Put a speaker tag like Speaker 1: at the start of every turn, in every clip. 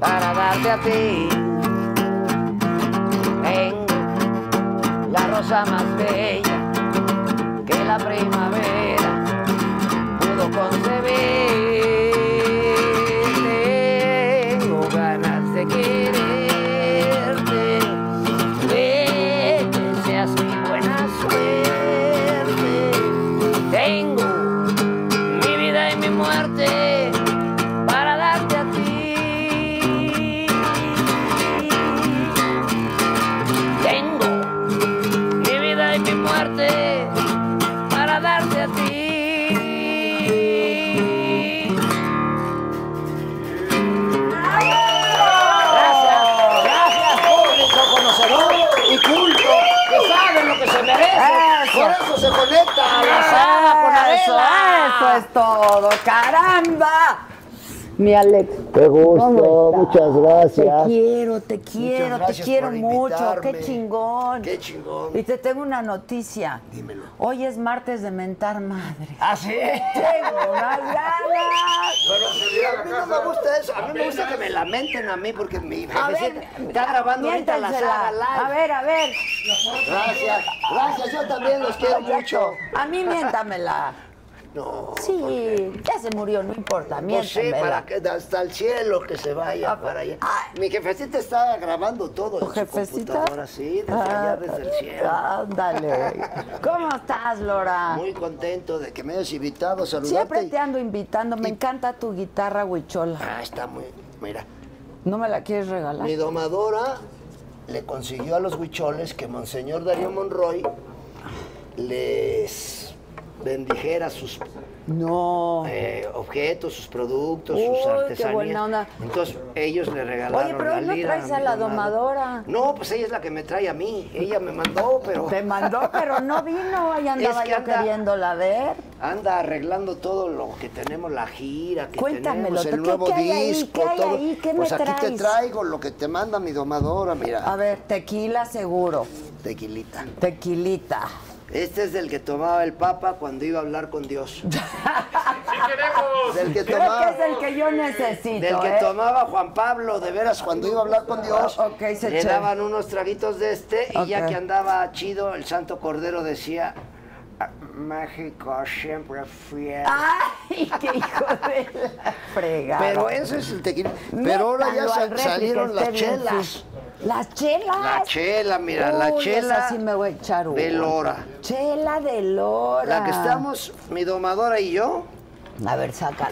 Speaker 1: para darte a ti. Tengo la rosa más bella que la primavera pudo concebir. Tengo ganas de quererte, de que seas mi buena suerte. Tengo mi vida y mi muerte para darte a ti. Tengo mi vida y mi muerte para darte a ti. Gracias, gracias público conocedor y culto que saben lo que se merece.
Speaker 2: Eso.
Speaker 1: Por eso se conecta a la sala con
Speaker 2: Ah, Eso, eso
Speaker 1: Adela.
Speaker 2: es todo, caramba. Mi Alex.
Speaker 3: Qué
Speaker 2: ¿cómo
Speaker 3: gusto,
Speaker 2: estás?
Speaker 3: muchas gracias.
Speaker 2: Te quiero, te quiero, te
Speaker 1: gracias
Speaker 2: quiero
Speaker 1: por
Speaker 2: mucho.
Speaker 1: invitarme.
Speaker 2: Qué chingón.
Speaker 1: Qué chingón.
Speaker 2: Y te tengo una noticia.
Speaker 1: Dímelo. Ah,
Speaker 2: Hoy es martes de mentar madre.
Speaker 1: Así
Speaker 2: Tengo unas ganas.
Speaker 1: a mí no me gusta eso. A mí me gusta que me lamenten a mí porque mi
Speaker 2: A
Speaker 1: jefecita
Speaker 2: ver,
Speaker 1: está grabando ahorita la
Speaker 2: miéntensela.
Speaker 1: sala
Speaker 2: A
Speaker 1: live.
Speaker 2: ver, a ver.
Speaker 1: Gracias, gracias. Yo también los quiero mucho.
Speaker 2: A mí miéntamela.
Speaker 1: No.
Speaker 2: Sí, ya se murió, no importa,
Speaker 1: No sé,
Speaker 2: miéntamela.
Speaker 1: eh, para que hasta el cielo que se vaya para allá.
Speaker 2: Ay.
Speaker 1: Mi jefecita está grabando todo
Speaker 2: Ah. ¿Tu
Speaker 1: en su
Speaker 2: jefecita?
Speaker 1: computadora, sí, desde
Speaker 2: Ah,
Speaker 1: allá, desde el cielo.
Speaker 2: Ándale. ¿Cómo estás, Lora?
Speaker 1: Muy contento de que me hayas invitado, saludarte.
Speaker 2: Siempre
Speaker 1: y-
Speaker 2: te ando invitando. Me encanta tu guitarra, huichola.
Speaker 1: Ah, está muy... Mira,
Speaker 2: ¿No me la quieres regalar?
Speaker 1: Mi domadora le consiguió a los huicholes que Monseñor Darío Monroy les bendijera sus
Speaker 2: No.
Speaker 1: eh, objetos, sus productos,
Speaker 2: Uy,
Speaker 1: sus
Speaker 2: qué
Speaker 1: artesanías.
Speaker 2: buena onda.
Speaker 1: Entonces ellos le regalaron
Speaker 2: Oye, pero
Speaker 1: la
Speaker 2: hoy no
Speaker 1: lira
Speaker 2: traes a
Speaker 1: mi
Speaker 2: la domadora.
Speaker 1: No, pues ella es la que me trae a mí. Ella me mandó, pero
Speaker 2: Te mandó, pero no vino. Ahí andaba
Speaker 1: Es que
Speaker 2: yo
Speaker 1: anda-
Speaker 2: queriéndola ver.
Speaker 1: anda arreglando todo lo que tenemos, la gira que
Speaker 2: Cuéntamelo,
Speaker 1: tenemos,
Speaker 2: ¿qué-
Speaker 1: el nuevo
Speaker 2: qué hay ahí?
Speaker 1: disco,
Speaker 2: ¿Qué hay
Speaker 1: todo.
Speaker 2: ahí? ¿Qué me
Speaker 1: pues aquí te
Speaker 2: traes?
Speaker 1: traigo lo que te manda mi domadora, mira.
Speaker 2: A ver, tequila seguro.
Speaker 1: Tequilita.
Speaker 2: Tequilita.
Speaker 1: Este es del que tomaba el Papa cuando iba a hablar con Dios. Del que
Speaker 2: Creo
Speaker 1: tomaba,
Speaker 2: que es el que yo necesito.
Speaker 1: del que
Speaker 2: ¿eh?
Speaker 1: tomaba Juan Pablo, de veras, cuando iba a hablar con Dios.
Speaker 2: Ah, ok, se
Speaker 1: le
Speaker 2: echa.
Speaker 1: daban unos traguitos de este y ya
Speaker 2: Ok.
Speaker 1: que andaba chido, el Santo Cordero decía, "A México siempre fiel.
Speaker 2: ¡Ay, qué hijo de la fregada!
Speaker 1: Pero ese es el tequila. Pero ahora ya
Speaker 2: Métalo
Speaker 1: sa-
Speaker 2: al refri,
Speaker 1: salieron
Speaker 2: que
Speaker 1: las
Speaker 2: esté bien
Speaker 1: chelas.
Speaker 2: fit. ¿Las chelas?
Speaker 1: La chela, mira, la
Speaker 2: Uy,
Speaker 1: chela
Speaker 2: Esa sí me voy a echar una.
Speaker 1: de Lora.
Speaker 2: Chela de Lora.
Speaker 1: La que estamos, mi domadora y yo,
Speaker 2: A ver, sácala.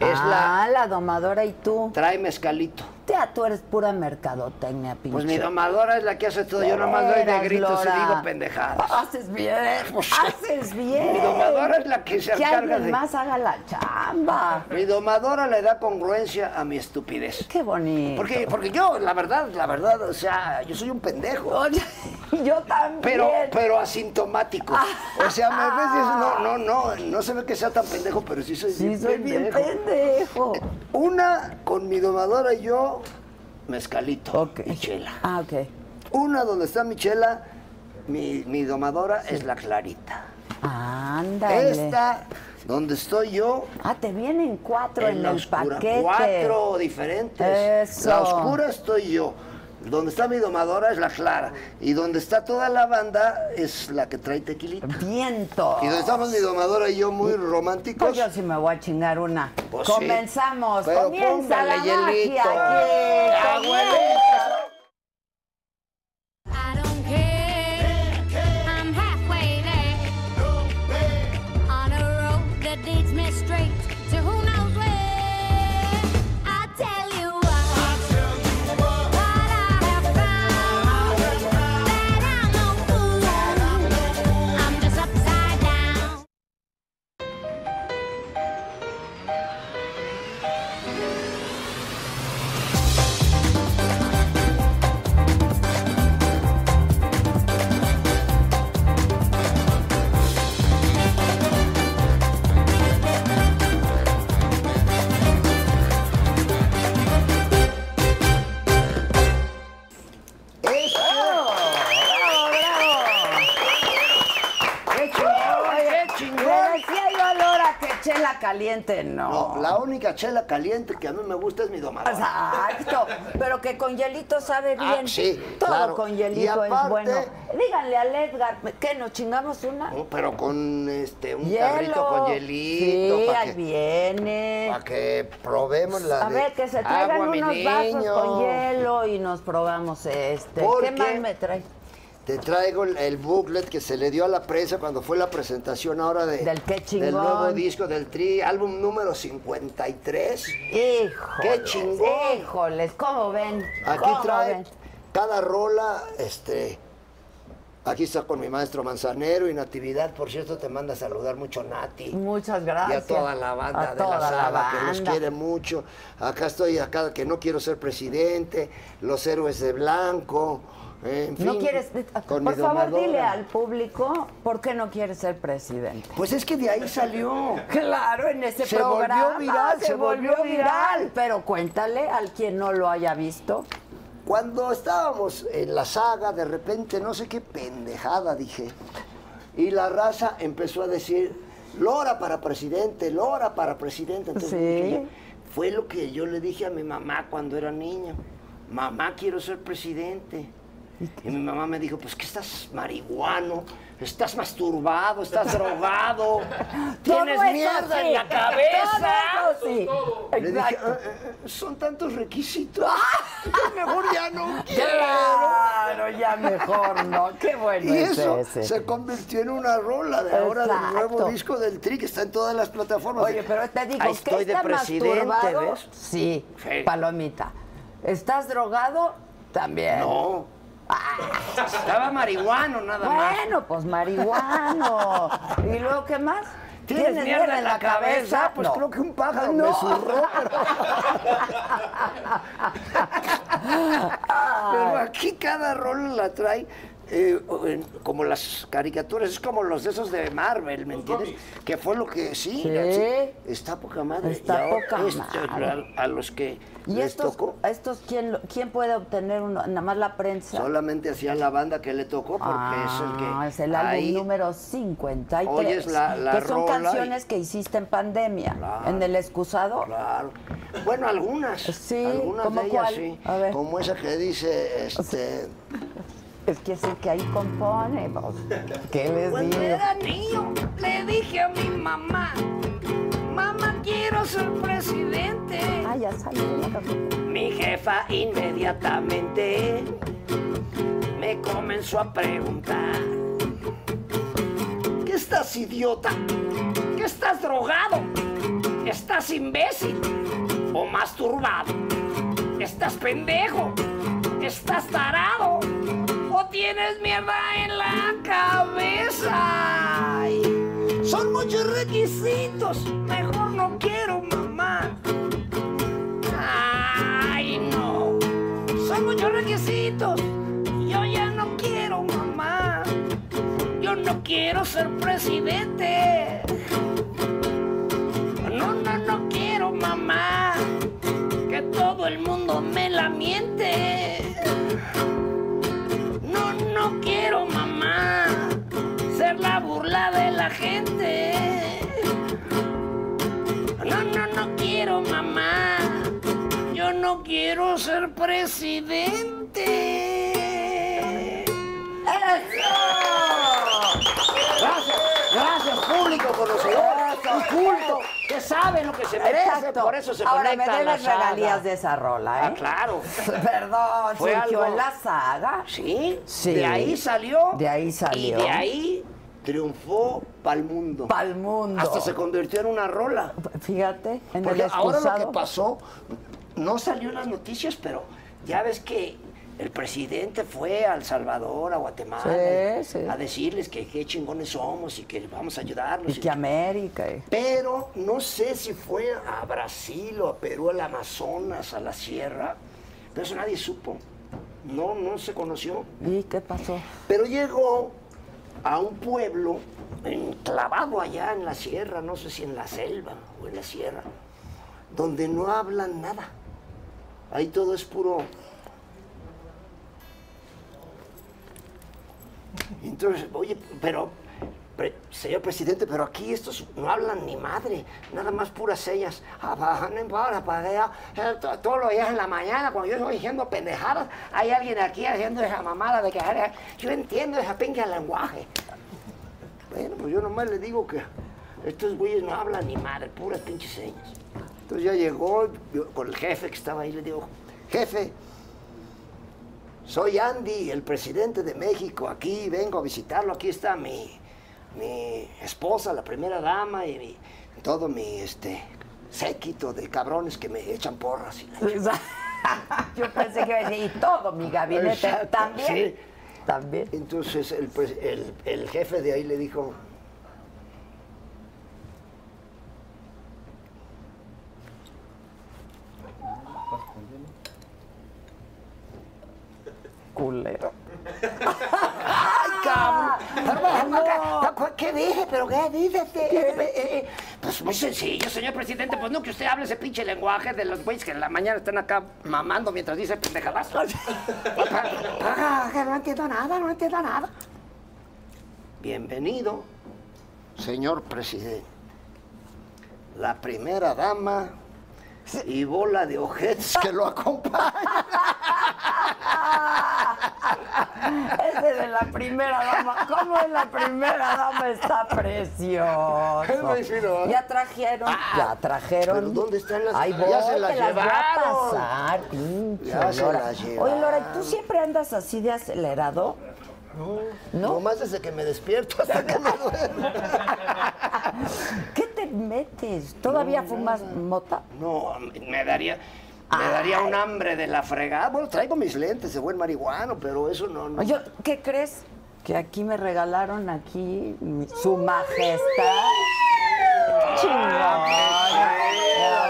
Speaker 1: es la...
Speaker 2: Ah, la domadora y tú.
Speaker 1: Trae mezcalito.
Speaker 2: Ya, tú eres pura mercadotecnia, pinche.
Speaker 1: Pues mi domadora es la que hace todo. Yo nomás doy de
Speaker 2: Veras,
Speaker 1: gritos y
Speaker 2: Lora.
Speaker 1: digo pendejadas.
Speaker 2: Haces bien,
Speaker 1: Pues,
Speaker 2: haces bien.
Speaker 1: mi domadora es la que se encarga
Speaker 2: alguien
Speaker 1: de-
Speaker 2: más haga la chamba.
Speaker 1: Mi domadora le da congruencia a mi estupidez.
Speaker 2: Qué bonito.
Speaker 1: Porque, porque yo, la verdad, la verdad, o sea, yo soy un pendejo.
Speaker 2: Oye, yo también. Ah.
Speaker 1: Pero, pero asintomático. O sea, a veces no, no, no, no se ve que sea tan pendejo, pero sí soy
Speaker 2: Sí,
Speaker 1: bien
Speaker 2: soy bien
Speaker 1: pendejo.
Speaker 2: pendejo.
Speaker 1: Una con mi domadora y yo, mezcalito
Speaker 2: Ok.
Speaker 1: y chela.
Speaker 2: Ah, ok.
Speaker 1: Una donde está mi chela, mi, mi domadora es la clarita.
Speaker 2: Ándale.
Speaker 1: Esta Donde estoy yo,
Speaker 2: Ah, te vienen cuatro en,
Speaker 1: la
Speaker 2: el
Speaker 1: oscura.
Speaker 2: paquete.
Speaker 1: Cuatro diferentes.
Speaker 2: Eso.
Speaker 1: La oscura estoy yo. Donde está mi domadora es la clara. Y donde está toda la banda es la que trae tequilita.
Speaker 2: Viento.
Speaker 1: Y donde estamos mi domadora y yo muy románticos.
Speaker 2: Pues yo sí me voy a chingar una.
Speaker 1: Pues sí.
Speaker 2: Comenzamos.
Speaker 1: Pero
Speaker 2: Comienza la
Speaker 1: póngale hielito. Ah,
Speaker 2: magia aquí.
Speaker 1: Abuelita.
Speaker 3: I don't care. I'm halfway there. On a road that leads me straight to who knows where. I tell you what. What I have found. That I'm no fool. I'm just upside down.
Speaker 1: Eso. ¡Qué chingón!
Speaker 2: Oye,
Speaker 1: ¡Qué
Speaker 2: Le
Speaker 1: chingón!
Speaker 2: decía yo a Lora que chela caliente, no.
Speaker 1: No, la única chela caliente que a mí me gusta es mi domadora.
Speaker 2: Exacto, pero que con hielito sabe
Speaker 1: Ah,
Speaker 2: bien.
Speaker 1: sí,
Speaker 2: Todo
Speaker 1: claro.
Speaker 2: con
Speaker 1: Y
Speaker 2: hielito es
Speaker 1: aparte-
Speaker 2: bueno. Díganle al Edgar, ¿qué nos chingamos una?
Speaker 1: No, pero con este un
Speaker 2: Hielo.
Speaker 1: carrito con hielito
Speaker 2: Sí,
Speaker 1: para
Speaker 2: ahí
Speaker 1: que,
Speaker 2: viene.
Speaker 1: pa' que probemos la
Speaker 2: A
Speaker 1: de
Speaker 2: ver, que se traigan
Speaker 1: agua, mi
Speaker 2: unos vasos
Speaker 1: niño.
Speaker 2: con hielo y nos probamos este.
Speaker 1: Porque-
Speaker 2: ¿Qué más me trae?
Speaker 1: Te traigo el, el booklet que se le dio a la prensa cuando fue la presentación ahora de-
Speaker 2: Del qué chingón.
Speaker 1: del nuevo disco del Tri, álbum número 53.
Speaker 2: Híjoles.
Speaker 1: ¡Qué chingón!
Speaker 2: Híjoles, ¿cómo ven?
Speaker 1: Aquí
Speaker 2: ¿Cómo
Speaker 1: trae
Speaker 2: ven?
Speaker 1: cada rola, este. Aquí está con mi maestro Manzanero y Natividad, por cierto, te manda a saludar mucho Nati.
Speaker 2: Muchas
Speaker 1: Y
Speaker 2: gracias.
Speaker 1: a toda la banda
Speaker 2: A
Speaker 1: de
Speaker 2: toda
Speaker 1: la sala que nos
Speaker 2: banda.
Speaker 1: quiere mucho. Acá estoy, acá que no quiero ser presidente, los héroes de blanco, eh, en fin.
Speaker 2: No quieres,
Speaker 1: con mi
Speaker 2: por favor,
Speaker 1: domadora.
Speaker 2: dile al público por qué no quieres ser presidente.
Speaker 1: Pues es que de ahí salió.
Speaker 2: Claro, en ese
Speaker 1: Se
Speaker 2: programa
Speaker 1: volvió viral,
Speaker 2: se,
Speaker 1: se
Speaker 2: volvió,
Speaker 1: volvió
Speaker 2: viral.
Speaker 1: viral.
Speaker 2: Pero cuéntale al quien no lo haya visto.
Speaker 1: Cuando estábamos en la saga, de repente, no sé qué pendejada dije. Y la raza empezó a decir, Lora para presidente, Lora para presidente. Entonces,
Speaker 2: Sí.
Speaker 1: dije, fue lo que yo le dije a mi mamá cuando era niña. Mamá, quiero ser presidente. Y mi mamá me dijo, pues que estás marihuano, estás masturbado, estás drogado, tienes
Speaker 2: Todo eso
Speaker 1: mierda
Speaker 2: sí.
Speaker 1: en la cabeza.
Speaker 2: Todo eso sí.
Speaker 1: Le dije,
Speaker 2: Exacto.
Speaker 1: "Ah, ah, ah, son tantos requisitos. Mejor ya no quiero.
Speaker 2: Claro, ya mejor no. Qué bueno
Speaker 1: Y
Speaker 2: es
Speaker 1: eso
Speaker 2: ese.
Speaker 1: se convirtió en una rola de ahora del
Speaker 2: Exacto.
Speaker 1: nuevo disco del Tri que está en todas las plataformas.
Speaker 2: Oye, pero te digo,
Speaker 1: Ahí
Speaker 2: ¿qué
Speaker 1: estoy de
Speaker 2: está
Speaker 1: presidente,
Speaker 2: masturbado?
Speaker 1: ¿ves?
Speaker 2: Sí,
Speaker 1: Sí.
Speaker 2: palomita. ¿Estás drogado? También.
Speaker 1: No. Estaba marihuano nada más.
Speaker 2: Bueno, pues marihuano. ¿Y luego qué más?
Speaker 1: ¿Tienes mierda en la cabeza? Pues creo que un pájaro me zurró, pero- Pero aquí cada rola la trae eh, en- como las caricaturas, es como los de esos de Marvel, ¿me entiendes? Que fue lo que sí,
Speaker 2: Sí.
Speaker 1: sí, está poca madre.
Speaker 2: Está
Speaker 1: Y ahora
Speaker 2: poca
Speaker 1: esto,
Speaker 2: madre.
Speaker 1: A, a los que
Speaker 2: ¿Y
Speaker 1: les
Speaker 2: estos,
Speaker 1: tocó,
Speaker 2: a estos quién, lo- quién puede obtener uno? Nada más la prensa.
Speaker 1: solamente hacía la banda que le tocó porque
Speaker 2: Ah,
Speaker 1: es el que
Speaker 2: el álbum
Speaker 1: ahí-
Speaker 2: número 53.
Speaker 1: Hoy es la- la
Speaker 2: que son
Speaker 1: rola y-
Speaker 2: canciones que hiciste en pandemia,
Speaker 1: Claro.
Speaker 2: en el excusado.
Speaker 1: Claro. Bueno, algunas.
Speaker 2: Sí,
Speaker 1: algunas
Speaker 2: ¿cómo
Speaker 1: de ellas
Speaker 2: cuál?
Speaker 1: sí.
Speaker 2: A ver.
Speaker 1: Como esa que dice, este.
Speaker 2: Es que es el que ahí compone. pues, ¿Qué les
Speaker 1: Cuando
Speaker 2: digo?
Speaker 1: era niño, le dije a mi mamá, mamá quiero ser presidente.
Speaker 2: Ah, ya salió la canción.
Speaker 1: Mi jefa inmediatamente me comenzó a preguntar, ¿qué estás idiota? ¿Qué estás drogado? ¿Estás imbécil? ¿O masturbado? ¿Estás pendejo? ¿Estás tarado? ¿O tienes mierda en la cabeza? Ay, son muchos requisitos, mejor no quiero mamá. Ay, no. Son muchos requisitos. Yo ya no quiero, mamá. Yo no quiero ser presidente. No, no, no quiero, mamá. Que todo el mundo me la miente. No, no quiero, mamá. Ser la burla de la gente. quiero ser presidente. Gracias, gracias, público conocedor
Speaker 2: Eso.
Speaker 1: y culto, que sabe lo que se merece,
Speaker 2: Exacto.
Speaker 1: por eso se
Speaker 2: Ahora me
Speaker 1: conecta a
Speaker 2: den
Speaker 1: la
Speaker 2: las
Speaker 1: saga.
Speaker 2: regalías de esa rola, ¿eh?
Speaker 1: Ah, claro.
Speaker 2: Perdón,
Speaker 1: Fue
Speaker 2: surgió
Speaker 1: algo-
Speaker 2: en la saga.
Speaker 1: Sí,
Speaker 2: Sí.
Speaker 1: de ahí salió.
Speaker 2: De ahí
Speaker 1: Y
Speaker 2: salió.
Speaker 1: de ahí triunfó pa'l mundo.
Speaker 2: Pa'l mundo.
Speaker 1: Hasta se convirtió en una rola.
Speaker 2: Fíjate, en
Speaker 1: Porque
Speaker 2: el
Speaker 1: ahora lo que
Speaker 2: excusado.
Speaker 1: pasó, no salió en las noticias, pero ya ves que el presidente fue a El Salvador, a Guatemala,
Speaker 2: Sí, sí.
Speaker 1: a decirles que qué chingones somos y que vamos a ayudarlos.
Speaker 2: Y
Speaker 1: y-
Speaker 2: que América. eh.
Speaker 1: Pero no sé si fue a Brasil o a Perú, al Amazonas, a la sierra, pero eso nadie supo. No, no se conoció.
Speaker 2: ¿Y qué pasó?
Speaker 1: Pero llegó a un pueblo enclavado allá en la sierra, no sé si en la selva o en la sierra, donde no hablan nada. Ahí todo es puro. Entonces, oye, pero, pre- señor presidente, pero aquí estos no hablan ni madre, nada más puras Ah, sellas. pues, Todos los días en la mañana, cuando yo estoy diciendo pendejadas, hay alguien aquí haciendo esa mamada de que yo entiendo esa pinche lenguaje. Bueno, pues yo nomás le digo que estos güeyes no hablan ni madre, puras pinches señas. Entonces ya llegó yo con el jefe que estaba ahí, le digo, jefe, soy Andy, el presidente de México, aquí vengo a visitarlo, aquí está mi, mi esposa, la primera dama y mi- todo mi este, séquito de cabrones que me echan porras. y la ch-
Speaker 2: Yo pensé que iba a decir, y todo, mi gabinete
Speaker 1: Exacto,
Speaker 2: también.
Speaker 1: sí.
Speaker 2: También.
Speaker 1: Entonces el, pres- el- el jefe de ahí le dijo,
Speaker 2: Culero.
Speaker 1: ¡Ay,
Speaker 2: Ah,
Speaker 1: cabrón! Pero, bueno, acá, ¿Qué dije? ¿Pero qué dices? Eh, eh, eh, Pues muy sencillo, señor presidente. Pues no que usted hable ese pinche lenguaje de los güeyes que en la mañana están acá mamando mientras dice pendejadas. Ah, que no entiendo nada, no entiendo nada. Bienvenido, señor presidente. La primera dama y bola de ojetes que lo acompaña.
Speaker 2: Ese de la primera dama. ¿Cómo es la primera dama? Está precioso.
Speaker 1: Sí, ¿no?
Speaker 2: Ya trajeron.
Speaker 1: Ah,
Speaker 2: ya trajeron.
Speaker 1: pero ¿dónde están las-
Speaker 2: Ay,
Speaker 1: ya
Speaker 2: voy,
Speaker 1: se las
Speaker 2: te las voy
Speaker 1: llevaron.
Speaker 2: a pasar, pinche
Speaker 1: Ya se
Speaker 2: Lora.
Speaker 1: las
Speaker 2: Oye, Lora, ¿y ¿tú
Speaker 1: llevaron.
Speaker 2: siempre andas así de acelerado? ¿No?
Speaker 1: Nomás desde que me despierto hasta que me duermo.
Speaker 2: ¿Qué te metes? ¿Todavía fumas mota?
Speaker 1: No, me daría, me daría un hambre de la fregada. Bueno, traigo mis lentes de buen marihuano, pero eso no. no.
Speaker 2: Oye, ¿qué crees? Que aquí me regalaron aquí mi- su majestad. Chingón. La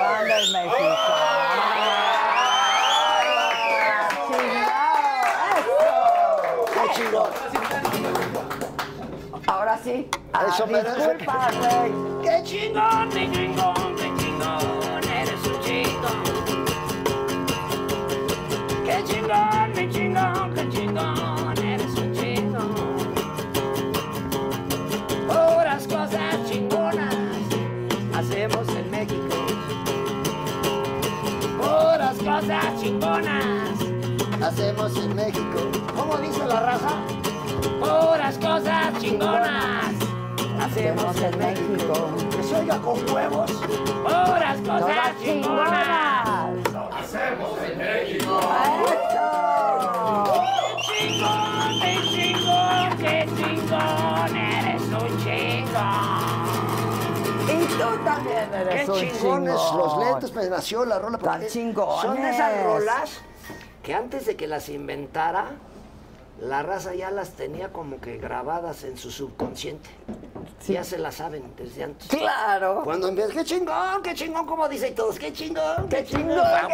Speaker 2: banda es mexicana. Chingón.
Speaker 1: ¡Qué chingón!
Speaker 2: Eso. Ahora sí.
Speaker 1: Eso
Speaker 2: Ah,
Speaker 1: merece que-
Speaker 2: Disculpa, güey.
Speaker 1: ¡Qué chingón, mi chingón, mi chingón! Eres un chingón. ¡Qué chingón, mi chingón, qué chingón! Eres un chingón. Puras cosas chingonas hacemos en México. Puras cosas chingonas hacemos en México. ¿Cómo dice la raza? Puras cosas chingonas hacemos en México. Que se oiga con huevos. Puras cosas
Speaker 2: Todas
Speaker 1: chingonas.
Speaker 2: chingonas. Eso.
Speaker 1: Chingón, qué chingón, qué chingón, eres un chingón.
Speaker 2: Y tú también
Speaker 1: Qué
Speaker 2: eres un
Speaker 1: chingones
Speaker 2: chingón.
Speaker 1: los lentes, me nació la rola. porque
Speaker 2: Tan chingones.
Speaker 1: Son esas rolas que antes de que las inventara, la raza ya las tenía como que grabadas en su subconsciente. Ya se las saben desde antes.
Speaker 2: Claro.
Speaker 1: Cuando empiezas, qué chingón, qué chingón, como dicen todos, qué chingón, qué chingón. Ah,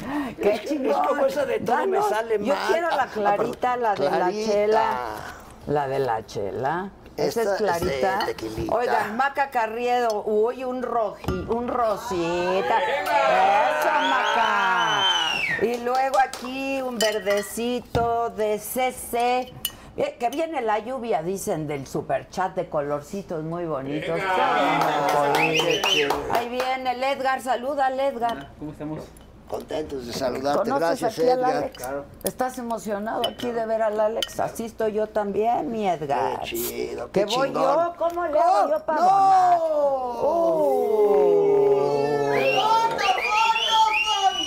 Speaker 1: bueno.
Speaker 2: Qué
Speaker 1: Es que-
Speaker 2: chingón.
Speaker 1: es como esa de todo me
Speaker 2: Danos.
Speaker 1: sale
Speaker 2: Yo
Speaker 1: mal.
Speaker 2: quiero
Speaker 1: Ah,
Speaker 2: la
Speaker 1: ah,
Speaker 2: clarita, la de la
Speaker 1: Clarita.
Speaker 2: chela. La de la chela. Esa
Speaker 1: Esta
Speaker 2: es
Speaker 1: es de
Speaker 2: clarita.
Speaker 1: tequilita.
Speaker 2: Oigan, Maca Carriedo, uy, un roji, un rosita. Eso, Maca. Y luego aquí un verdecito de CC. Eh, que viene la lluvia, dicen, del superchat de colorcitos muy bonitos.
Speaker 4: Venga.
Speaker 2: Qué bonito. Ahí viene el Edgar, saluda al Edgar.
Speaker 5: ¿Cómo estamos?
Speaker 1: Contentos de saludarte,
Speaker 2: ¿Conoces
Speaker 1: gracias
Speaker 2: aquí al
Speaker 1: Edgar.
Speaker 2: Alex? ¿Estás emocionado aquí de ver al Alex? Así estoy yo también, mi Edgar.
Speaker 1: Qué chido,
Speaker 2: ¿Que
Speaker 1: qué
Speaker 2: voy
Speaker 1: chingón. Oh,
Speaker 2: yo? ¿Cómo le hago yo para donar?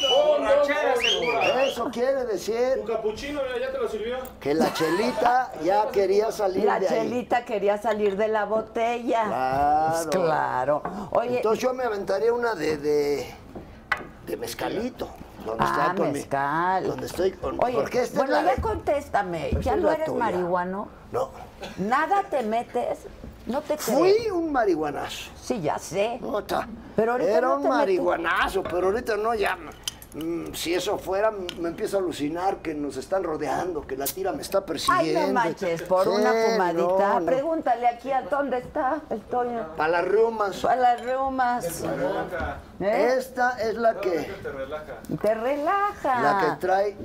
Speaker 4: Borrachera segura.
Speaker 1: Eso quiere decir
Speaker 4: Tu capuchino, mira, ya te lo sirvió.
Speaker 1: que la chelita ya quería salir
Speaker 2: La
Speaker 1: de ahí.
Speaker 2: chelita quería salir de la botella.
Speaker 1: Claro.
Speaker 2: Pues claro. Oye,
Speaker 1: Entonces yo me aventaría una de, de, de mezcalito. Donde
Speaker 2: ah,
Speaker 1: está con mi-
Speaker 2: mezcal.
Speaker 1: donde estoy con.
Speaker 2: Oye,
Speaker 1: porque esta
Speaker 2: bueno,
Speaker 1: es la
Speaker 2: ya
Speaker 1: de-
Speaker 2: contéstame.
Speaker 1: esta
Speaker 2: ¿Ya
Speaker 1: es
Speaker 2: no
Speaker 1: la
Speaker 2: eres
Speaker 1: tuya.
Speaker 2: marihuano?
Speaker 1: No.
Speaker 2: ¿Nada te metes? No te creo.
Speaker 1: Fui un marihuanazo.
Speaker 2: Sí, ya sé.
Speaker 1: No, está.
Speaker 2: Pero ahorita
Speaker 1: Era
Speaker 2: no
Speaker 1: un
Speaker 2: te metes.
Speaker 1: marihuanazo, pero ahorita no, ya. mm, si eso fuera, m- me empiezo a alucinar que nos están rodeando, que la tira me está
Speaker 2: Ay,
Speaker 1: persiguiendo.
Speaker 2: no manches, por
Speaker 1: Sí,
Speaker 2: una fumadita.
Speaker 1: no, no.
Speaker 2: Pregúntale aquí a dónde está el Toño.
Speaker 1: Para las rumas.
Speaker 2: Para las reumas.
Speaker 4: Relaja.
Speaker 2: ¿Eh?
Speaker 1: Esta es la que,
Speaker 4: Te relaja.
Speaker 2: Te relaja.
Speaker 1: la que trae.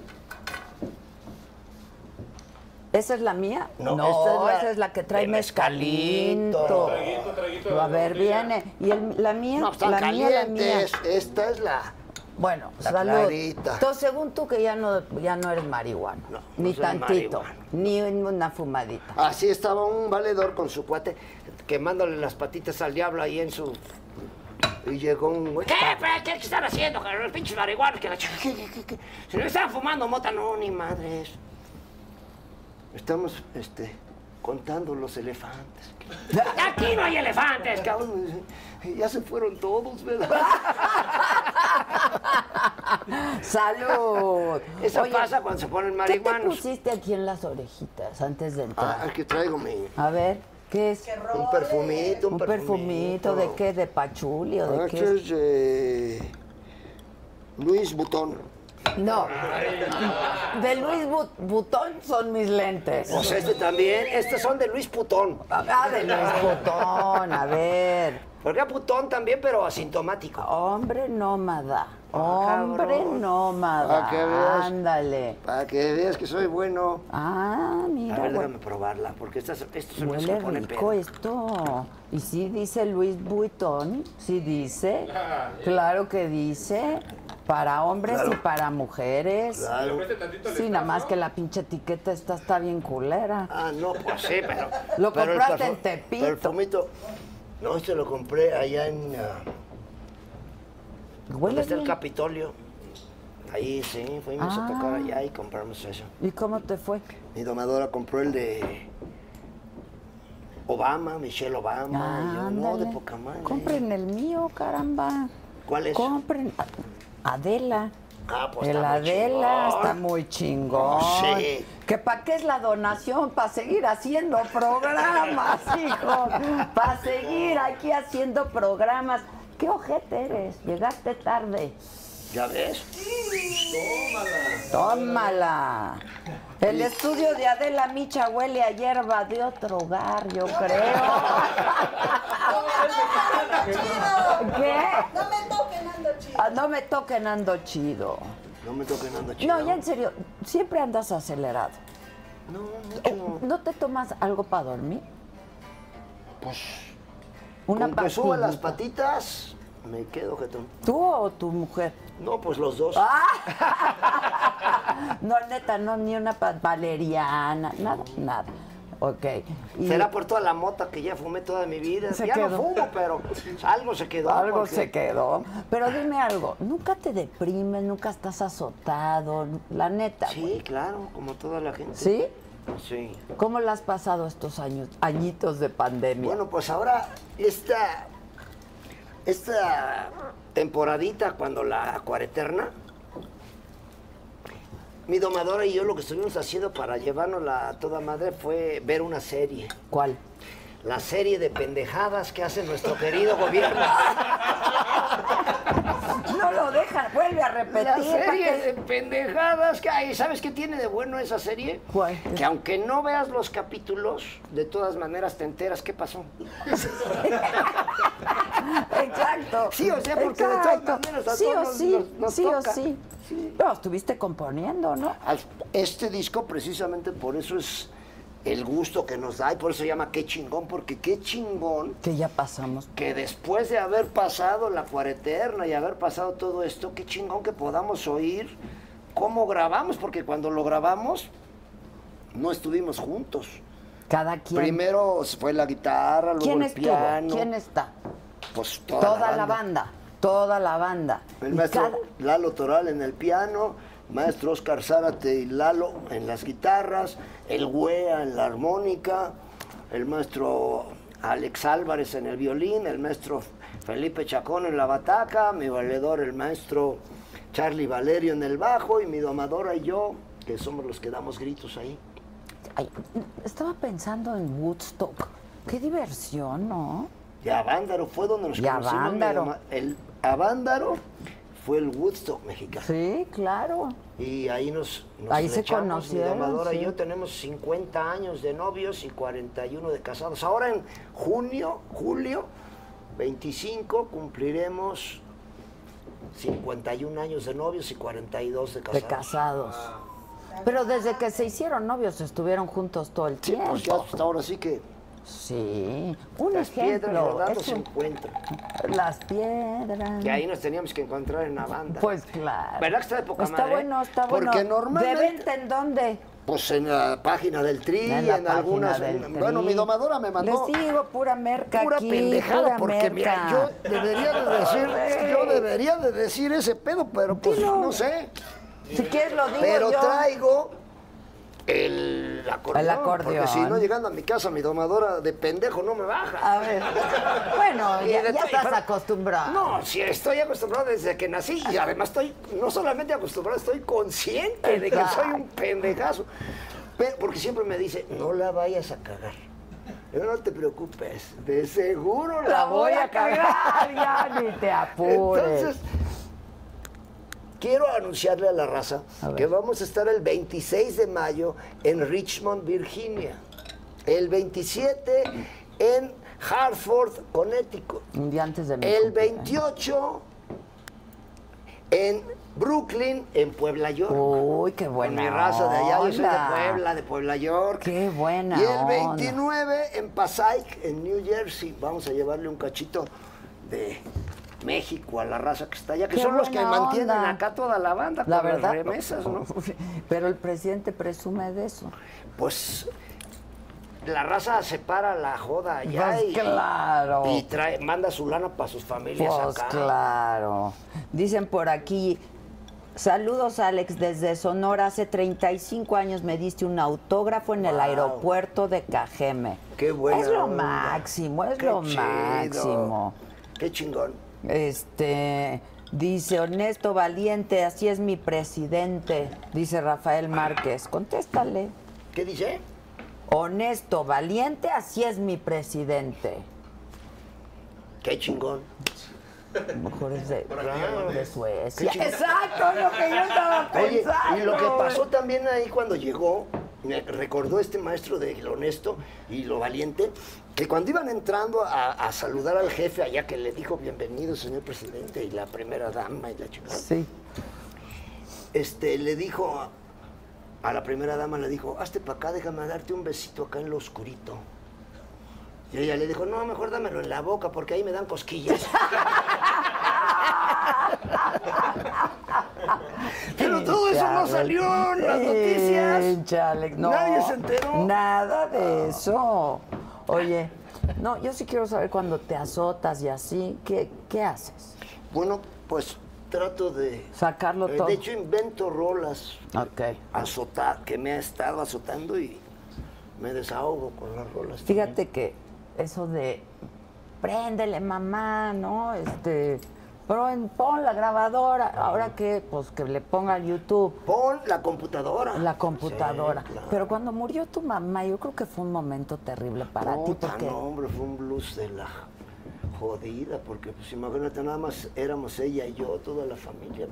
Speaker 2: ¿Esa es la mía?
Speaker 1: No,
Speaker 2: esa,
Speaker 1: esta
Speaker 2: es
Speaker 1: es
Speaker 2: la,
Speaker 1: la
Speaker 2: que trae
Speaker 1: de mezcalito.
Speaker 2: mezcalito.
Speaker 4: Traguito, traguito de
Speaker 2: A ver,
Speaker 4: botella.
Speaker 2: viene. ¿Y el- la mía?
Speaker 1: No, están
Speaker 2: la mía, la mía.
Speaker 1: calientes. Esta es la.
Speaker 2: Bueno,
Speaker 1: La
Speaker 2: salud.
Speaker 1: clarita.
Speaker 2: Entonces, según tú, que ya no, ya no eres marihuano.
Speaker 1: No,
Speaker 2: ni
Speaker 1: no soy
Speaker 2: tantito.
Speaker 1: marihuano.
Speaker 2: Ni una fumadita.
Speaker 1: Así estaba un valedor con su cuate quemándole las patitas al diablo ahí en su. Y llegó un güey. "Ah, ¿Qué? ¿Qué, qué están haciendo, cabrón? Los pinches marihuanos que la ch- ¿Qué, qué, qué, qué? Se le estaban fumando mota, no, ni madres. Estamos, este, contando los elefantes. Aquí no hay elefantes, cabrón. Y Ya se fueron todos, Pues, ¿verdad?
Speaker 2: ¡Salud!
Speaker 1: Eso
Speaker 2: Oye,
Speaker 1: pasa cuando se ponen
Speaker 2: ¿Qué te
Speaker 1: marihuanos.
Speaker 2: pusiste aquí en las orejitas antes de entrar?
Speaker 1: Ah, aquí traigo mi.
Speaker 2: A ver, ¿qué es?
Speaker 1: Un perfumito, un,
Speaker 2: ¿Un perfumito de qué? ¿De pachuli o de
Speaker 1: Ah,
Speaker 2: qué?
Speaker 1: Este es de Luis Butón.
Speaker 2: No.
Speaker 1: Ah.
Speaker 2: De Luis Bu- Butón son mis lentes.
Speaker 1: Pues este también, estos son de Luis Putón.
Speaker 2: Ah, de Luis Butón, a ver. Ah,
Speaker 1: Porque era Putón también, pero asintomático.
Speaker 2: Hombre nómada.
Speaker 1: Ah,
Speaker 2: Hombre
Speaker 1: cabrón.
Speaker 2: nómada.
Speaker 1: Ah, que veas.
Speaker 2: Ándale.
Speaker 1: Para que veas que soy bueno.
Speaker 2: Ah,
Speaker 1: A
Speaker 2: mira.
Speaker 1: ver,
Speaker 2: hue-
Speaker 1: déjame probarla, porque estas, estos son los que
Speaker 2: Huele
Speaker 1: ponen
Speaker 2: rico
Speaker 1: pedo.
Speaker 2: esto. Y sí dice Luis Vuitton, sí dice. Claro que dice. Para hombres y para mujeres.
Speaker 4: Le
Speaker 1: Claro.
Speaker 4: mete este tantito al
Speaker 2: Sí, nada más
Speaker 4: espacio.
Speaker 2: que la pinche etiqueta esta está bien culera.
Speaker 1: Ah, no, pues sí, pero.
Speaker 2: Lo
Speaker 1: pero el
Speaker 2: compraste
Speaker 1: perfum-
Speaker 2: en Tepito.
Speaker 1: Perfumito. No, este lo compré allá en. ah, donde
Speaker 2: Huele
Speaker 1: está el
Speaker 2: bien.
Speaker 1: Capitolio. Ahí sí, fuimos
Speaker 2: Ah.
Speaker 1: a tocar allá y compramos eso.
Speaker 2: ¿Y cómo te fue?
Speaker 1: Mi domadora compró el de Obama, Michelle Obama. y yo, no, de
Speaker 2: Ándale.
Speaker 1: poca madre.
Speaker 2: Compren el mío, caramba.
Speaker 1: ¿Cuál es?
Speaker 2: Compren. Adela.
Speaker 1: Ah, pues
Speaker 2: el
Speaker 1: está muy
Speaker 2: Adela
Speaker 1: chingón.
Speaker 2: está muy chingón.
Speaker 1: Sí.
Speaker 2: ¿Que para qué es la donación? Para seguir haciendo programas, hijo. Para seguir aquí haciendo programas. Qué ojete eres. Llegaste tarde.
Speaker 1: ¿Ya ves?
Speaker 2: Tómala. El estudio de Adela Micha huele a hierba de otro hogar, yo creo. ¿Qué?
Speaker 6: No me toquen, ando chido.
Speaker 2: Ah, no me toquen, ando chido.
Speaker 1: No me toquen nada chido.
Speaker 2: No, ya en serio, siempre andas acelerado.
Speaker 1: No,
Speaker 2: Oh,
Speaker 1: mucho.
Speaker 2: ¿No te tomas algo para dormir?
Speaker 1: Pues.
Speaker 2: Una
Speaker 1: con que suba
Speaker 2: pastillita.
Speaker 1: las patitas, me quedo jetón.
Speaker 2: ¿Tú o tu mujer? Ah,
Speaker 1: No, pues los dos.
Speaker 2: No, neta, no, ni una pa- valeriana, nada, nada. Ok. Y
Speaker 1: Será por toda la mota que ya fumé toda mi vida.
Speaker 2: Se
Speaker 1: ya
Speaker 2: quedó.
Speaker 1: no fumo, pero algo se quedó.
Speaker 2: Algo
Speaker 1: porque-
Speaker 2: se quedó. Pero dime algo, nunca te deprimes, nunca estás azotado, la neta.
Speaker 1: Sí,
Speaker 2: güey.
Speaker 1: claro, como toda la gente.
Speaker 2: ¿Sí?
Speaker 1: Sí.
Speaker 2: ¿Cómo la has pasado estos años, añitos de pandemia?
Speaker 1: Bueno, pues ahora esta, esta temporadita, cuando la cuareterna, mi domadora y yo lo que estuvimos haciendo para llevárnosla a toda madre fue ver una serie.
Speaker 2: ¿Cuál?
Speaker 1: La serie de pendejadas que hace nuestro querido gobierno.
Speaker 2: No lo dejan, vuelve a repetir.
Speaker 1: La
Speaker 2: ¿para
Speaker 1: serie
Speaker 2: qué?
Speaker 1: de pendejadas que hay. ¿Sabes qué tiene de bueno esa serie?
Speaker 2: ¿Cuál?
Speaker 1: Que aunque no veas los capítulos, de todas maneras te enteras qué pasó.
Speaker 2: Exacto.
Speaker 1: Sí, o sea, porque de todas
Speaker 2: exacto.
Speaker 1: maneras a
Speaker 2: Sí o
Speaker 1: todos nos-
Speaker 2: sí,
Speaker 1: nos- nos
Speaker 2: sí o
Speaker 1: toca.
Speaker 2: sí. Pero estuviste componiendo, ¿no?
Speaker 1: Al- Este disco precisamente por eso es el gusto que nos da y por eso se llama qué chingón, porque qué chingón
Speaker 2: Que ya pasamos.
Speaker 1: que después de haber pasado la cuareterna y haber pasado todo esto, qué chingón que podamos oír cómo grabamos, porque cuando lo grabamos no estuvimos juntos.
Speaker 2: Cada quien.
Speaker 1: Primero fue la guitarra, luego
Speaker 2: ¿Quién
Speaker 1: el
Speaker 2: estuvo?
Speaker 1: piano,
Speaker 2: ¿Quién está?
Speaker 1: pues toda,
Speaker 2: Toda,
Speaker 1: la banda.
Speaker 2: Toda la banda.
Speaker 1: El
Speaker 2: Y
Speaker 1: maestro
Speaker 2: cada-
Speaker 1: Lalo Toral en el piano, maestro Oscar Zárate y Lalo en las guitarras, el Güea en la armónica, el maestro Alex Álvarez en el violín, el maestro Felipe Chacón en la bataca, mi valedor el maestro Charlie Valerio en el bajo y mi domadora y yo, que somos los que damos gritos ahí.
Speaker 2: Ay, estaba pensando en Woodstock. Qué diversión, ¿no?
Speaker 1: Y Avándaro fue donde nos
Speaker 2: Y
Speaker 1: conocimos. mi
Speaker 2: Avándaro.
Speaker 1: doma- El Avándaro fue el Woodstock mexicano.
Speaker 2: Sí, claro.
Speaker 1: Y ahí nos, nos
Speaker 2: Ahí se
Speaker 1: flechamos, mi
Speaker 2: conocieron,
Speaker 1: domadora
Speaker 2: sí.
Speaker 1: y yo tenemos 50 años de novios y 41 de casados. Ahora en junio, julio 25 cumpliremos 51 años de novios y 42 de casados.
Speaker 2: De casados. Pero desde que se hicieron novios estuvieron juntos todo el
Speaker 1: Sí,
Speaker 2: tiempo.
Speaker 1: pues ya hasta ahora sí que
Speaker 2: Sí. Un
Speaker 1: las piedras
Speaker 2: ejemplo.
Speaker 1: rodando
Speaker 2: es
Speaker 1: se
Speaker 2: un-
Speaker 1: encuentran.
Speaker 2: Las piedras.
Speaker 1: Que ahí nos teníamos que encontrar en la banda.
Speaker 2: Pues claro.
Speaker 1: ¿Verdad que está de poca
Speaker 2: Está
Speaker 1: madre? ¿eh?
Speaker 2: bueno, está bueno.
Speaker 1: Porque normalmente-
Speaker 2: ¿De venta en dónde?
Speaker 1: Pues en la página del tri,
Speaker 2: En
Speaker 1: en,
Speaker 2: la página
Speaker 1: algunas. mm,
Speaker 2: del
Speaker 1: bueno,
Speaker 2: tri.
Speaker 1: mi domadora me mandó.
Speaker 2: Les digo, pura merca
Speaker 1: Pura
Speaker 2: aquí,
Speaker 1: pendejada,
Speaker 2: pura merca.
Speaker 1: porque mira, yo debería de decir, yo debería de decir ese pedo, pero pues
Speaker 2: Dilo.
Speaker 1: no sé.
Speaker 2: Si quieres lo digo
Speaker 1: Pero
Speaker 2: yo.
Speaker 1: traigo el acordeón,
Speaker 2: El acordeón.
Speaker 1: porque si no llegando a mi casa mi domadora de pendejo no me baja.
Speaker 2: A ver. Bueno,
Speaker 1: Y
Speaker 2: ya,
Speaker 1: de
Speaker 2: ya
Speaker 1: todo-
Speaker 2: estás
Speaker 1: pero-
Speaker 2: acostumbrado.
Speaker 1: No, sí, estoy acostumbrado desde que nací y además estoy no solamente acostumbrado, estoy consciente de que
Speaker 2: Exacto.
Speaker 1: soy un pendejazo. Pero- porque siempre me dice, no la vayas a cagar. Yo, no te preocupes, de seguro la,
Speaker 2: La voy a cagar, ya ni te apures.
Speaker 1: Entonces, quiero anunciarle a la raza
Speaker 2: A ver.
Speaker 1: que vamos a estar el 26 de mayo en Richmond, Virginia. El 27 en Hartford, Connecticut.
Speaker 2: Un día antes de mi
Speaker 1: El
Speaker 2: cumpleaños.
Speaker 1: 28 en Brooklyn, en Puebla York.
Speaker 2: Uy, qué
Speaker 1: Con
Speaker 2: buena
Speaker 1: mi raza de allá, yo soy de
Speaker 2: onda.
Speaker 1: Puebla, de Puebla York.
Speaker 2: Qué buena
Speaker 1: Y
Speaker 2: onda.
Speaker 1: el 29 en Pasaic, en New Jersey, vamos a llevarle un cachito de México a la raza que está allá, que
Speaker 2: Qué
Speaker 1: son los que
Speaker 2: buena
Speaker 1: mantienen
Speaker 2: onda.
Speaker 1: acá toda la banda
Speaker 2: La
Speaker 1: con
Speaker 2: verdad. pues,
Speaker 1: las remesas, ¿no?
Speaker 2: Pero el presidente presume de eso.
Speaker 1: Pues la raza separa la joda allá
Speaker 2: Pues
Speaker 1: y,
Speaker 2: claro.
Speaker 1: y trae, manda su lana para sus familias
Speaker 2: Pues
Speaker 1: acá.
Speaker 2: claro. Dicen por aquí, saludos Alex, desde Sonora hace 35 años me diste un autógrafo en el
Speaker 1: Wow.
Speaker 2: aeropuerto de Cajeme.
Speaker 1: Qué buena
Speaker 2: Es lo
Speaker 1: onda.
Speaker 2: máximo, es
Speaker 1: Qué
Speaker 2: lo
Speaker 1: chido.
Speaker 2: máximo.
Speaker 1: Qué chingón.
Speaker 2: Este, dice honesto, valiente, así es mi presidente, dice Rafael Márquez. Contéstale.
Speaker 1: ¿Qué dice?
Speaker 2: Honesto, valiente, así es mi presidente.
Speaker 1: Qué chingón.
Speaker 2: A lo mejor es de,
Speaker 1: Claro.
Speaker 2: de Suecia.
Speaker 1: Qué chingón.
Speaker 2: Exacto, es lo que yo estaba
Speaker 1: Oye,
Speaker 2: pensando.
Speaker 1: y lo que pasó también ahí cuando llegó, me recordó este maestro de lo honesto y lo valiente, que cuando iban entrando a, a saludar al jefe allá que le dijo bienvenido señor presidente y la primera dama y la chingada,
Speaker 2: Sí.
Speaker 1: este, le dijo a, a la primera dama, le dijo, hazte para acá, déjame darte un besito acá en lo oscurito. Y ella le dijo, no, mejor dámelo en la boca porque ahí me dan cosquillas. Pero todo eso no
Speaker 2: Chale.
Speaker 1: salió en las
Speaker 2: Sí,
Speaker 1: noticias.
Speaker 2: chale, no.
Speaker 1: Nadie se enteró. Ah.
Speaker 2: Nada de eso. Oye, no, yo sí quiero saber cuando te azotas y así, ¿qué, qué haces?
Speaker 1: Bueno, pues trato de...
Speaker 2: Sacarlo
Speaker 1: Eh,
Speaker 2: todo.
Speaker 1: De hecho, invento rolas.
Speaker 2: Ok.
Speaker 1: Azotar, que me ha estado azotando y me desahogo con las rolas.
Speaker 2: Fíjate que eso de préndele mamá, ¿no? Este, pero en- pon la grabadora, ahora que pues que le ponga al YouTube
Speaker 1: Pon la computadora.
Speaker 2: la computadora.
Speaker 1: Sí, claro.
Speaker 2: Pero cuando murió tu mamá, yo creo que fue un momento terrible para ti
Speaker 1: Puta,
Speaker 2: porque
Speaker 1: no, hombre, fue un blues de la jodida, porque pues imagínate, nada más éramos ella y yo, toda la familia.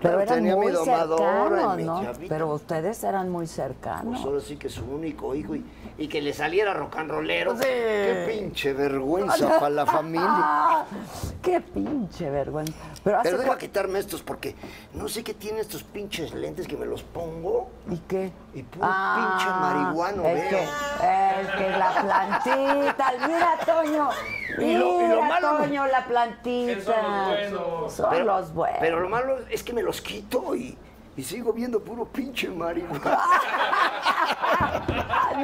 Speaker 2: Pero,
Speaker 1: Pero
Speaker 2: eran
Speaker 1: tenía mi
Speaker 2: muy
Speaker 1: domadora y
Speaker 2: cercanos,
Speaker 1: mi
Speaker 2: ¿no?
Speaker 1: chavita.
Speaker 2: Pero ustedes eran muy
Speaker 1: Pues
Speaker 2: cercanos.
Speaker 1: ahora sí que su único hijo y, y que le saliera rock and rollero.
Speaker 2: Sí.
Speaker 1: Qué pinche vergüenza para la familia.
Speaker 2: Ah, qué pinche vergüenza. Pero hace
Speaker 1: Pero debo
Speaker 2: cua-
Speaker 1: quitarme estos porque no sé qué tiene estos pinches lentes que me los pongo.
Speaker 2: ¿Y qué? Ah,
Speaker 1: Y puro pinche marihuano,
Speaker 2: es
Speaker 1: veo.
Speaker 2: que, es que la plantita, mira, Toño.
Speaker 1: Y lo- y lo
Speaker 2: mira,
Speaker 1: malo-
Speaker 2: Toño, la plantita.
Speaker 4: Esos son los buenos.
Speaker 2: Son los buenos.
Speaker 1: Pero lo malo es que me los quito y, y sigo viendo puro pinche marihuana.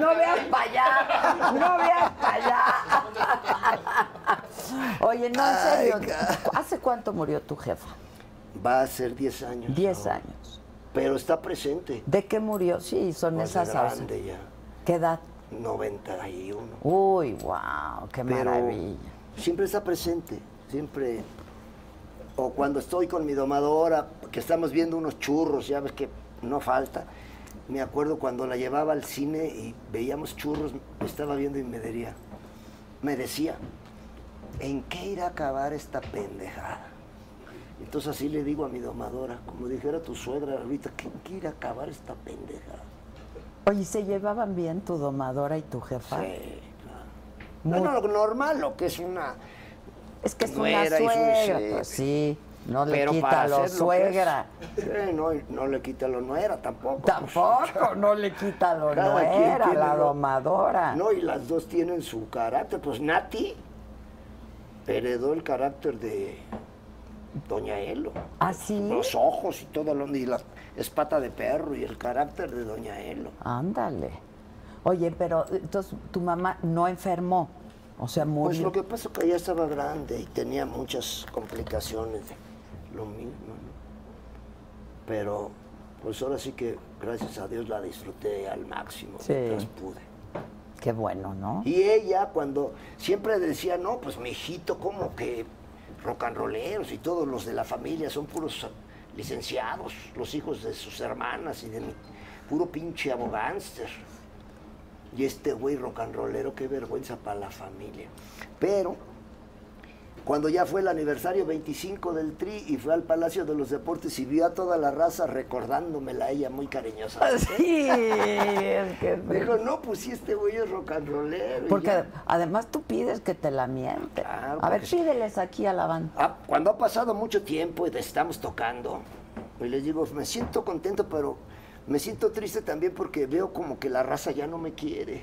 Speaker 2: No veas para allá, no veas para allá. Oye, no, en
Speaker 1: Ay,
Speaker 2: serio.
Speaker 1: ca-
Speaker 2: ¿Hace cuánto murió tu jefa?
Speaker 1: Va a ser 10 años.
Speaker 2: Diez
Speaker 1: ahora,
Speaker 2: años.
Speaker 1: Pero está presente.
Speaker 2: ¿De qué murió? Sí, son
Speaker 1: Pues de
Speaker 2: esas ausas.
Speaker 1: grande ya.
Speaker 2: ¿Qué edad?
Speaker 1: 91.
Speaker 2: Uy, wow, qué
Speaker 1: Pero
Speaker 2: maravilla.
Speaker 1: siempre está presente, siempre. O cuando estoy con mi domadora, que estamos viendo unos churros, ya ves que no falta. Me acuerdo cuando la llevaba al cine y veíamos churros, estaba viendo y me diría, me decía, ¿en qué irá a acabar esta pendejada? Entonces así le digo a mi domadora, como dijera tu suegra ahorita, ¿en qué irá a acabar esta pendejada?
Speaker 2: Oye, ¿y ¿se llevaban bien tu domadora y tu jefa?
Speaker 1: Sí, claro. Bueno, lo normal, lo que es una
Speaker 2: Es que es una
Speaker 1: Nuera y su-
Speaker 2: suegra,
Speaker 1: sí.
Speaker 2: pues sí. No le
Speaker 1: Pero
Speaker 2: quita
Speaker 1: para
Speaker 2: lo
Speaker 1: hacer lo que es-
Speaker 2: suegra.
Speaker 1: Sí, no, y no le quita lo nuera tampoco.
Speaker 2: Tampoco, no le quita lo
Speaker 1: Cada quien
Speaker 2: nuera,
Speaker 1: tiene
Speaker 2: la
Speaker 1: lo-
Speaker 2: domadora.
Speaker 1: No, y las dos tienen su carácter. Pues Nati heredó el carácter de Doña Elo.
Speaker 2: ¿Ah, sí?
Speaker 1: Los ojos y todo lo... Y la espata de perro y el carácter de Doña Elo.
Speaker 2: Ándale. Oye, pero entonces tu mamá no enfermó. O sea,
Speaker 1: Pues
Speaker 2: murió.
Speaker 1: lo que pasa es que ella estaba grande y tenía muchas complicaciones de lo mismo, ¿no? Pero pues ahora sí que gracias a Dios la disfruté al máximo
Speaker 2: Sí.
Speaker 1: mientras Pues pude.
Speaker 2: Qué bueno, ¿no?
Speaker 1: Y ella cuando siempre decía, no, pues mi hijito, como que rock and rolleros y todos los de la familia son puros licenciados, los hijos de sus hermanas y de mi puro pinche abogánster. Y este güey rock and rollero, qué vergüenza para la familia. Pero cuando ya fue el aniversario 25 del Tri y fue al Palacio de los Deportes y vio a toda la raza recordándomela a ella muy cariñosa.
Speaker 2: Sí, es que sí.
Speaker 1: Dijo, no, pues sí, este güey es rock and rollero. y
Speaker 2: Porque
Speaker 1: ya".
Speaker 2: además tú pides que te la miente.
Speaker 1: Claro,
Speaker 2: a ver,
Speaker 1: porque sí.
Speaker 2: pídeles aquí a la banda.
Speaker 1: Ah, cuando ha pasado mucho tiempo y te estamos tocando, y les digo, me siento contento, pero me siento triste también porque veo como que la raza ya no me quiere.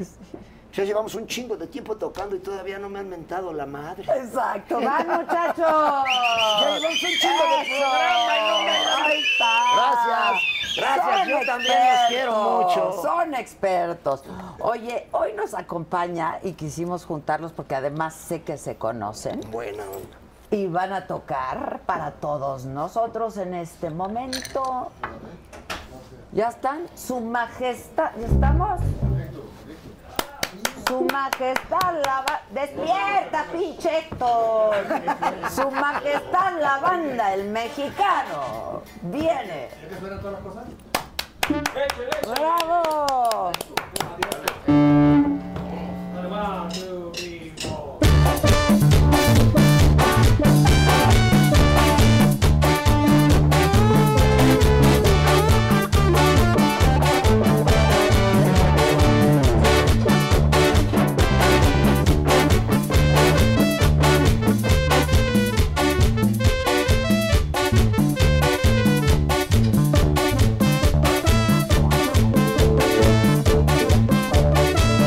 Speaker 1: Ya llevamos un chingo de tiempo tocando y todavía no me han mentado la madre.
Speaker 2: Exacto, van muchachos.
Speaker 1: Ya llevamos un chingo de
Speaker 2: Eso.
Speaker 1: programa y no me-
Speaker 2: Ahí está.
Speaker 1: Gracias, gracias,
Speaker 2: Son
Speaker 1: yo también los
Speaker 2: expertos,
Speaker 1: quiero mucho.
Speaker 2: Son expertos. Oye, hoy nos acompaña y quisimos juntarlos porque además sé que se conocen
Speaker 1: Buena onda.
Speaker 2: y van a tocar para todos nosotros en este momento. ¿Ya están? Su majestad, ¿ya estamos? Su majestad la va... ¡Despierta, pinche Héctor! Su majestad la banda, el mexicano, viene. ¡Bravo!
Speaker 4: One, two, three, four.
Speaker 2: Bravo.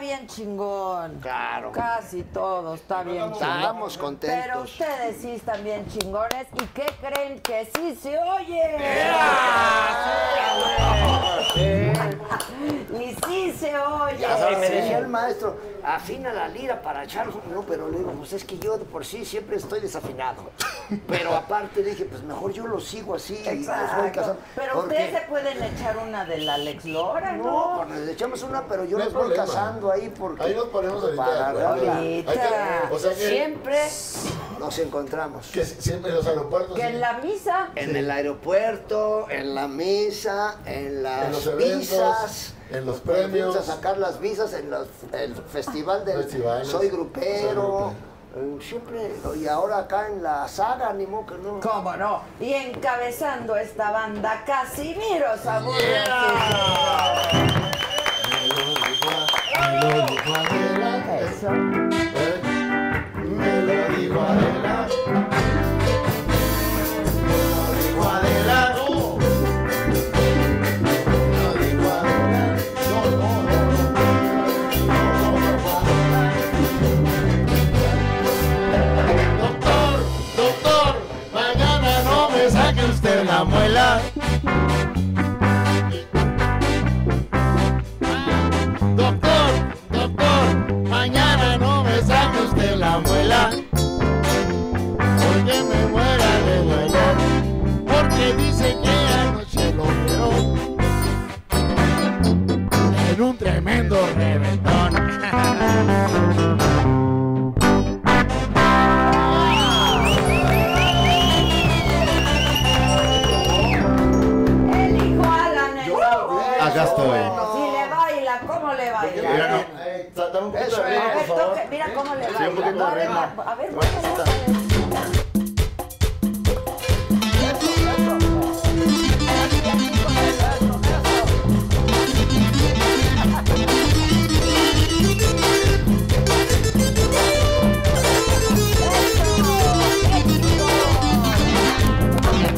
Speaker 2: bien chingón.
Speaker 1: Claro.
Speaker 2: Casi todo está bien chingón.
Speaker 1: Estábamos contentos.
Speaker 2: Pero ustedes sí están bien chingones. ¿Y qué creen que sí se oye? Y sí se oye.
Speaker 1: Ya sabes, me decía el maestro, afina la lira para echarlo. No, pero le digo, pues es que yo de por sí siempre estoy desafinado. Pero aparte dije, pues mejor yo lo sigo así y los voy
Speaker 2: Exacto.
Speaker 1: casando.
Speaker 2: Pero
Speaker 1: Porque-
Speaker 2: ustedes se pueden echar una de la Lex Lora,
Speaker 1: No,
Speaker 2: ¿no?
Speaker 1: pues les echamos una, pero yo
Speaker 5: No hay
Speaker 1: los voy
Speaker 5: problema.
Speaker 1: casando ahí porque.
Speaker 5: Ahí nos ponemos ahorita
Speaker 1: Para
Speaker 5: de acuerdo.
Speaker 1: darle-
Speaker 5: Ahí está. O sea que-
Speaker 2: Siempre
Speaker 1: Nos encontramos.
Speaker 5: Que siempre en los aeropuertos.
Speaker 2: que en la misa
Speaker 1: En el aeropuerto, en la misa, en las
Speaker 5: En los eventos,
Speaker 1: visas.
Speaker 5: en los
Speaker 1: cuando
Speaker 5: premios.
Speaker 1: fuimos a sacar las visas, en los- el festival del
Speaker 5: Festivales.
Speaker 1: Soy
Speaker 5: Soy
Speaker 1: Grupero. eh, Siempre, y ahora acá en la saga, ni modo que no.
Speaker 2: ¿Cómo no? Y encabezando esta banda, Casimiro Zamudio.
Speaker 5: Me lo dijo Adela,
Speaker 2: Eso.
Speaker 5: eh, me lo dijo Adela. Me lo dijo Adela, no. Me lo dijo Adela, no, no, no, no. No, no, no, Adela. Doctor, doctor, mañana no me saque usted la muela. Doctor, doctor, mañana no me saque usted la muela. Porque me muera de dolor. Porque dice que anoche lo vio. En un tremendo reventón.
Speaker 2: El hijo Alan, el lobo.
Speaker 5: Acá estoy.
Speaker 2: Si le baila, ¿cómo le baila?
Speaker 5: Mira, no. Eh, dame un poquito de
Speaker 2: A
Speaker 5: arena,
Speaker 2: ver,
Speaker 5: por favor.
Speaker 2: toque, mira cómo le
Speaker 5: Sí, un
Speaker 2: baila.
Speaker 5: poquito de
Speaker 2: No, a ver,
Speaker 5: arena.
Speaker 2: a ver,
Speaker 5: Bueno,
Speaker 2: vamos a
Speaker 5: está.
Speaker 2: ver. ¡Qué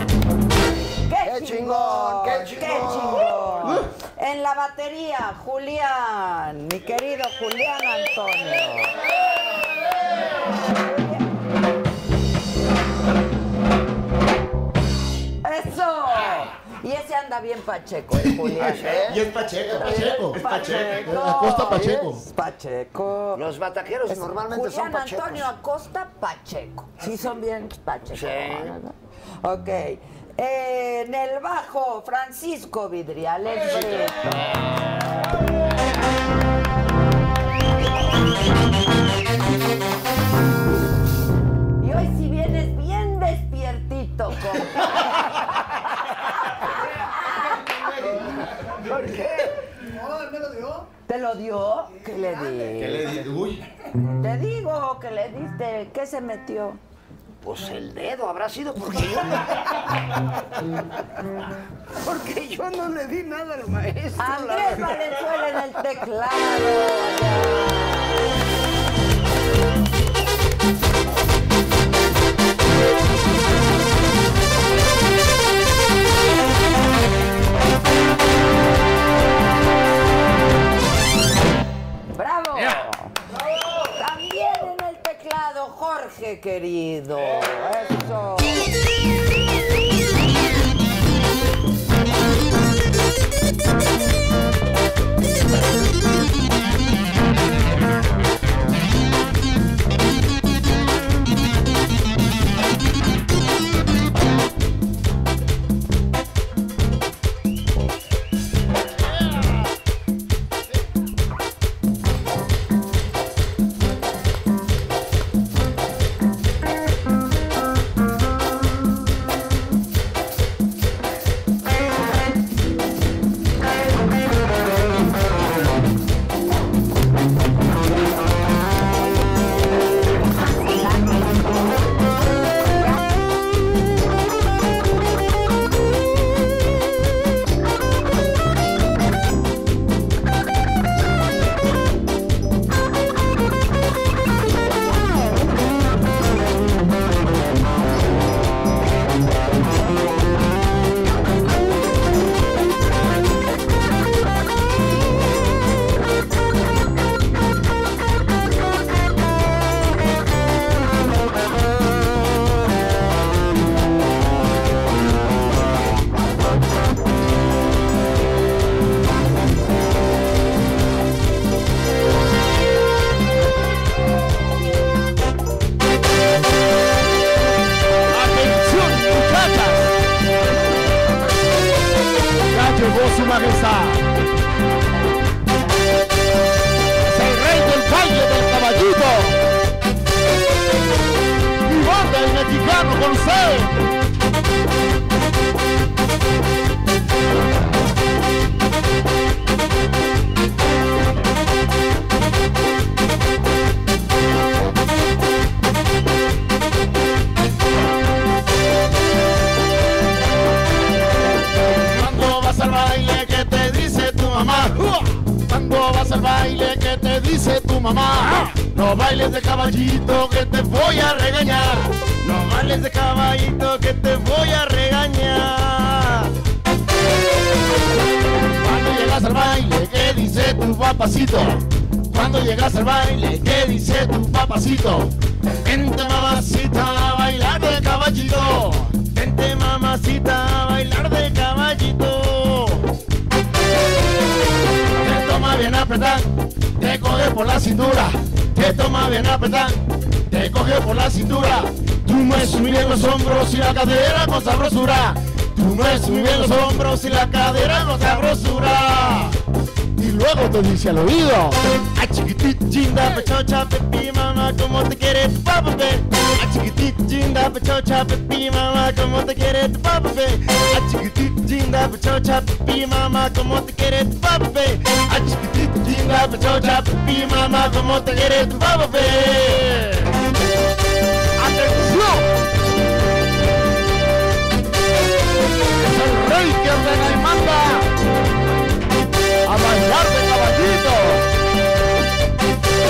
Speaker 1: ¡Qué chingón! ¡Qué
Speaker 2: ¡Qué
Speaker 1: chingón! Uh.
Speaker 2: chingón! En la batería, Julián, mi querido Julián Antonio. ¡Eso! Y ese anda bien pacheco, el Julián. ¿eh?
Speaker 5: Y es Pacheco, Pacheco. Es Pacheco.
Speaker 2: Pacheco.
Speaker 5: Acosta Pacheco.
Speaker 2: Es Pacheco.
Speaker 1: Los bataqueros normalmente
Speaker 2: Julián
Speaker 1: son pachecos.
Speaker 2: Antonio Acosta Pacheco. Sí, son bien Pacheco.
Speaker 1: Sí.
Speaker 2: ¿verdad? Ok. Eh, en el bajo, Francisco Vidrial. el Brito. Y hoy si vienes bien despiertito, compa.
Speaker 1: ¿Por qué?
Speaker 2: ¿Te lo dio? ¿Qué le di?
Speaker 5: ¿Qué le dices? Uy.
Speaker 2: Te digo que le diste, ¿qué se metió?
Speaker 1: Pues el dedo habrá sido porque yo no... porque yo no le di nada al maestro. la
Speaker 2: Andrés
Speaker 1: verdad.
Speaker 2: Valenzuela en el teclado. ¡Bravo! También en el teclado, Jorge querido.
Speaker 7: Eh,
Speaker 2: Eso.
Speaker 5: con usted. Cuando vas al baile que te dice tu mamá. Cuando vas al baile que te dice tu mamá. No bailes de caballito que te voy a regañar. No bailes de caballito que te voy a regañar. Cuando llegas al baile, ¿qué dice tu papacito? Cuando llegas al baile, ¿qué dice tu papacito? Vente mamacita a bailar de caballito. Vente mamacita a bailar de caballito. Te toma bien apretar, te coge por la cintura. Te toma bien apretar, te coge por la cintura. Tú me subí bien los hombros y la cadera con sabrosura. Tú me subí bien los hombros y la cadera con sabrosura. Y luego te dice al oído. A chiquititinda, pechocha, pepi, mamá, ¿cómo te quiere tu papá, ve? A chiquititinda, pechocha, pepi, mamá, ¿cómo te quiere tu papá, ve? A chiquititinda, pechocha, pepi, mamá, ¿cómo te quiere tu papá, ve? A chiquititinda, pechocha, pepi, mamá, ¿cómo te quiere tu papá, ve? ¡Atención! ¡Es el rey que ordena y manda! a bailar de caballito.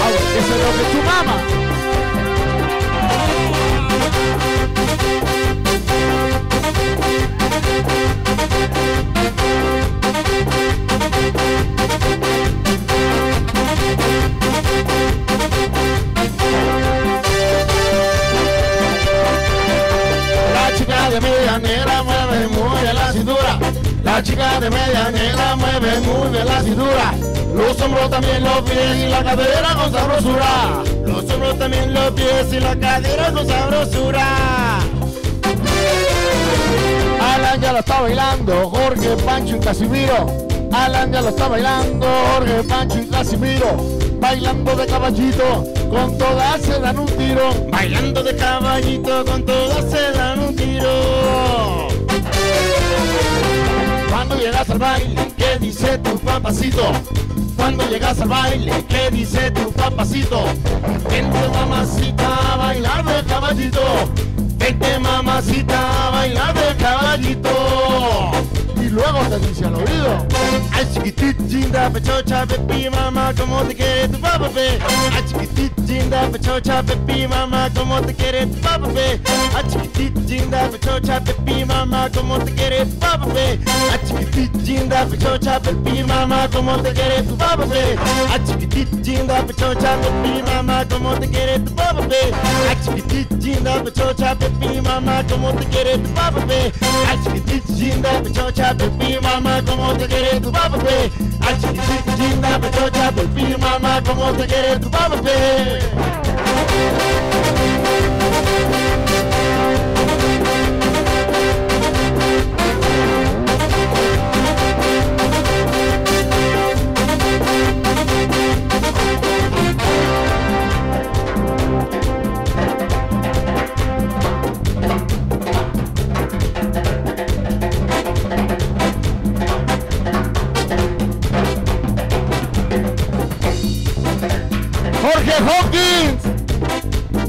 Speaker 5: Aunque se lo que tu mamá. La chica de media negra mueve muy bien la cintura. La chica de media negra mueve muy bien la cintura. Los hombros también los pies y la cadera con sabrosura. Los hombros también los pies y la cadera con sabrosura. Alan ya lo está bailando, Jorge, Pancho y Casimiro. Alan ya lo está bailando, Jorge, Pancho y Casimiro. Bailando de caballito, con todas se dan un tiro. Bailando de caballito, con todas se dan un tiro. Cuando llegas al baile, ¿qué dice tu papacito? Cuando llegas al baile, ¿qué dice tu papacito? Vente mamacita a bailar de caballito. Vente mamacita a bailar de caballito. Y luego te dice al oído. Ay chiquititinda, pechocha, pepi, mamá, ¿cómo te quiere tu papá, pe? Ay chiquititinda, pechocha, pepi, mamá, ¿cómo te quiere tu papá, pe? Ay chiquititinda, pechocha, pepi, mamá, ¿cómo te quiere tu papá, pe? Ay chiquititinda, pechocha, pepi, mamá, ¿cómo te quiere tu Ah, papá, pe? Ay chiquititinda, pechocha, pepi, mamá, ¿cómo te quiere tu Ah, papá, pe? Ay chiquititinda, pechocha, pepi, mamá, ¿cómo te quiere tu Ah, papá, pe? Ay chiquititinda, pechocha, pepi, mamá, ¿cómo te quiere tu Ah, papá, pe? Ay chiquititinda, pechocha, pepi, mamá, ¿cómo te quiere tu papá, pe? Jorge Hawkins.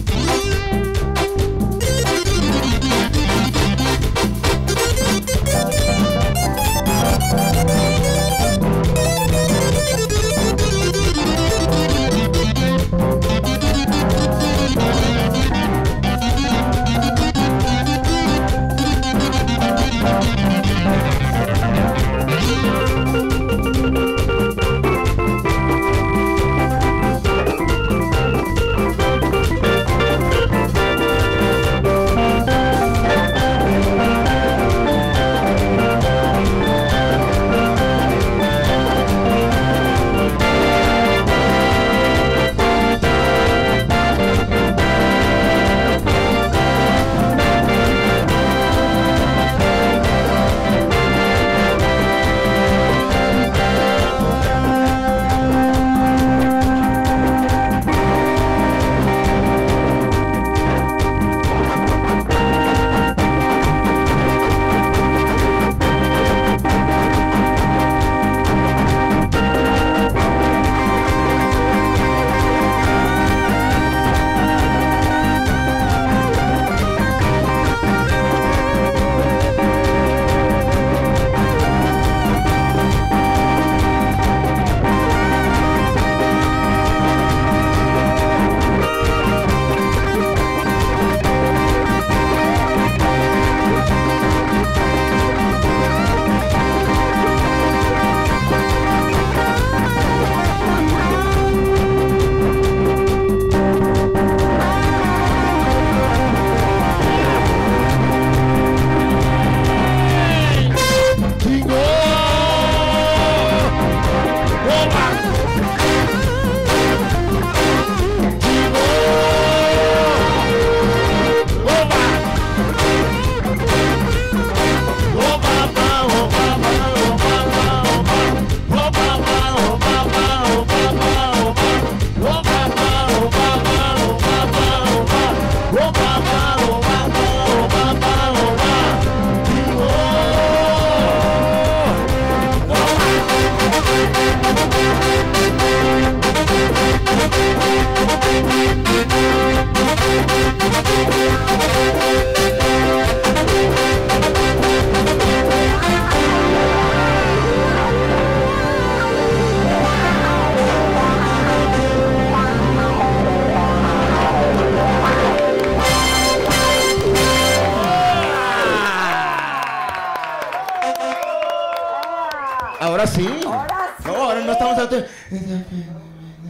Speaker 5: ahora sí.
Speaker 2: Ahora sí.
Speaker 5: No, ahora no estamos... a-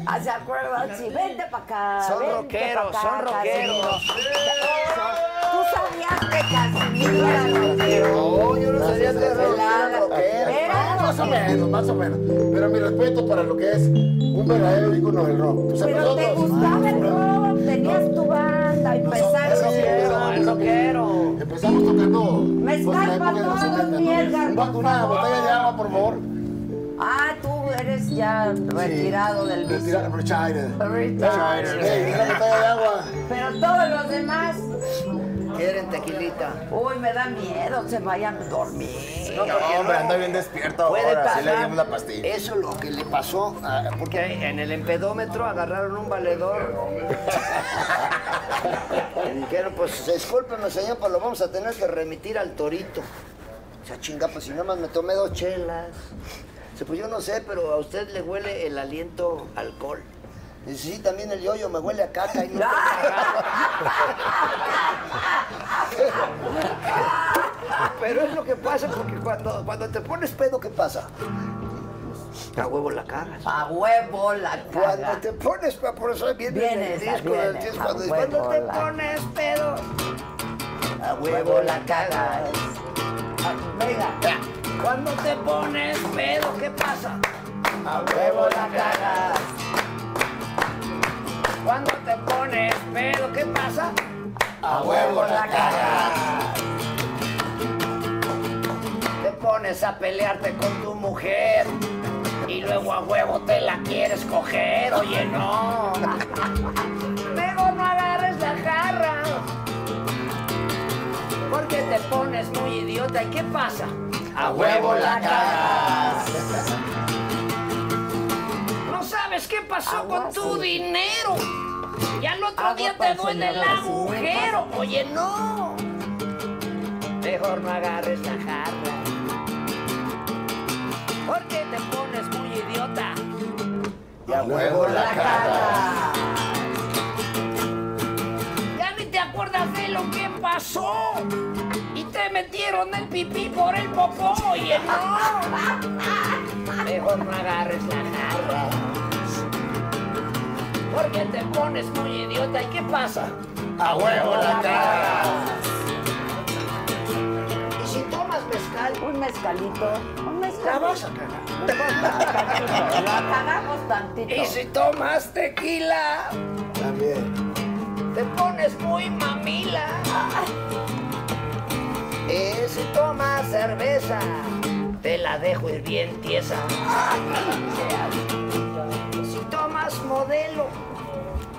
Speaker 2: Ah, ¿Se acuerdan? Sí, vente para acá.
Speaker 7: Son
Speaker 2: vente
Speaker 7: rockeros,
Speaker 2: pa'
Speaker 7: son rockeros.
Speaker 2: Casimiro. Eso. Tú sabías que Casimiro era rockero.
Speaker 8: No, yo no sería de
Speaker 2: claro.
Speaker 8: rockero.
Speaker 2: Era
Speaker 8: Más o
Speaker 2: rockero.
Speaker 8: menos, más o menos. Pero mi respeto para lo que es un verdadero ícono del rock. O sea,
Speaker 2: Pero te
Speaker 8: nosotros-
Speaker 2: gustaba el rock, tenías tu banda,
Speaker 8: Nosotros-
Speaker 2: empezaron.
Speaker 7: el rockero.
Speaker 8: Empezamos tocando.
Speaker 2: Me
Speaker 8: pues, en la
Speaker 2: escapa
Speaker 8: época de los
Speaker 2: todo,
Speaker 8: 70, ¿no?
Speaker 2: mierda.
Speaker 8: Un vaso, Una botella de agua, por favor.
Speaker 2: Ah, tú eres ya retirado del vicio.
Speaker 8: Retirado, retired.
Speaker 2: Retired.
Speaker 8: Hey, una botella de agua.
Speaker 2: Pero todos los demás,
Speaker 7: Quieren tequilita.
Speaker 2: uy, me da miedo, se vayan a dormir.
Speaker 7: No,
Speaker 8: hombre, anda bien despierto
Speaker 7: Puede
Speaker 8: ahora,
Speaker 7: pasar.
Speaker 8: sí le dimos la pastilla.
Speaker 7: Eso lo que le pasó, a- porque en el empedómetro agarraron un valedor. Y dijeron, pues discúlpeme señor, pues lo vamos a tener que remitir al torito. O sea, chinga, pues si nada más me tomé dos chelas. Dice, pues yo no sé, pero a usted le huele el aliento a alcohol. Dice, sí, también el yoyo me huele a caca y no tengo nada". "Ah, Pero es lo que pasa, porque cuando, cuando te pones pedo, ¿qué pasa? A huevo la cagas.
Speaker 2: A huevo la
Speaker 7: Cuando
Speaker 2: cara.
Speaker 7: te pones para por eso viene
Speaker 2: Vienes,
Speaker 7: el disco del
Speaker 2: vienes,
Speaker 7: disco,
Speaker 2: a
Speaker 7: cuando,
Speaker 2: huevo
Speaker 7: cuando te
Speaker 2: la-
Speaker 7: pones pedo,
Speaker 2: A huevo la cara. Venga.
Speaker 7: cuando te pones pedo, ¿qué pasa?
Speaker 2: A huevo la cagas,
Speaker 7: Cuando te pones pedo, ¿qué pasa?
Speaker 2: a huevo la cagas,
Speaker 7: Te pones a pelearte con tu mujer y luego a huevo te la quieres coger, oye no. Luego no agarres la jarra porque te pones muy idiota. ¿Y qué pasa? A huevo la cagas. No sabes qué pasó
Speaker 2: Agua
Speaker 7: con tu
Speaker 2: sucia.
Speaker 7: dinero. Y al otro
Speaker 2: Agua
Speaker 7: día
Speaker 2: para
Speaker 7: te
Speaker 2: el
Speaker 7: duele el
Speaker 2: señor García.
Speaker 7: agujero. Oye, no. Mejor no agarres la jarra. Porque te pones muy idiota.
Speaker 8: Y a huevo
Speaker 2: la cagas.
Speaker 7: Ya ni te acuerdas de lo que pasó. Y te metieron el pipí por el popó. Oye, no. Mejor no agarres la jarra. Porque te pones muy idiota. ¿Y qué pasa?
Speaker 8: A huevo la cara.
Speaker 7: Y si tomas mezcal,
Speaker 2: Un mezcalito, un
Speaker 7: la vas
Speaker 2: mezcalito.
Speaker 7: a cagar.
Speaker 2: La cagamos tantito.
Speaker 7: Y si tomas tequila,
Speaker 8: También.
Speaker 7: te pones muy mamila. Y si tomas cerveza, te la dejo ir bien tiesa. Si tomas modelo,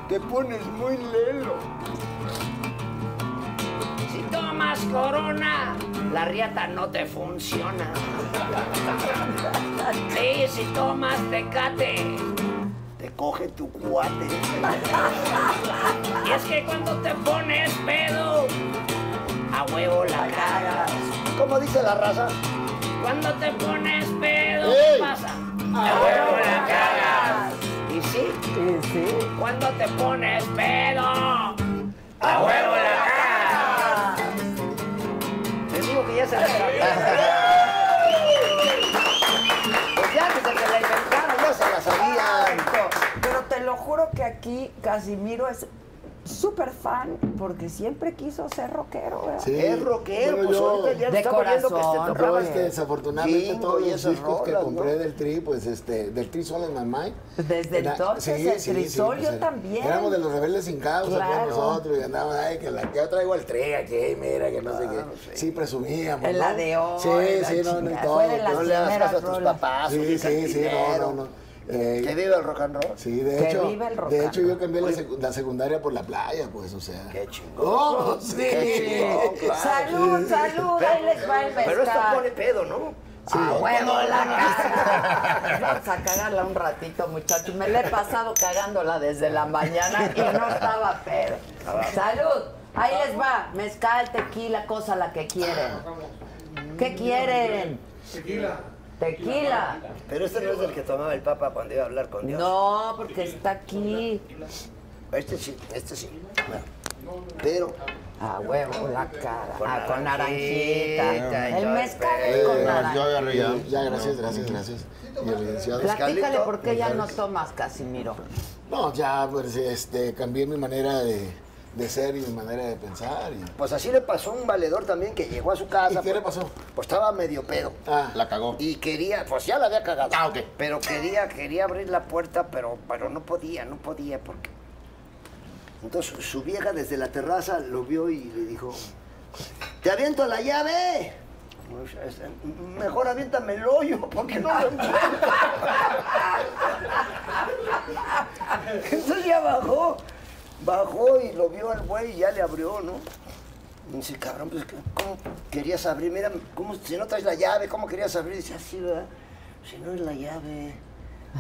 Speaker 8: Te pones muy lelo.
Speaker 7: si tomas corona, la riata no te funciona. Y si tomas tecate,
Speaker 8: Te coge tu cuate.
Speaker 7: y es que cuando te pones pedo, a huevo la cagas.
Speaker 8: ¿Cómo dice la raza?
Speaker 7: Cuando te pones pedo,
Speaker 8: ¡Ey!
Speaker 7: pasa. A huevo la cagas. ¿Y sí? Cuando te pones pedo, a huevo la cagas. Te digo que ya se la sabía. Pues ya desde que la inventaron, ya se la sabían.
Speaker 2: Pero te lo juro que aquí Casimiro es súper fan porque siempre quiso ser rockero. ¿verdad?
Speaker 8: Sí.
Speaker 7: Es rockero,
Speaker 8: Bueno,
Speaker 7: pues
Speaker 8: yo-
Speaker 7: ahorita ya
Speaker 2: De
Speaker 7: estamos viendo que
Speaker 2: corazón,
Speaker 7: te
Speaker 8: Yo,
Speaker 7: tocaba
Speaker 8: este, desafortunadamente,
Speaker 7: Jingo
Speaker 8: todos
Speaker 7: y
Speaker 8: los
Speaker 7: esas
Speaker 8: discos que
Speaker 7: rolas, ¿no?
Speaker 8: compré del Tri, pues, este, del Tri Sol en My Mind.
Speaker 2: Desde entonces, el Tri Sol, yo
Speaker 5: pues,
Speaker 8: pues, era-
Speaker 2: también.
Speaker 8: Éramos de los rebeldes sin causa, pues,
Speaker 2: Claro.
Speaker 8: nosotros, y andábamos, ay, que la, yo traigo el Tri aquí, mira, que no sé qué. Sí, presumíamos,
Speaker 2: En
Speaker 8: ¿no?
Speaker 2: la de hoy,
Speaker 8: Sí,
Speaker 2: en la
Speaker 8: sí, no, no, y
Speaker 2: chingada.
Speaker 8: todo.
Speaker 2: Fue de las
Speaker 8: no le hagas
Speaker 2: primeras
Speaker 8: caso a tus
Speaker 2: rolas.
Speaker 8: papás. Sí, sí, sí, no, no, no. Eh,
Speaker 7: Que vive el rock and roll.
Speaker 8: Sí, de
Speaker 2: Que
Speaker 8: hecho,
Speaker 2: viva el rock
Speaker 8: de
Speaker 2: and
Speaker 8: hecho
Speaker 2: roll.
Speaker 8: yo cambié la, secu- la secundaria por la playa, pues, o sea.
Speaker 7: Qué chingón.
Speaker 8: ¡Oh, sí!
Speaker 7: Qué chingón, claro.
Speaker 2: Salud, salud, ahí les va el mezcal.
Speaker 7: Pero esto pone pedo, ¿no?
Speaker 2: A huevo la cagas. Vamos a cagarla un ratito, muchachos. Me la he pasado cagándola desde la mañana y no estaba pedo. Salud. Ahí les va. Mezcal, tequila, cosa la que quieren. ¿Qué quieren?
Speaker 1: Tequila.
Speaker 2: Tequila.
Speaker 7: Pero este no es el que tomaba el Papa cuando iba a hablar con Dios.
Speaker 2: No, porque está aquí.
Speaker 7: Este sí, este sí.
Speaker 1: Pero
Speaker 2: A huevo, la cara.
Speaker 1: Con
Speaker 2: Ah, con
Speaker 1: naranjita,
Speaker 2: naranjita.
Speaker 1: y
Speaker 2: El
Speaker 1: todo el
Speaker 2: mezcal es
Speaker 1: pedo.
Speaker 2: con
Speaker 8: Eh,
Speaker 5: yo
Speaker 2: naranjita.
Speaker 5: agarré ya.
Speaker 8: Ya, gracias, gracias, gracias. Y el licenciado.
Speaker 2: Platícale
Speaker 1: Mezcalito,
Speaker 2: por qué ya no tomas, Casimiro.
Speaker 8: No, ya pues este, cambié mi manera de, de ser y mi manera de pensar. Y,
Speaker 1: pues así le pasó a un valedor también que llegó a su casa.
Speaker 8: ¿Y qué le
Speaker 1: pues-
Speaker 8: pasó?
Speaker 1: Pues estaba medio pedo.
Speaker 8: ah,
Speaker 5: La cagó.
Speaker 1: Y quería, pues ya la había cagado.
Speaker 5: Ah, ok.
Speaker 1: Pero quería, quería abrir la puerta, pero, pero no podía, no podía, porque. Entonces su vieja desde la terraza lo vio y le dijo: ¡Te aviento la llave! Pues, este, Mejor aviéntame el hoyo, porque no lo encuentro. Entonces ya bajó, bajó y lo vio al güey y ya le abrió, ¿no? Y dice, cabrón, pues, ¿cómo querías abrir? Mira, ¿cómo, si no traes la llave, ¿cómo querías abrir? Dice, así, ¿verdad? Si no es la llave,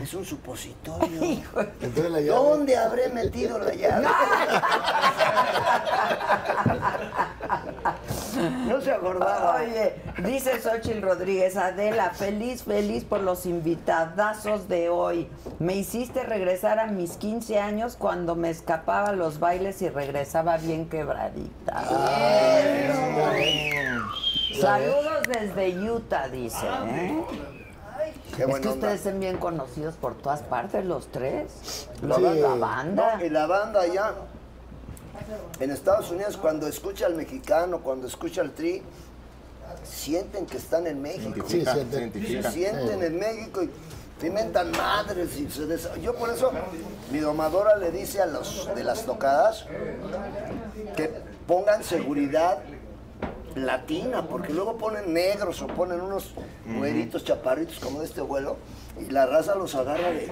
Speaker 1: es un supositorio.
Speaker 8: entonces la llave.
Speaker 1: ¿Dónde habré metido la llave? No se acordaba.
Speaker 2: Oye, dice Xochitl Rodríguez, Adela, feliz, feliz por los invitadazos de hoy. Me hiciste regresar a mis 15 años cuando me escapaba a los bailes y regresaba bien quebradita. Saludos desde Utah, dice. ¿eh?
Speaker 1: Ah, Qué
Speaker 2: es
Speaker 1: buena
Speaker 2: que
Speaker 1: onda.
Speaker 2: ustedes son bien conocidos por todas partes, los tres. Lo
Speaker 8: Sí.
Speaker 2: la banda.
Speaker 1: No, y la banda allá en Estados Unidos cuando escucha al mexicano, cuando escucha al tri, sienten que están en México.
Speaker 8: Sí, siente.
Speaker 5: Se
Speaker 1: Se
Speaker 5: identifica.
Speaker 1: sienten Oh. en México y pimentan madres y se des- Yo por eso, mi domadora le dice a los de las tocadas que pongan seguridad latina, porque luego ponen negros o ponen unos güeritos chaparritos como de este vuelo y la raza los agarra de,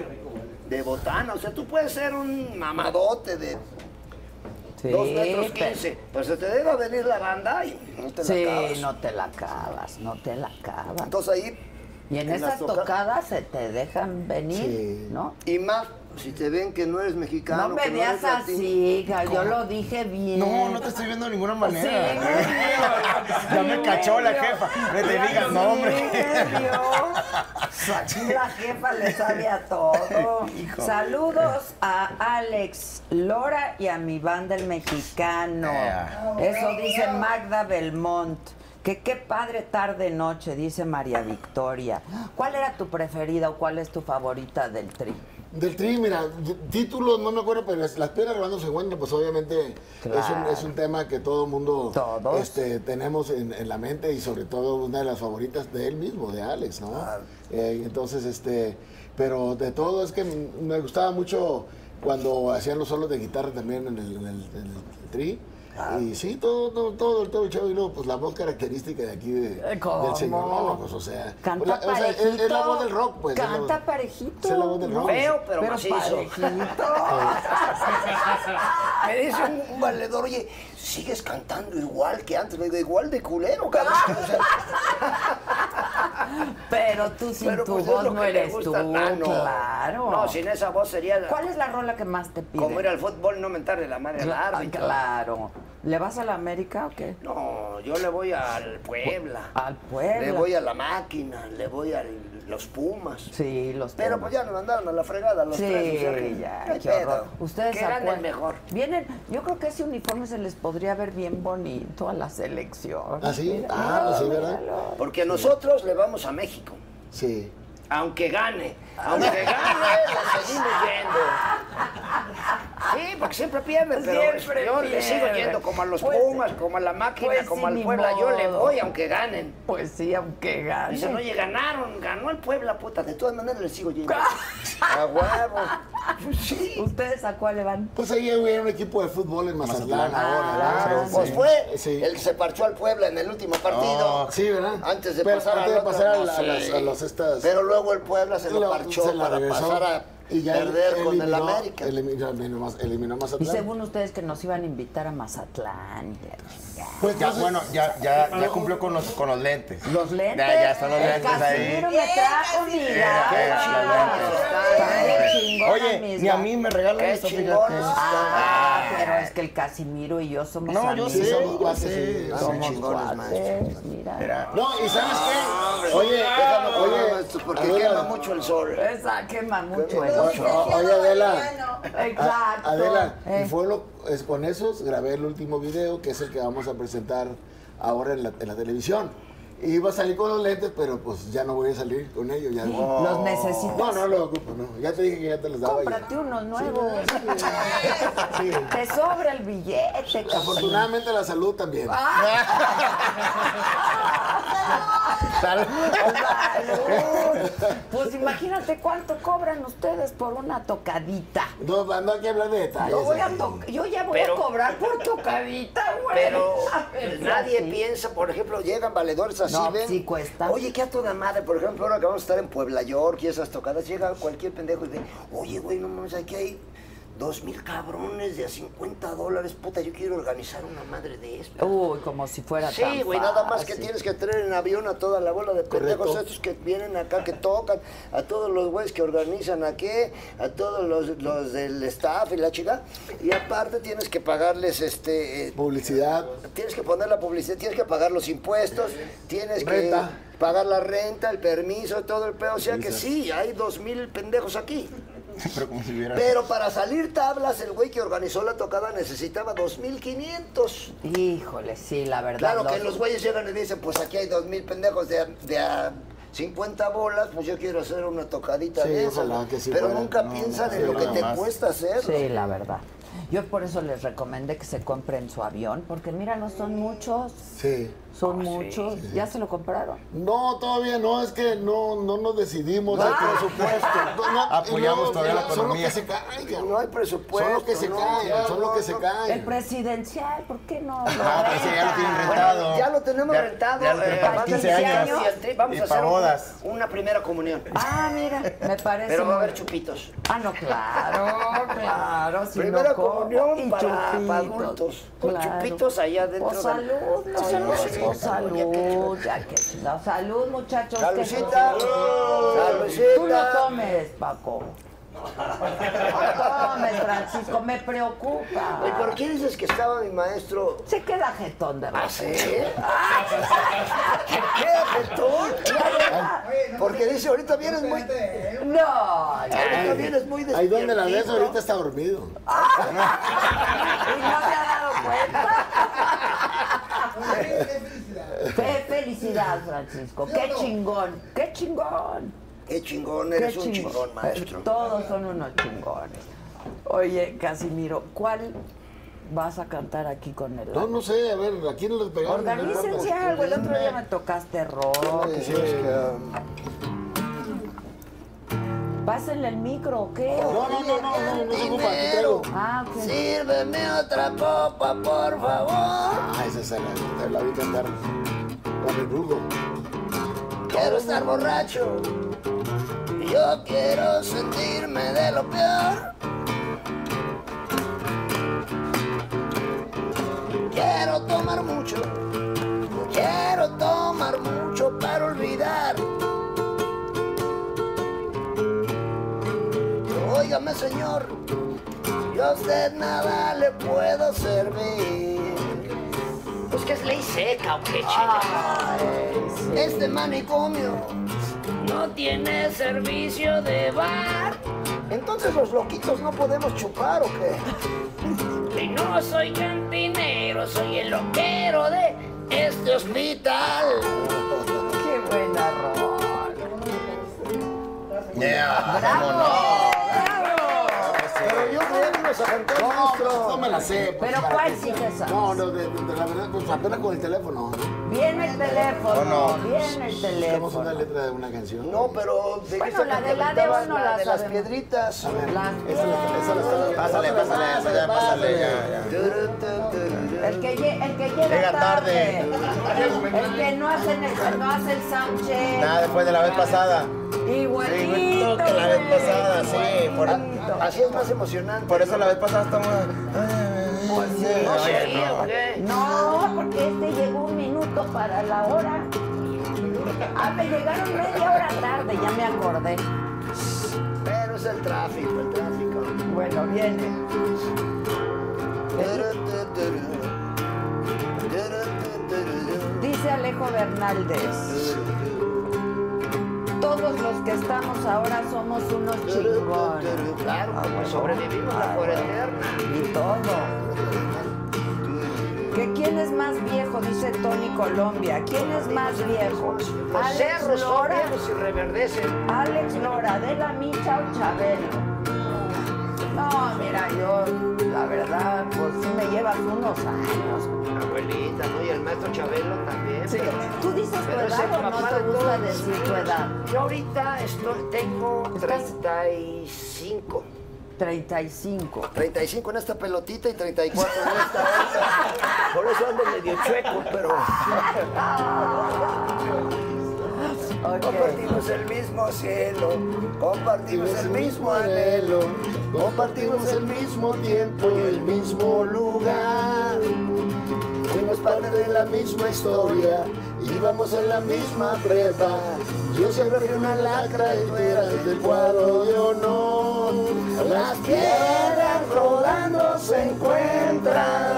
Speaker 1: de botana. O sea, tú puedes ser un mamadote de
Speaker 2: Sí,
Speaker 1: 2 metros
Speaker 2: pero-
Speaker 1: 15, pues se te debe venir la banda y no te la acabas.
Speaker 2: Sí, no te la acabas, no te la acabas.
Speaker 1: Entonces ahí...
Speaker 2: Y en,
Speaker 1: en
Speaker 2: esas
Speaker 1: las toca-
Speaker 2: tocadas se te dejan venir,
Speaker 8: Sí.
Speaker 2: ¿no?
Speaker 1: Y más si te ven que no eres mexicano.
Speaker 2: No
Speaker 1: que
Speaker 2: me
Speaker 1: eres
Speaker 2: veas
Speaker 1: latino.
Speaker 2: así, hija, yo lo dije bien.
Speaker 5: No, no te estoy viendo de ninguna
Speaker 2: Sí,
Speaker 5: manera.
Speaker 2: muy bien.
Speaker 5: Ya me cachó la
Speaker 2: Muy bien.
Speaker 5: jefa. No te
Speaker 2: Ya
Speaker 5: digas
Speaker 2: sí,
Speaker 5: nombre.
Speaker 2: Dios. Aquí la jefa le sabe a todo. Saludos a Alex Lora y a mi banda El Mexicano.
Speaker 5: Ea.
Speaker 2: Eso dice Magda Belmont. Que qué padre tarde noche, dice María Victoria. ¿Cuál era tu preferida o cuál es tu favorita del tri?
Speaker 8: Del tri, mira, de- títulos no me acuerdo, pero las, las piedras robando se encuentran, pues obviamente es, un,
Speaker 2: Claro.
Speaker 8: es un tema que todo mundo
Speaker 2: Todos.
Speaker 8: este, tenemos en, en la mente y sobre todo una de las favoritas de él mismo, de Alex, ¿no?
Speaker 2: Ah.
Speaker 8: Eh, entonces, este, pero de todo es que m- me gustaba mucho cuando hacían los solos de guitarra también en el, en el- en el tri.
Speaker 2: Ah.
Speaker 8: Y sí, todo, todo, todo, todo el show. Y luego, pues la voz característica de aquí de-
Speaker 2: ¿Cómo?
Speaker 8: del señor. No, pues, o sea,
Speaker 2: Canta
Speaker 8: pues, la- o sea, es-
Speaker 2: parejito.
Speaker 8: es la voz del rock, pues. es la
Speaker 2: Canta
Speaker 8: voz-
Speaker 2: parejito.
Speaker 8: es la voz del rock.
Speaker 1: Feo, pero,
Speaker 2: Pero
Speaker 1: macizo. Me dice un, un valedor, oye, sigues cantando igual que antes. Le digo, igual de culero, cabrón. O sea,
Speaker 2: Pero tú sin
Speaker 1: pero
Speaker 2: tu
Speaker 1: pues es
Speaker 2: voz
Speaker 1: lo
Speaker 2: no
Speaker 1: que le
Speaker 2: eres tú,
Speaker 1: gusta. Ah, no.
Speaker 2: claro.
Speaker 1: No, sin esa voz sería la-
Speaker 2: ¿Cuál es la rola que más te pide?
Speaker 1: como ir al fútbol y no mentarle la madre al árbitro.
Speaker 2: claro. ¿Le vas a la América o qué?
Speaker 1: No, yo le voy al Puebla.
Speaker 2: Al Puebla.
Speaker 1: Le voy a la máquina, le voy a los Pumas.
Speaker 2: Sí, los
Speaker 1: Pero
Speaker 2: Pumas.
Speaker 1: pues ya nos mandaron a la fregada los tres. o sea que-
Speaker 2: Sí, ya,
Speaker 1: no hay
Speaker 2: qué
Speaker 1: pedo.
Speaker 2: horror. Ustedes
Speaker 1: que
Speaker 2: se
Speaker 1: gane el
Speaker 2: acuerdan.
Speaker 1: mejor.
Speaker 2: Vienen, yo creo que ese uniforme se les podría ver bien bonito a la selección.
Speaker 8: ¿Ah, sí?
Speaker 2: Míralo,
Speaker 8: Ah, pues sí, ¿verdad?
Speaker 2: míralo.
Speaker 1: Porque nosotros le vamos a México.
Speaker 8: Sí.
Speaker 1: Aunque gane, aunque gane, lo seguimos yendo. Sí, porque siempre pierde, pero
Speaker 2: Siempre
Speaker 1: yo le
Speaker 2: pierde.
Speaker 1: sigo yendo como a los
Speaker 2: Pues-
Speaker 1: Pumas, como a la máquina,
Speaker 2: pues sí,
Speaker 1: como al
Speaker 2: ni
Speaker 1: Puebla, yo le
Speaker 2: modo.
Speaker 1: voy aunque ganen.
Speaker 2: Pues sí, aunque gane.
Speaker 1: Dicen, oye, ganaron, ganó el Puebla, puta, de todas maneras le sigo yendo. a huevo. Pues sí.
Speaker 2: ¿Ustedes a cuál le van?
Speaker 8: Pues ahí hubiera un equipo de fútbol en Mazatlán
Speaker 5: Mazatlán.
Speaker 8: ahora,
Speaker 2: Ah,
Speaker 8: ¿verdad?
Speaker 1: Pues fue
Speaker 8: Sí. Ah,
Speaker 1: el que se parchó al Puebla en el último partido.
Speaker 5: Oh,
Speaker 8: Sí, ¿verdad?
Speaker 1: Antes de
Speaker 8: Pero
Speaker 1: pasar,
Speaker 8: antes
Speaker 1: al
Speaker 8: de
Speaker 1: otro,
Speaker 8: pasar a,
Speaker 1: no
Speaker 8: la- a
Speaker 1: sé.
Speaker 8: las, a las estas...
Speaker 1: Pero luego el Puebla se lo
Speaker 8: la-
Speaker 1: parchó
Speaker 8: se la
Speaker 1: para
Speaker 8: regresó
Speaker 1: pasar a
Speaker 8: y ya
Speaker 1: perder con el
Speaker 8: eliminó-
Speaker 1: América.
Speaker 8: Eliminó, eliminó Maz- eliminó
Speaker 2: Y
Speaker 8: Mazatlán.
Speaker 2: según ustedes que nos iban a invitar a Mazatlán. ya.
Speaker 8: Pues
Speaker 5: Ya,
Speaker 8: entonces-
Speaker 5: bueno, ya, ya, ya cumplió con los, con los lentes.
Speaker 2: Los lentes.
Speaker 5: Ya, ya están los
Speaker 2: el
Speaker 5: lentes ahí.
Speaker 2: Casimiro me trajo mi gafa.
Speaker 5: qué
Speaker 2: Está bien chingona
Speaker 5: Oye,
Speaker 2: mis
Speaker 5: ni a
Speaker 2: gafas.
Speaker 5: mí me regalan
Speaker 1: Qué
Speaker 5: esto,
Speaker 1: chingón.
Speaker 5: fíjate.
Speaker 2: Ah, pero es que el Casimiro y yo somos
Speaker 5: No, yo
Speaker 2: amigos.
Speaker 8: Sí,
Speaker 5: sé,
Speaker 8: somos
Speaker 5: yo
Speaker 8: cuates,
Speaker 5: sé.
Speaker 8: sí.
Speaker 5: Son
Speaker 8: Somos
Speaker 1: chingones,
Speaker 8: cuates.
Speaker 2: Cuates, mira.
Speaker 5: Mira,
Speaker 8: No, ¿y sabes
Speaker 1: Ah,
Speaker 8: qué? Oye,
Speaker 1: Déjame
Speaker 8: déjame,
Speaker 1: probar
Speaker 8: oye,
Speaker 1: Ah, esto, porque
Speaker 8: Adela,
Speaker 1: quema mucho el sol.
Speaker 2: Esa quema mucho el
Speaker 8: o-
Speaker 2: ojo.
Speaker 8: o- Oye, Adela,
Speaker 2: Exacto.
Speaker 8: A- Adela,
Speaker 2: Eh.
Speaker 8: y fue lo- es- con esos grabé el último video, que es el que vamos a presentar ahora en la, en la televisión. Iba a salir con los lentes, pero pues ya no voy a salir con ellos. Ya no.
Speaker 2: Los necesitas.
Speaker 8: No, no lo ocupo, no. Ya te dije que ya te los daba. y-
Speaker 2: Cómprate unos nuevos.
Speaker 8: Sí.
Speaker 2: Te sobra el billete, cabrón.
Speaker 8: Afortunadamente la salud también.
Speaker 2: Ah. Salud. Pues imagínate cuánto cobran ustedes por una tocadita.
Speaker 8: No, no hay que hablar de detalles.
Speaker 2: Yo, voy a
Speaker 8: aquí.
Speaker 2: to- yo ya voy
Speaker 1: Pero-
Speaker 2: a cobrar por tocadita, güey.
Speaker 1: Pero
Speaker 2: A ver,
Speaker 1: nadie
Speaker 2: sí.
Speaker 1: piensa, por ejemplo, llegan valedores así,
Speaker 2: No,
Speaker 1: ven.
Speaker 2: sí cuesta.
Speaker 1: Oye, qué a toda madre, por ejemplo, ahora que vamos a estar en Puebla York y esas tocadas, llega cualquier pendejo y ve, oye, güey, no mames, aquí hay dos mil cabrones de a 50 dólares, puta, yo quiero organizar una madre de esto.
Speaker 2: Uy, como si fuera tan
Speaker 1: Sí, güey, nada más que
Speaker 2: fácil.
Speaker 1: tienes que traer en avión a toda la bola de pendejos
Speaker 8: Correcto.
Speaker 1: estos que vienen acá, que tocan, a todos los güeyes que organizan aquí, a todos los, los del staff y la chica. Y aparte tienes que pagarles este... eh,
Speaker 8: Publicidad.
Speaker 1: Tienes que poner la publicidad, tienes que pagar los impuestos, tienes que
Speaker 8: Renta.
Speaker 1: pagar la renta, el permiso, todo el pedo. O sea que
Speaker 8: Dices.
Speaker 1: sí, hay dos mil pendejos aquí.
Speaker 5: Pero como si hubiera...
Speaker 1: Pero para salir tablas, el güey que organizó la tocada necesitaba dos mil quinientos.
Speaker 2: Híjole, sí, la verdad.
Speaker 1: Claro que
Speaker 2: no-
Speaker 1: los güeyes llegan y dicen, pues aquí hay dos mil pendejos de, a- de a 50 bolas, pues yo quiero hacer una tocadita
Speaker 8: Sí,
Speaker 1: de esas.
Speaker 8: ojalá que sí
Speaker 1: Pero
Speaker 8: fuera.
Speaker 1: nunca
Speaker 8: No,
Speaker 1: piensan
Speaker 8: no,
Speaker 1: en
Speaker 8: sí,
Speaker 1: lo que
Speaker 5: nada
Speaker 1: te
Speaker 5: más.
Speaker 1: cuesta hacer.
Speaker 2: Sí, la verdad. Yo por eso les recomendé que se compren su avión, porque mira, no son muchos,
Speaker 8: Sí.
Speaker 2: son muchos. ¿Ya se lo compraron?
Speaker 8: No, todavía no, es que no, no nos decidimos. hay
Speaker 2: Ah.
Speaker 8: presupuesto. No, no,
Speaker 5: Apoyamos todavía la
Speaker 8: Son los
Speaker 5: economía.
Speaker 8: que se caen.
Speaker 1: No hay presupuesto.
Speaker 8: Son los que se
Speaker 1: no,
Speaker 8: caen,
Speaker 1: no,
Speaker 8: son los que
Speaker 1: no,
Speaker 8: se
Speaker 1: no.
Speaker 2: El
Speaker 8: caen.
Speaker 2: presidencial, ¿por qué no?
Speaker 5: Ah, pero ese ya lo tienen
Speaker 1: Bueno,
Speaker 5: rentado.
Speaker 1: ya lo tenemos
Speaker 5: Ya-
Speaker 1: rentado. eh,
Speaker 5: ya lo tienen para
Speaker 1: más de
Speaker 5: 15
Speaker 1: 15
Speaker 5: años.
Speaker 1: y Vamos
Speaker 5: Y
Speaker 1: a hacer
Speaker 5: para
Speaker 1: un-
Speaker 5: bodas.
Speaker 1: una primera comunión.
Speaker 2: Ah, mira, me parece.
Speaker 1: Pero va a
Speaker 2: muy-
Speaker 1: haber chupitos.
Speaker 2: Ah, no, claro, claro. Si
Speaker 1: Primera
Speaker 2: no, ¿cómo?
Speaker 1: comunión para-
Speaker 2: chupitos,
Speaker 1: para adultos. Con chupitos allá adentro
Speaker 2: O
Speaker 1: de-
Speaker 2: salud, no,
Speaker 1: Sí,
Speaker 2: no,
Speaker 1: sí,
Speaker 2: o
Speaker 1: sí.
Speaker 2: salud, ya que chingado. Salud, muchachos. que-
Speaker 1: Salucita. Salucita.
Speaker 2: Tú no tomes, Paco. No tomes, Francisco, me preocupa.
Speaker 1: Oye, ¿Por qué dices que estaba mi maestro?
Speaker 2: Se queda jetón de
Speaker 1: ¿Ah,
Speaker 2: más.
Speaker 1: sí? ¿Qué, Petón? Porque dice, ahorita vienes muy...
Speaker 2: No, no.
Speaker 1: Ahorita vienes muy
Speaker 8: Ahí donde la ves
Speaker 1: despiertito.
Speaker 8: ahorita está dormido.
Speaker 2: Y no se ha dado cuenta. Qué felicidad, Francisco. Qué chingón. Qué chingón.
Speaker 1: Qué chingón,
Speaker 2: Qué
Speaker 1: eres un chingón, maestro.
Speaker 2: Todos son unos chingones. Oye, Casimiro, ¿cuál vas a cantar aquí con el?
Speaker 8: No, no sé, a ver, ¿a quién les pegamos?
Speaker 2: Organícense algo. El otro día me tocaste rock. Pásenle el micro o qué.
Speaker 8: No, no, no, no, no, no se ocupa, aquí traigo.
Speaker 2: Ah, ok.
Speaker 1: Sírveme otra copa, por favor.
Speaker 8: Ah, esa es la, la, la vi cantar con el brujo.
Speaker 1: Quiero estar borracho. Yo quiero sentirme de lo peor. Quiero tomar mucho. Quiero tomar mucho para olvidar. Óigame, señor. Yo a usted nada le puedo servir. Pues que es ley seca o qué Este manicomio no tiene servicio de bar. Entonces los loquitos no podemos chupar o qué? Y no soy cantinero, soy el loquero de este hospital.
Speaker 2: Qué buena rola.
Speaker 5: Yeah,
Speaker 2: ¡Bravo!
Speaker 5: cómo no.
Speaker 2: ¡Bravo!
Speaker 8: Pero yo creo que nos aventó el maestro. No me la sé. pues,
Speaker 2: Pero
Speaker 8: para
Speaker 2: ¿cuál
Speaker 8: qué.
Speaker 2: sí te sabes?
Speaker 8: No, no, de, de- de la verdad, pues apenas con el teléfono.
Speaker 2: Viene el teléfono,
Speaker 5: no.
Speaker 2: viene el
Speaker 8: Buscamos una
Speaker 2: teléfono.
Speaker 8: letra de una canción.
Speaker 1: No, pero de
Speaker 2: Bueno, la de la de hoy no la
Speaker 1: de las
Speaker 2: sabemos.
Speaker 1: piedritas.
Speaker 8: A ver,
Speaker 2: Las
Speaker 8: esa la- esa la-
Speaker 5: Pásale, pásale, esa ya, pásale, ya, ya.
Speaker 2: El que, lle- el que llega,
Speaker 5: Llega
Speaker 2: tarde.
Speaker 5: tarde.
Speaker 2: El que no hace el, no hace el soundcheck.
Speaker 5: Nada, después de la vez pasada.
Speaker 2: Igualito.
Speaker 5: Sí, igualito que la vez
Speaker 2: güey,
Speaker 5: pasada, sí, por-
Speaker 2: igualito.
Speaker 1: Así es más emocionante.
Speaker 5: Por eso la vez pasada estamos... Pues
Speaker 1: No se ríe, ¿o qué?
Speaker 2: No, porque este llegó un minuto para la hora. Ah, me llegaron media hora tarde, ya me acordé.
Speaker 1: Pero es el tráfico, el tráfico.
Speaker 2: Bueno, viene.
Speaker 1: Ah,
Speaker 2: Dice Alejo Bernaldez. todos los que estamos ahora somos unos chingones.
Speaker 1: Claro,
Speaker 2: Ah,
Speaker 1: como
Speaker 2: bueno.
Speaker 1: Pues sobrevivimos
Speaker 2: Ah,
Speaker 1: la
Speaker 2: bueno.
Speaker 1: cuarentena.
Speaker 2: Y todo. ¿Que ¿Quién es más viejo? Dice Tony Colombia. ¿Quién es más viejo?
Speaker 1: Los cerros
Speaker 2: ¿Alex
Speaker 1: son
Speaker 2: Lora?
Speaker 1: viejos y reverdecen.
Speaker 2: ¿Alex Lora, Adela Micha o Chabelo? No, mira, yo, la verdad, pues sí me llevas unos años.
Speaker 1: Abuelita, ¿no? Y el maestro Chabelo también.
Speaker 2: Sí.
Speaker 1: pero-
Speaker 2: ¿Tú dices tu
Speaker 1: pero es el
Speaker 2: edad o no
Speaker 1: papá
Speaker 2: te
Speaker 1: de
Speaker 2: gusta
Speaker 1: todos.
Speaker 2: decir tu edad?
Speaker 1: Yo ahorita estoy, tengo 35.
Speaker 2: 35.
Speaker 1: 35 en esta pelotita y 34 en esta otra. Por eso ando medio chueco, pero
Speaker 2: Ok.
Speaker 7: Compartimos el mismo cielo, compartimos el mismo anhelo,
Speaker 8: anhelo, compartimos el mismo tiempo y el mismo lugar. Fuimos parte de la misma historia, íbamos en la misma prepa. Yo siempre fui una lacra y tú eras del cuadro de honor. Las piedras rodando se encuentran.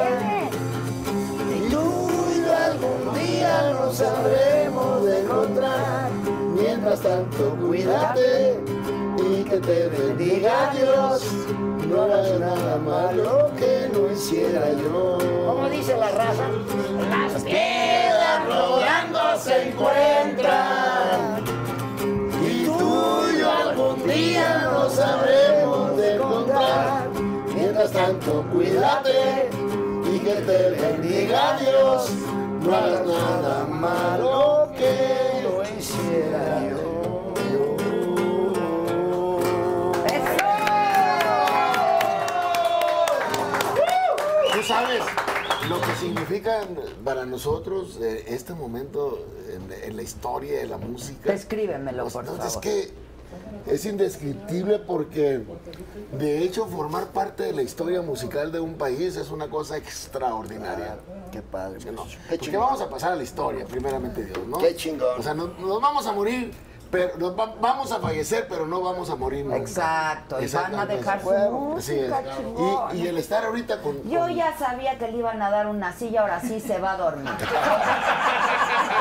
Speaker 8: Y tú y yo algún día nos sabremos de encontrar. Mientras tanto, cuídate y que te bendiga Dios. No hagas nada malo que no hiciera yo.
Speaker 1: como dice la raza, las piedras
Speaker 8: Rodando se encuentran. Y tú y yo algún día nos sabremos de encontrar. Mientras tanto, cuídate y que te bendiga Dios. No hagas nada malo que no hiciera yo. Tú sabes lo que significa para nosotros eh, este momento en, en la historia de la música.
Speaker 2: Descríbemelo, por
Speaker 8: No,
Speaker 2: favor.
Speaker 8: es que es indescriptible porque de hecho formar parte de la historia musical de un país es una cosa extraordinaria.
Speaker 7: Qué padre.
Speaker 8: No,
Speaker 1: Ah, Qué
Speaker 8: porque
Speaker 1: chingón.
Speaker 8: vamos a pasar a la historia, primeramente Dios, ¿no?
Speaker 1: Qué chingón.
Speaker 8: O sea, no- nos vamos a morir, pero nos va- vamos a fallecer, pero no vamos a morir nunca.
Speaker 2: Exacto, y
Speaker 8: Exacto,
Speaker 2: van a dejar su
Speaker 8: entonces,
Speaker 2: música,
Speaker 8: así es.
Speaker 2: chingón.
Speaker 8: Y, y el estar ahorita con...
Speaker 2: Yo
Speaker 8: con-
Speaker 2: ya sabía que le iban a dar una silla, ahora sí se va a dormir.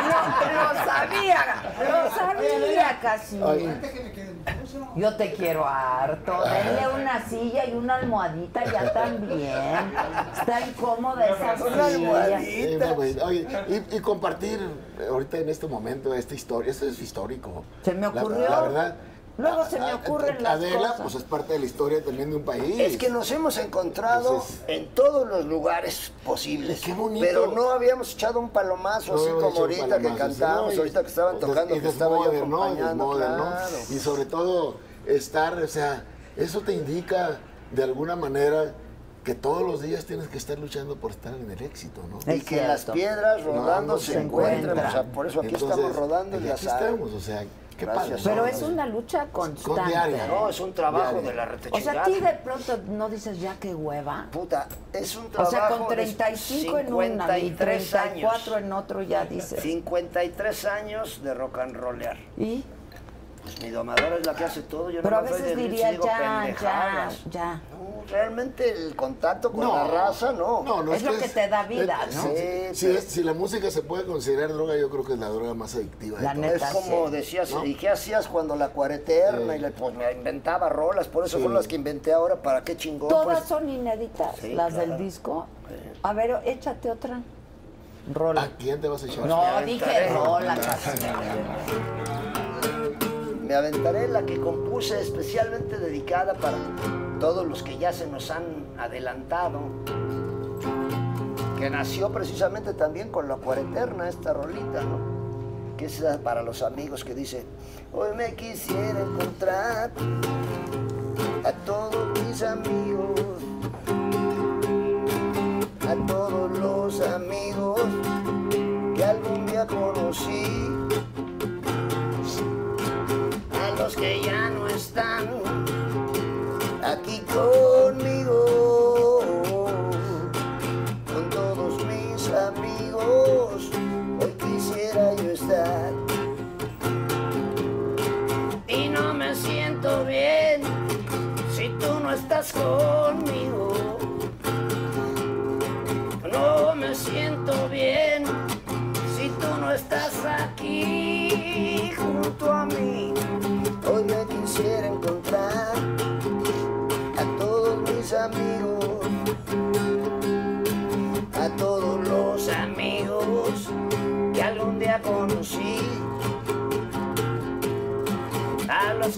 Speaker 2: No, lo sabía, lo sabía casi.
Speaker 8: Ay,
Speaker 2: Yo te quiero harto.
Speaker 8: Ah,
Speaker 1: Ah.
Speaker 2: Denle una silla y una almohadita ya también. Está incómoda esa silla.
Speaker 8: Eh, bueno, oye, y, y compartir ahorita en este momento esta historia, esto es histórico.
Speaker 2: Se me
Speaker 8: La-
Speaker 2: ocurrió.
Speaker 8: La, verdad.
Speaker 2: Luego se me
Speaker 8: a- a-
Speaker 2: ocurren las
Speaker 8: Adela,
Speaker 2: cosas.
Speaker 8: pues es parte de la historia también de un país.
Speaker 1: Es que nos hemos encontrado
Speaker 8: Entonces-
Speaker 1: en todos los lugares posibles.
Speaker 8: Qué bonito.
Speaker 1: Pero no habíamos echado un palomazo
Speaker 8: No
Speaker 1: así
Speaker 8: hemos
Speaker 1: como
Speaker 8: hecho
Speaker 1: ahorita
Speaker 8: palomazos,
Speaker 1: que cantábamos,
Speaker 8: ¿no? Y-
Speaker 1: ahorita que estaban
Speaker 8: y des-
Speaker 1: tocando,
Speaker 8: y
Speaker 1: que estaba yo
Speaker 8: desmoder, ¿no?
Speaker 1: acompañando.
Speaker 8: Desmoder, ¿no?
Speaker 1: claro.
Speaker 8: Y sobre todo estar, o sea, eso te indica de alguna manera que todos los días tienes que estar luchando por estar en el éxito, ¿no?
Speaker 2: Es
Speaker 1: Y que las
Speaker 2: cierto.
Speaker 1: piedras rodando
Speaker 8: Rodando
Speaker 1: se
Speaker 8: se
Speaker 1: encuentran.
Speaker 2: encuentran.
Speaker 1: O sea, por eso aquí
Speaker 8: Entonces,
Speaker 1: estamos rodando y
Speaker 8: aquí
Speaker 1: ya
Speaker 8: estamos,
Speaker 1: sabes.
Speaker 8: o sea, qué
Speaker 1: Gracias.
Speaker 8: padre.
Speaker 2: Pero
Speaker 8: ¿no?
Speaker 2: es una lucha constante.
Speaker 8: diaria,
Speaker 1: No, es un trabajo de la
Speaker 2: O sea,
Speaker 1: retechingada.
Speaker 2: a ti de pronto no dices ya qué hueva.
Speaker 1: Puta, es un
Speaker 2: O
Speaker 1: trabajo
Speaker 2: sea, con
Speaker 1: de
Speaker 2: 35 en una y
Speaker 1: 53
Speaker 2: 34
Speaker 1: años.
Speaker 2: en otro ya dices.
Speaker 1: 53 años de rock and rollear.
Speaker 2: ¿Y?
Speaker 1: Pues mi domadora es la que hace todo. Yo
Speaker 2: Pero a
Speaker 1: nomás doy
Speaker 2: veces
Speaker 1: de
Speaker 2: diría,
Speaker 1: digo
Speaker 2: ya,
Speaker 1: pendejadas.
Speaker 2: ya, ya.
Speaker 1: No, realmente el contacto con
Speaker 8: No.
Speaker 1: la raza, no.
Speaker 2: Es lo que te da vida,
Speaker 8: es-
Speaker 2: ¿no?
Speaker 8: sí,
Speaker 1: Sí,
Speaker 8: si,
Speaker 1: pero-
Speaker 8: es- si la música se puede considerar droga, yo creo que es la droga más adictiva. de
Speaker 2: La
Speaker 8: todas.
Speaker 1: Es
Speaker 2: neta,
Speaker 1: como
Speaker 2: sí.
Speaker 1: decías,
Speaker 8: ¿No?
Speaker 1: ¿y qué hacías cuando la cuareterna? Y le- pues me inventaba rolas, por eso son las que inventé ahora, ¿para qué chingón?
Speaker 2: Todas
Speaker 1: pues?
Speaker 2: son inéditas,
Speaker 1: Sí,
Speaker 2: las
Speaker 1: claro.
Speaker 2: del disco. A ver, échate otra.
Speaker 8: ¿A quién te vas a echar?
Speaker 2: No,
Speaker 1: me
Speaker 2: dije
Speaker 1: aventaré.
Speaker 2: rola, casi.
Speaker 1: Me aventaré la que compuse especialmente dedicada para todos los que ya se nos han adelantado. Que nació precisamente también con la cuareterna, esta rolita, ¿no? Que es eh, para los amigos que dice, hoy me quisiera encontrar a todos mis amigos, a todos los amigos que algún día conocí a los que ya no están aquí conmigo, con todos mis amigos, hoy quisiera yo estar. Y no me siento bien si tú no estás conmigo.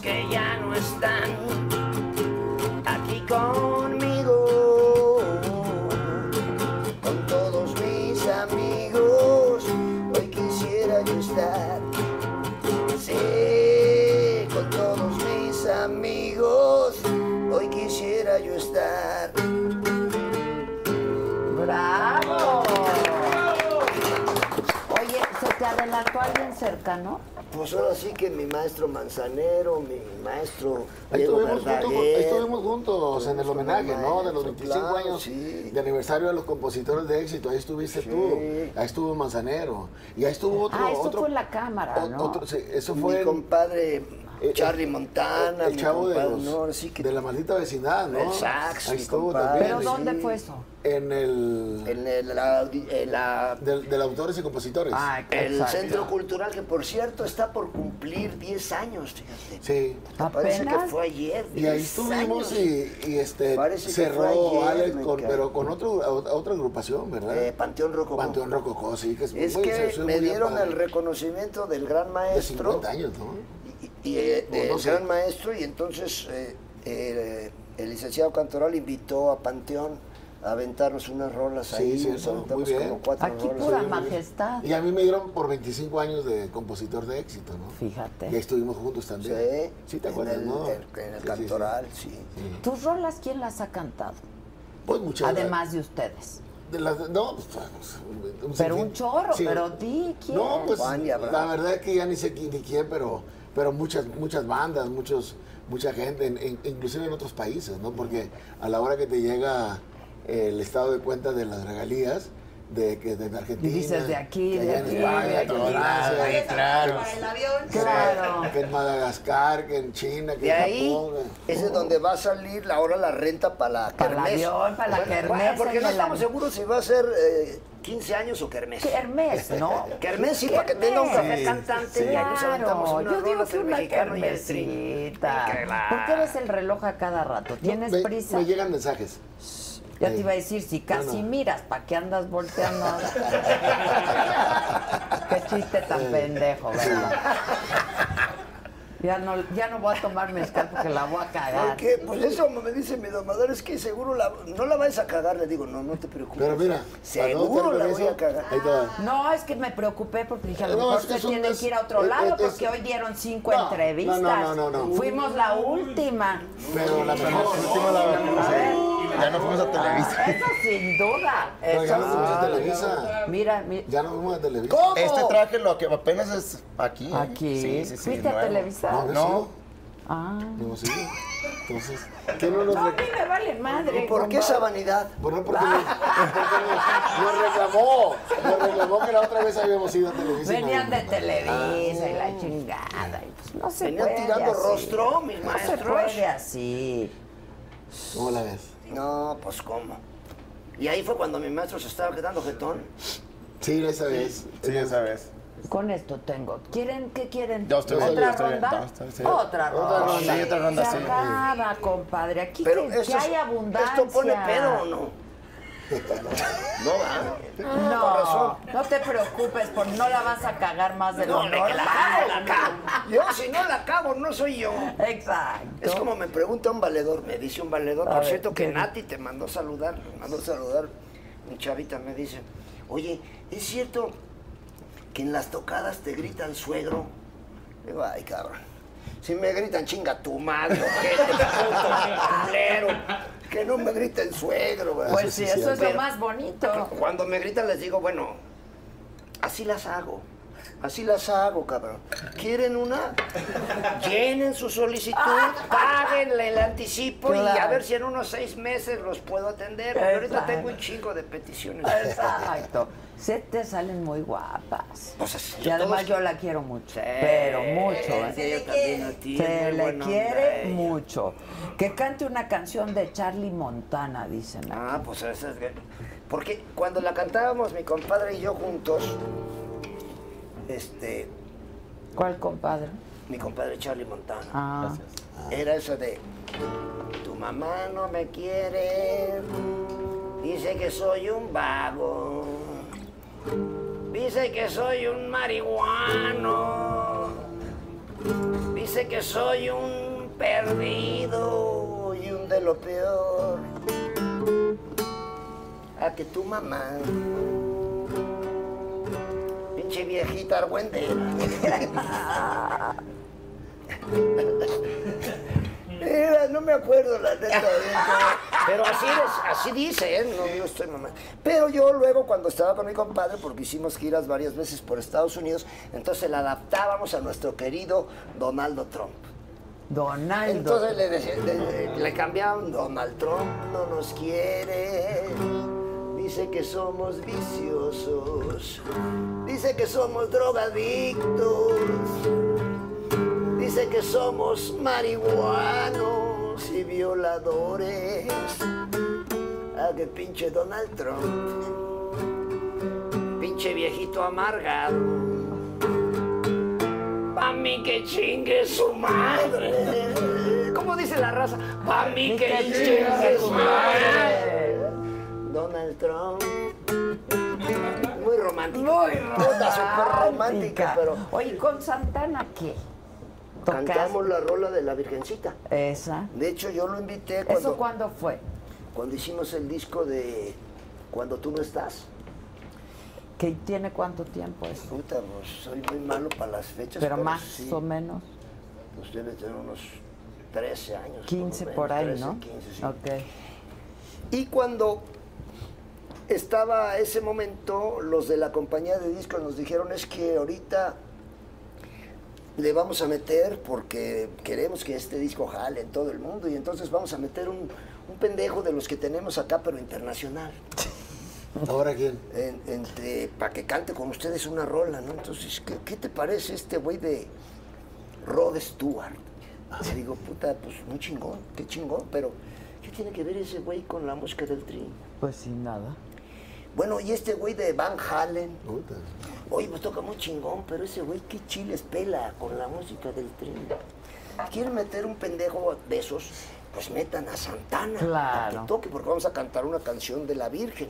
Speaker 1: están aquí conmigo, con todos mis amigos. Hoy quisiera yo estar, sí, con todos mis amigos. Hoy quisiera yo estar.
Speaker 2: ¡Bravo! Oye, ¿se te adelantó alguien cercano?
Speaker 1: Pues ahora sí que mi maestro Manzanero, mi maestro
Speaker 8: Ahí
Speaker 1: Diego
Speaker 8: estuvimos, juntos,
Speaker 1: Verdaguer.
Speaker 8: estuvimos juntos en el
Speaker 1: Estuvimos
Speaker 8: homenaje,
Speaker 1: con el
Speaker 8: ¿no? De los
Speaker 1: maestro,
Speaker 8: 25
Speaker 1: claro,
Speaker 8: años
Speaker 1: sí.
Speaker 8: de aniversario de los compositores de éxito. Ahí estuviste tú. Ahí estuvo Manzanero. Y ahí estuvo otro.
Speaker 2: ah, eso
Speaker 8: otro-
Speaker 2: fue en la cámara,
Speaker 8: o-
Speaker 2: ¿no?
Speaker 8: otro- sí, eso
Speaker 1: Mi
Speaker 8: fue el- eh,
Speaker 1: compadre Charlie Montana,
Speaker 8: el
Speaker 1: mi
Speaker 8: chavo de,
Speaker 1: compadre,
Speaker 8: los-
Speaker 1: no, ahora sí que-
Speaker 8: de la maldita vecindad, ¿no?
Speaker 1: El sax,
Speaker 8: Ahí
Speaker 1: mi
Speaker 8: estuvo
Speaker 1: compadre.
Speaker 8: también.
Speaker 2: ¿Pero
Speaker 8: Y-
Speaker 2: dónde fue eso?
Speaker 8: En el.
Speaker 1: en el, la- en la-
Speaker 8: del, del autores y compositores.
Speaker 2: Ah, qué
Speaker 1: Pues, el
Speaker 2: exacto.
Speaker 1: Centro Cultural, que por cierto está por cumplir 10 años, fíjate.
Speaker 8: Sí.
Speaker 1: Parece que
Speaker 2: Apenas.
Speaker 1: fue ayer.
Speaker 8: Y ahí
Speaker 1: 10
Speaker 8: estuvimos
Speaker 1: años.
Speaker 8: y, y, este
Speaker 1: Parece que
Speaker 8: cerró
Speaker 1: fue ayer,
Speaker 8: Alex,
Speaker 1: me
Speaker 8: con-
Speaker 1: cae.
Speaker 8: pero con otro, otra agrupación, ¿verdad?
Speaker 1: Eh, Panteón Rococó.
Speaker 8: Panteón Rococó, sí, que es,
Speaker 1: Es
Speaker 8: muy-
Speaker 1: que
Speaker 8: se- se-
Speaker 1: me
Speaker 8: muy
Speaker 1: dieron
Speaker 8: padre.
Speaker 1: el reconocimiento del gran
Speaker 8: De
Speaker 1: maestro.
Speaker 8: 50 años, ¿no?
Speaker 1: y, y, eh,
Speaker 8: O no
Speaker 1: del
Speaker 8: sé.
Speaker 1: gran maestro y entonces eh, eh, el licenciado Cantoral invitó a Panteón a aventarnos unas rolas
Speaker 8: Sí,
Speaker 1: Pues ahí,
Speaker 8: cierto,
Speaker 1: nos aventamos
Speaker 8: muy bien.
Speaker 1: como cuatro
Speaker 2: Aquí
Speaker 1: rolas.
Speaker 2: pura
Speaker 1: Sí,
Speaker 2: majestad.
Speaker 8: Y a mí me dieron por 25 años de compositor de éxito, ¿no?
Speaker 2: Fíjate.
Speaker 8: Y ahí estuvimos juntos también.
Speaker 1: Sí,
Speaker 8: te acuerdas,
Speaker 1: en el,
Speaker 8: ¿no?
Speaker 1: en- en el
Speaker 8: Sí, sí,
Speaker 1: Cantoral,
Speaker 8: sí.
Speaker 1: sí.
Speaker 2: ¿Tus rolas quién las ha cantado?
Speaker 8: Pues muchas
Speaker 2: Además de ustedes.
Speaker 8: de las- no, pues, pues, un
Speaker 2: Pero
Speaker 8: sinfín.
Speaker 2: un chorro,
Speaker 8: Sí.
Speaker 2: pero di quién.
Speaker 8: No, pues
Speaker 1: Juan y Abraham.
Speaker 8: la verdad es que ya ni sé qui- ni quién, pero, pero muchas, muchas bandas, muchos, mucha gente, en- en- inclusive en otros países, ¿no? Porque a la hora que te llega el estado de cuenta de las regalías, de que de Argentina,
Speaker 2: dices, de aquí,
Speaker 8: que
Speaker 2: de
Speaker 8: allá en
Speaker 2: aquí,
Speaker 8: España,
Speaker 2: de
Speaker 8: que
Speaker 2: aquí.
Speaker 8: en Francia,
Speaker 6: Oye,
Speaker 5: claro.
Speaker 6: Para el avión.
Speaker 8: que-
Speaker 2: Claro.
Speaker 8: que en Madagascar, que en China, que
Speaker 1: De
Speaker 8: en
Speaker 1: ahí,
Speaker 8: Japón.
Speaker 1: ese es donde va a salir la- ahora la renta para la
Speaker 2: Para el
Speaker 1: kermés.
Speaker 2: avión, para la kermés,
Speaker 1: bueno, porque
Speaker 2: en
Speaker 1: no
Speaker 2: el
Speaker 1: estamos
Speaker 2: avión.
Speaker 1: seguros si va a ser eh, 15 años o kermés.
Speaker 2: Kermés, ¿no?
Speaker 1: Kermés, sí, para que tenga un café
Speaker 5: Sí,
Speaker 1: cantante.
Speaker 5: sí.
Speaker 1: y ahí nos aventamos
Speaker 2: Claro,
Speaker 1: unas
Speaker 2: yo digo
Speaker 1: rolas
Speaker 2: que
Speaker 1: del
Speaker 2: una
Speaker 1: mexicano y el tri.
Speaker 2: carnecita.
Speaker 1: Sí, claro.
Speaker 2: ¿Por qué eres el reloj a cada rato? ¿Tienes
Speaker 8: me,
Speaker 2: prisa?
Speaker 8: me llegan mensajes. Eh,
Speaker 2: Ya te iba a decir, si casi
Speaker 8: No, no.
Speaker 2: miras, ¿para qué andas volteando? qué chiste
Speaker 8: Eh,
Speaker 2: tan pendejo, ¿verdad? Ya no, ya no voy a tomar mezcal porque la voy a cagar.
Speaker 1: Porque, pues eso me dice mi domador, es que seguro la- no la vais a cagar. Le digo, no, no te preocupes.
Speaker 8: Pero mira, para no
Speaker 1: seguro la
Speaker 8: terminar
Speaker 1: voy
Speaker 8: eso,
Speaker 1: a cagar.
Speaker 8: ahí te va.
Speaker 2: No, es que me preocupé porque dije, a lo
Speaker 8: No,
Speaker 2: mejor
Speaker 8: es que
Speaker 2: se
Speaker 8: es un
Speaker 2: tiene
Speaker 8: des-
Speaker 2: que ir a otro
Speaker 8: es-
Speaker 2: lado
Speaker 8: es-
Speaker 2: porque hoy dieron cinco
Speaker 8: No,
Speaker 2: entrevistas.
Speaker 8: no, no, no, no.
Speaker 2: Fuimos la última.
Speaker 8: Pero la mejor.
Speaker 5: Ya nos fuimos a Televisa.
Speaker 2: Eso Ah, sin duda.
Speaker 8: Pero ya
Speaker 2: Eso
Speaker 8: nos
Speaker 2: sin
Speaker 8: fuimos a
Speaker 2: duda.
Speaker 8: Televisa.
Speaker 2: Mira, mira.
Speaker 8: Ya nos fuimos a Televisa.
Speaker 1: ¿Cómo?
Speaker 5: Este traje lo que apenas es aquí. ¿eh?
Speaker 2: Aquí.
Speaker 5: Sí, sí, sí.
Speaker 2: ¿Fuiste a
Speaker 5: nuevo.
Speaker 2: Televisa? Ah.
Speaker 8: No,
Speaker 5: No.
Speaker 8: No, sí. Entonces, ¿qué no nos
Speaker 2: No, a mí
Speaker 8: rec-
Speaker 2: me vale madre.
Speaker 1: ¿Por qué esa vanidad?
Speaker 8: Bueno, porque nos, porque nos- nos reclamó, nos reclamó que la otra vez habíamos ido a Televisa. y
Speaker 2: Venían
Speaker 8: no- Ah,
Speaker 2: de Televisa y la chingada. y pues no se
Speaker 1: Venían
Speaker 2: puede
Speaker 1: tirando
Speaker 2: así.
Speaker 1: rostro, mis
Speaker 2: No se
Speaker 1: maestros.
Speaker 2: puede así.
Speaker 8: ¿Cómo la ves?
Speaker 1: No, pues cómo. Y ahí fue cuando mi maestro se estaba quedando jetón.
Speaker 8: Sí, esa vez.
Speaker 5: Sí, esa vez.
Speaker 2: Con esto tengo. ¿Quieren? ¿Qué quieren?
Speaker 5: Ya estoy bien,
Speaker 2: ¿Otra
Speaker 5: ya estoy bien,
Speaker 2: ronda?
Speaker 5: ya estoy- sí.
Speaker 2: Otra ronda.
Speaker 5: Otra ronda, sí, otra ronda,
Speaker 2: Se
Speaker 5: sí.
Speaker 2: acaba, compadre. Aquí
Speaker 1: Pero
Speaker 2: que,
Speaker 1: esto,
Speaker 2: que
Speaker 1: es-
Speaker 2: hay abundancia.
Speaker 1: ¿Esto pone pedo o no? No, ¿verdad?
Speaker 2: No, no te preocupes, porque no la vas a cagar más de lo
Speaker 1: No, de que la
Speaker 2: normal.
Speaker 1: cago, la cago. Yo, si no la cago, no soy yo.
Speaker 2: Exacto.
Speaker 1: Es como me pregunta un valedor, me dice un valedor,
Speaker 2: A
Speaker 1: por
Speaker 2: ver,
Speaker 1: cierto que
Speaker 2: ¿qué?
Speaker 1: Nati te mandó saludar, me mandó saludar, mi chavita me dice, oye, ¿es cierto que en las tocadas te gritan suegro? Digo, ay cabrón, si me gritan chinga tu madre, ojete, puto, culero, que no me griten suegro. güey".
Speaker 2: Pues sí, eso es lo
Speaker 1: Pero-
Speaker 2: más bonito.
Speaker 1: cuando me gritan les digo, bueno, así las hago. Así las hago, cabrón. ¿Quieren una? Llenen su solicitud, páguenle el anticipo y a
Speaker 2: Claro.
Speaker 1: ver si en unos seis meses los puedo atender. Porque ahorita
Speaker 2: Exacto.
Speaker 1: tengo un chingo de peticiones.
Speaker 2: Exacto. Se te salen muy guapas.
Speaker 1: Pues así,
Speaker 2: Y además
Speaker 1: todos-
Speaker 2: yo la quiero mucho.
Speaker 1: Sí.
Speaker 2: Pero mucho, ¿eh?
Speaker 1: Sí, yo también a ti, es
Speaker 2: Se
Speaker 1: muy
Speaker 2: le
Speaker 1: buena onda
Speaker 2: quiere
Speaker 1: ella.
Speaker 2: mucho. Que cante una canción de Charlie Montana, dicen. aquí.
Speaker 1: Ah, pues esa es... Porque cuando la cantábamos mi compadre y yo juntos, este,
Speaker 2: ¿Cuál compadre?
Speaker 1: mi compadre Charlie Montana.
Speaker 2: Ah,
Speaker 1: Era eso de, tu mamá no me quiere, dice que soy un vago, dice que soy un marihuano, dice que soy un perdido y un de lo peor. A que tu mamá, pinche viejita argüendera. Mira, no me acuerdo la neta.
Speaker 7: Pero así, es- así dice, ¿eh? No, yo estoy mamá.
Speaker 1: Pero yo luego cuando estaba con mi compadre, porque hicimos giras varias veces por Estados Unidos, entonces la adaptábamos a nuestro querido Donaldo Trump.
Speaker 2: Donaldo.
Speaker 1: Entonces le, decía- le- le cambiaban, Donald Trump no nos quiere, dice que somos viciosos, dice que somos drogadictos, dice que somos marihuanos y violadores. Ah, que pinche Donald Trump,
Speaker 7: Pinche viejito amargado. Pa' mí que chingue su madre. ¿Cómo dice la raza? Pa' mí que chingue su madre.
Speaker 1: Donald Trump. Muy romántico.
Speaker 2: Muy
Speaker 1: Puta, súper romántica, pero...
Speaker 2: Oye, con Santana, ¿qué?
Speaker 1: Cantamos la rola de la Virgencita.
Speaker 2: Esa.
Speaker 1: De hecho, yo lo invité
Speaker 2: ¿Eso
Speaker 1: cuando,
Speaker 2: cuándo fue?
Speaker 1: cuando hicimos el disco de Cuando tú no estás.
Speaker 2: ¿Que tiene cuánto tiempo eso?
Speaker 1: Puta, pues, soy muy malo para las fechas.
Speaker 2: Pero más
Speaker 1: sí,
Speaker 2: o menos,
Speaker 1: Pues debe tener unos 13 años.
Speaker 2: 15
Speaker 1: menos,
Speaker 2: por ahí,
Speaker 1: 13,
Speaker 2: ¿no?
Speaker 1: 15, sí.
Speaker 2: Ok.
Speaker 1: Y cuando estaba ese momento, los de la compañía de discos nos dijeron es que ahorita le vamos a meter porque queremos que este disco jale en todo el mundo y entonces vamos a meter un, un pendejo de los que tenemos acá pero internacional
Speaker 8: ¿Ahora quién?
Speaker 1: para que cante con ustedes una rola, ¿no? Entonces, ¿qué, qué te parece este güey de Rod Stewart?
Speaker 8: Ah.
Speaker 1: Le digo, puta, pues muy chingón, qué chingón, pero ¿qué tiene que ver ese güey con la música del tri?
Speaker 2: Pues sin nada.
Speaker 1: Bueno, y este güey de Van Halen,
Speaker 8: Puta.
Speaker 1: oye, pues toca muy chingón, pero ese güey, qué chiles pela con la música del tri. Quieren meter un pendejo de esos, pues metan a Santana para
Speaker 2: Claro.
Speaker 1: que toque, porque vamos a cantar una canción de la Virgen.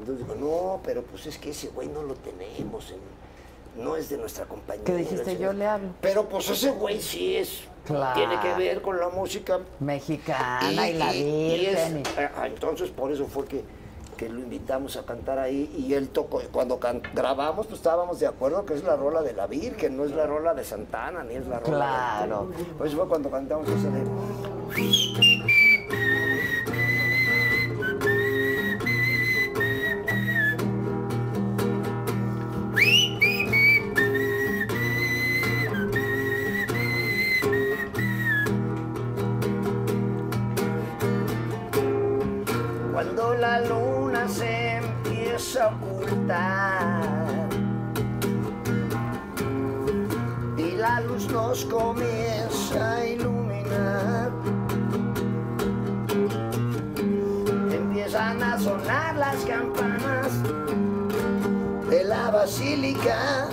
Speaker 1: Entonces digo, no, pero pues es que ese güey no lo tenemos, en- no es de nuestra compañía.
Speaker 2: ¿Qué dijiste? Yo le hablo.
Speaker 1: Pero pues ese güey sí es,
Speaker 2: Claro.
Speaker 1: tiene que ver con la música.
Speaker 2: Mexicana y, la
Speaker 1: y es-
Speaker 2: Virgen. y-
Speaker 1: ah, entonces por eso fue que, que lo invitamos a cantar ahí y él tocó. Y Cuando can- grabamos pues estábamos de acuerdo que es la rola de la Virgen, no es la rola de Santana, ni es la rola
Speaker 2: Claro.
Speaker 1: de... Por eso fue cuando cantamos esa de... Cuando la luna se empieza a ocultar y la luz nos comienza a iluminar, empiezan a sonar las campanas de la basílica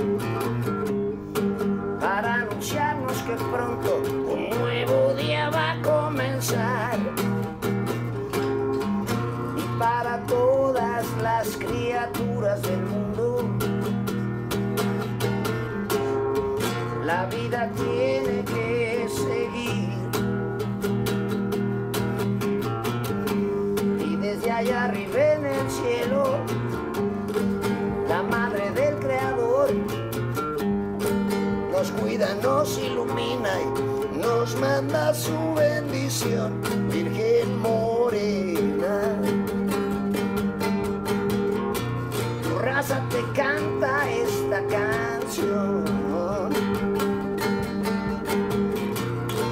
Speaker 1: para anunciarnos que pronto un nuevo día va a comenzar y para todas las criaturas del mundo. La vida tiene que seguir. Y desde allá arriba en el cielo, la madre del creador nos cuida, nos ilumina y nos manda su bendición, Virgen Morena. Tu raza te canta esta canción.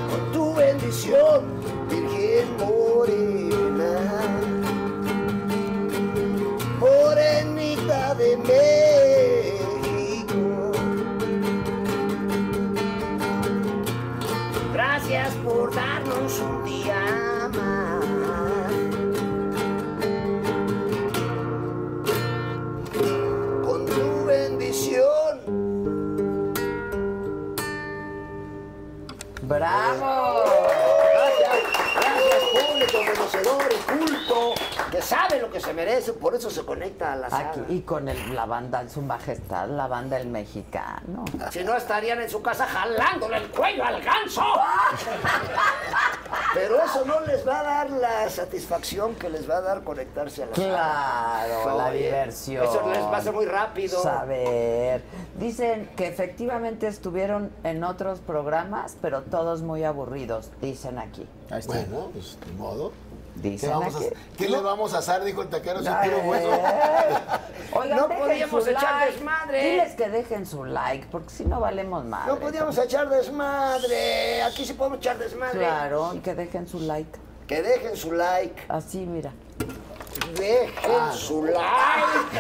Speaker 1: Con tu bendición, Virgen Morena. Morenita de México. Gracias por darnos un día más. Con tu bendición,
Speaker 7: merece, por eso se conecta a la saga.
Speaker 2: Aquí, y con el- la banda, su majestad, la banda El Mexicano.
Speaker 7: Si no, estarían en su casa jalándole el cuello al ganso. Pero eso no les va a dar la satisfacción que les va a dar conectarse a la
Speaker 2: Claro, la
Speaker 7: Oye,
Speaker 2: diversión.
Speaker 7: Eso les pasa muy rápido.
Speaker 2: Saber. Dicen que efectivamente estuvieron en otros programas, pero todos muy aburridos, dicen aquí.
Speaker 8: Bueno, pues de modo.
Speaker 2: Dicen
Speaker 8: ¿Qué, vamos a-
Speaker 2: aquí.
Speaker 8: qué le vamos a hacer? Dijo el taquero sin
Speaker 2: Ay,
Speaker 8: tiro hueso.
Speaker 2: Oigan,
Speaker 7: No
Speaker 2: dejen
Speaker 7: podíamos
Speaker 2: su
Speaker 7: echar
Speaker 2: like.
Speaker 7: desmadre.
Speaker 2: Diles que dejen su like, porque si no valemos más.
Speaker 7: No podíamos echar desmadre. Aquí sí podemos echar desmadre.
Speaker 2: Claro, y que dejen su like.
Speaker 7: Que dejen su like.
Speaker 2: Así, mira.
Speaker 7: Dejen su like.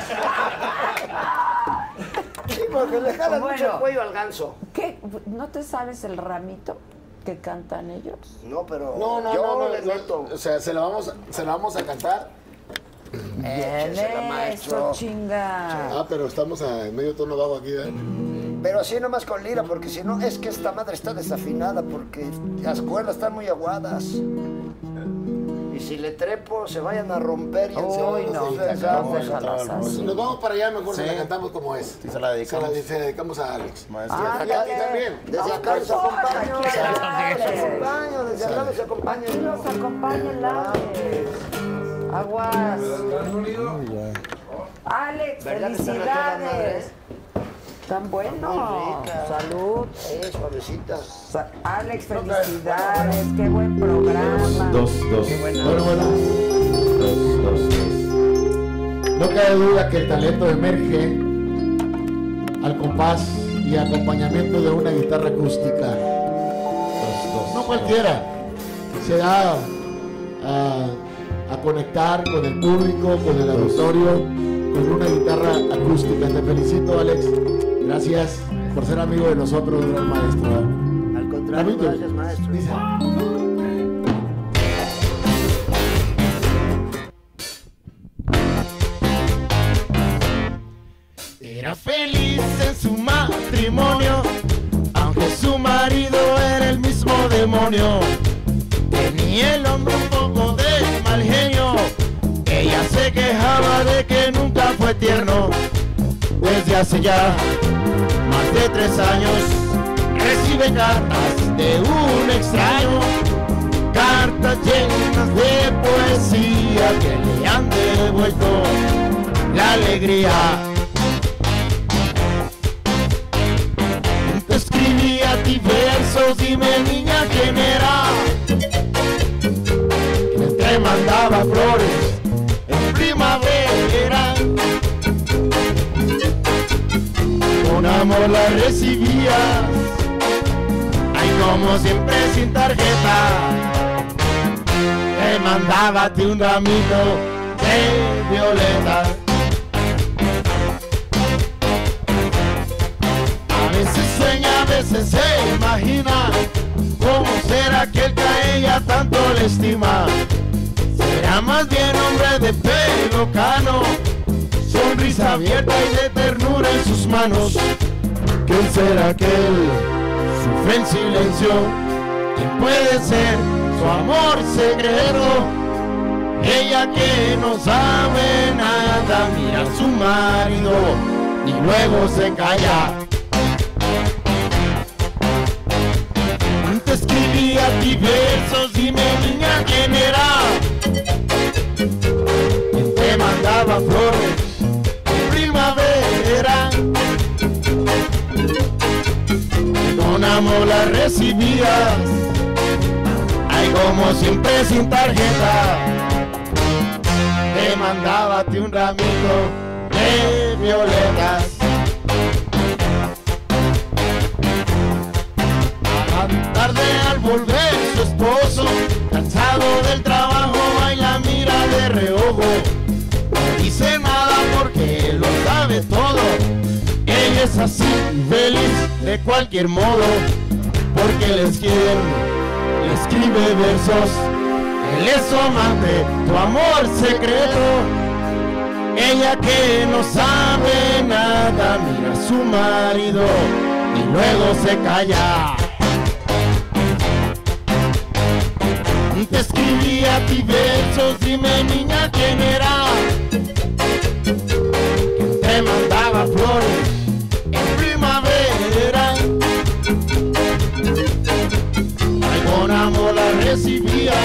Speaker 7: sí, porque le jalan
Speaker 2: Bueno.
Speaker 7: mucho el cuello al ganso.
Speaker 2: ¿Qué? ¿No te sabes el ramito que cantan ellos?
Speaker 7: No, pero
Speaker 8: No, no,
Speaker 7: yo
Speaker 8: no, no,
Speaker 7: les
Speaker 8: no,
Speaker 7: meto.
Speaker 8: O sea, se la vamos, a- se la vamos a cantar.
Speaker 2: Bien,
Speaker 7: Échensela, maestro.
Speaker 2: eso, chinga.
Speaker 8: Ah, pero estamos a en medio tono bajo aquí. ¿eh?
Speaker 7: Pero así nomás con lira, porque si no, es que esta madre está desafinada, porque las cuerdas están muy aguadas. Y si le trepo, se vayan a romper y
Speaker 2: Uy,
Speaker 7: entonces
Speaker 2: no,
Speaker 7: nos
Speaker 2: déjalas
Speaker 7: dejamos.
Speaker 8: Pues
Speaker 2: así.
Speaker 8: Nos vamos para allá, mejor se
Speaker 5: Sí.
Speaker 8: la cantamos como es.
Speaker 5: Y se la dedicamos.
Speaker 8: Se la se la dedicamos a Alex.
Speaker 5: Maestro.
Speaker 8: Y a- y a ti también.
Speaker 7: Desde acá los acompaño, desde acá los acompaño, desde acá los acompaño.
Speaker 2: Nos acompañen Alex. Aguas. Alex,
Speaker 7: ¿Verdad que está rica la madre?
Speaker 2: felicidades. Tan bueno.
Speaker 7: Muy rica.
Speaker 2: Salud.
Speaker 7: Eh, suavecitas.
Speaker 2: Sa- Alex, felicidades. Qué buen programa. Qué buena
Speaker 5: Bueno, bueno. Dos, dos, dos. No cabe duda que el talento emerge al compás y acompañamiento de una guitarra acústica. No cualquiera se da a, a conectar con el público, con el auditorio, con una guitarra acústica. Te felicito, Alex. Gracias por ser amigo de nosotros, gran maestro.
Speaker 7: Al contrario,
Speaker 5: Ramito.
Speaker 7: gracias, maestro.
Speaker 5: Dice, Era feliz en su matrimonio, aunque su marido era el mismo demonio. Tenía el hombre un poco de mal genio, ella se quejaba de que nunca fue tierno. Desde hace ya más de tres años, recibe cartas de un extraño, cartas llenas de poesía que le han devuelto la alegría. Te escribí Este a ti versos, dime niña quién era. Quien te mandaba flores en primavera. Con amor la recibías, ay como siempre sin tarjeta. Te mandábate un ramito de violeta. A veces sueña, a veces se imagina cómo será que el que a ella tanto le estima. Será más bien hombre de pelo cano, sonrisa abierta y de ternura en sus manos. ¿Quién será aquel? Sufre en silencio. ¿Quién puede ser su amor secreto? Ella que no sabe nada, mira a su marido y luego se calla. Antes escribía diversos, dime niña quién era. Quien te mandaba flores en primavera. Con amor la recibías, ay como siempre sin tarjeta. Te mandábate un ramito de violetas. Tan tarde al volver su esposo, cansado del trabajo, baila, mira de reojo. No dice nada porque lo sabe todo. Ella es así, feliz de cualquier modo, porque les quiere, le escribe versos. Él es su amante, tu amor secreto. Ella que no sabe nada, mira a su marido y luego se calla. Te escribí a ti versos, dime niña quién era. Quien te mandaba flores en primavera. Ay, con amor la recibías,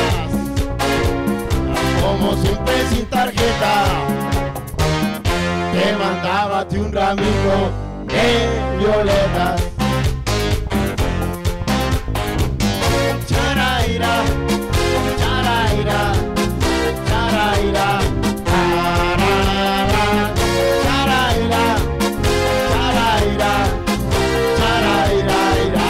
Speaker 5: como siempre sin tarjeta. Te mandaba a ti un ramito de violetas. Charaira, charaira, charaira, charara, charaira, charaira, charaira.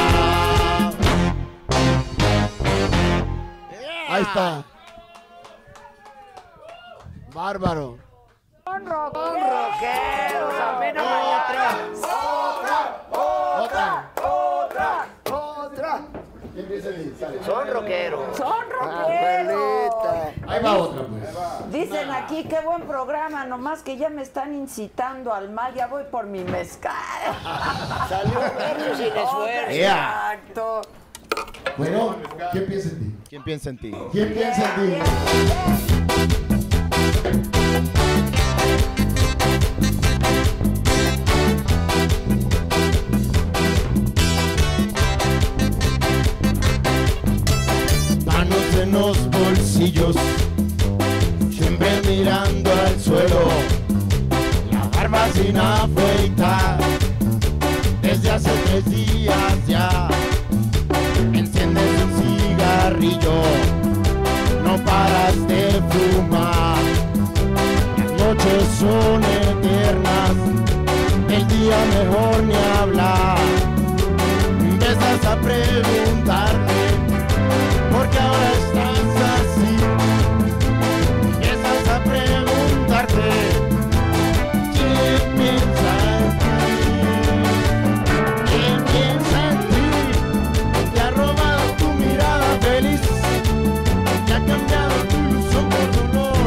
Speaker 8: Ahí está. Bárbaro.
Speaker 2: Con ro- con roqueros, a mí no me llaman.
Speaker 8: Otra.
Speaker 7: Otra, otra. Son rockeros.
Speaker 8: Ah,
Speaker 2: Son roqueros.
Speaker 5: Ahí va otra, pues.
Speaker 2: Dicen aquí, qué buen programa, nomás que ya me están incitando al mal, ya voy por mi mezcal.
Speaker 7: Salió un perro sin esfuerzo.
Speaker 5: Ea.
Speaker 2: Exacto.
Speaker 8: Bueno, ¿quién piensa en ti?
Speaker 5: ¿Quién piensa en ti?
Speaker 8: ¿Quién piensa en ti?
Speaker 5: manos en los bolsillos, siempre mirando al suelo, la barba sin afeitar, desde hace tres días ya, enciendes un cigarrillo, no paras de fumar, las noches son eternas, el día mejor ni hablar, empiezas a preguntarte porque ahora estás así. Empiezas a preguntarte quién piensa en ti, quién piensa en ti. Te ha robado tu mirada feliz, te ha cambiado tu ilusión por dolor,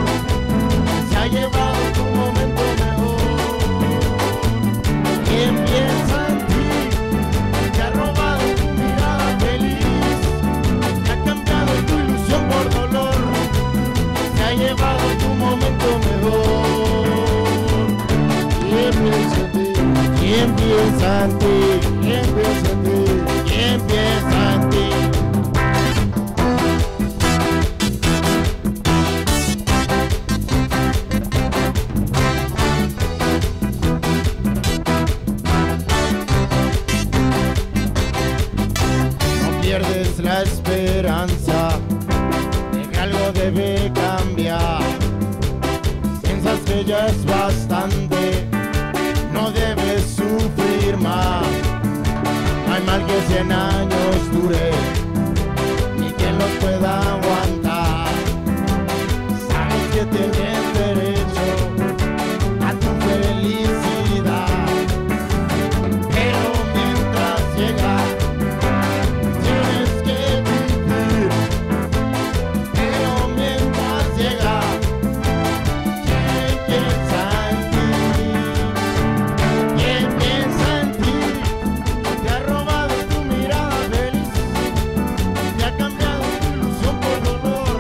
Speaker 5: se ha llevado tu momento mejor. ¿Quién piensa en ti? Te ha robado tu mirada feliz. Te ha cambiado tu ilusión por dolor, te ha llevado tu momento mejor. ¿Quién piensa en ti? ¿Quién piensa en ti? ¿Quién piensa en ti? ¿Quién piensa en ti? No pierdes la esperanza de que algo debe cambiar. Piensas que ya es bastante, no debes sufrir más. No hay mal que 100 años dure, ni quien los pueda aguantar. Sabes que tienes derecho a tu felicidad, pero mientras llega Tienes que vivir, pero mientras llega, ¿quién piensa en ti? ¿Quién piensa en ti? Te ha robado tu mirada feliz, te ha cambiado tu ilusión por dolor,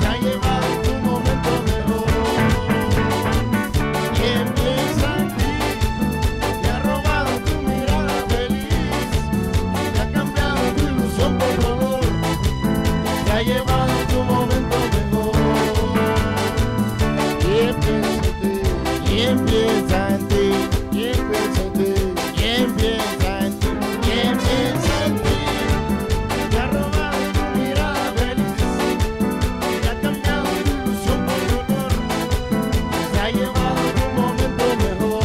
Speaker 5: te ha llevado tu momento mejor. ¿Quién piensa en ti? Te ha robado tu mirada feliz. Te ha cambiado tu ilusión por favor, te ha llevado tu momento mejor. ¿Quién piensa en ti? ¿Quién piensa en ti? ¿Quién piensa en ti? ¿Quién piensa en ti? ¿Quién piensa en ti? Te ha robado tu mirada feliz, te ha cambiado tu ilusión por favor, te ha llevado tu momento mejor.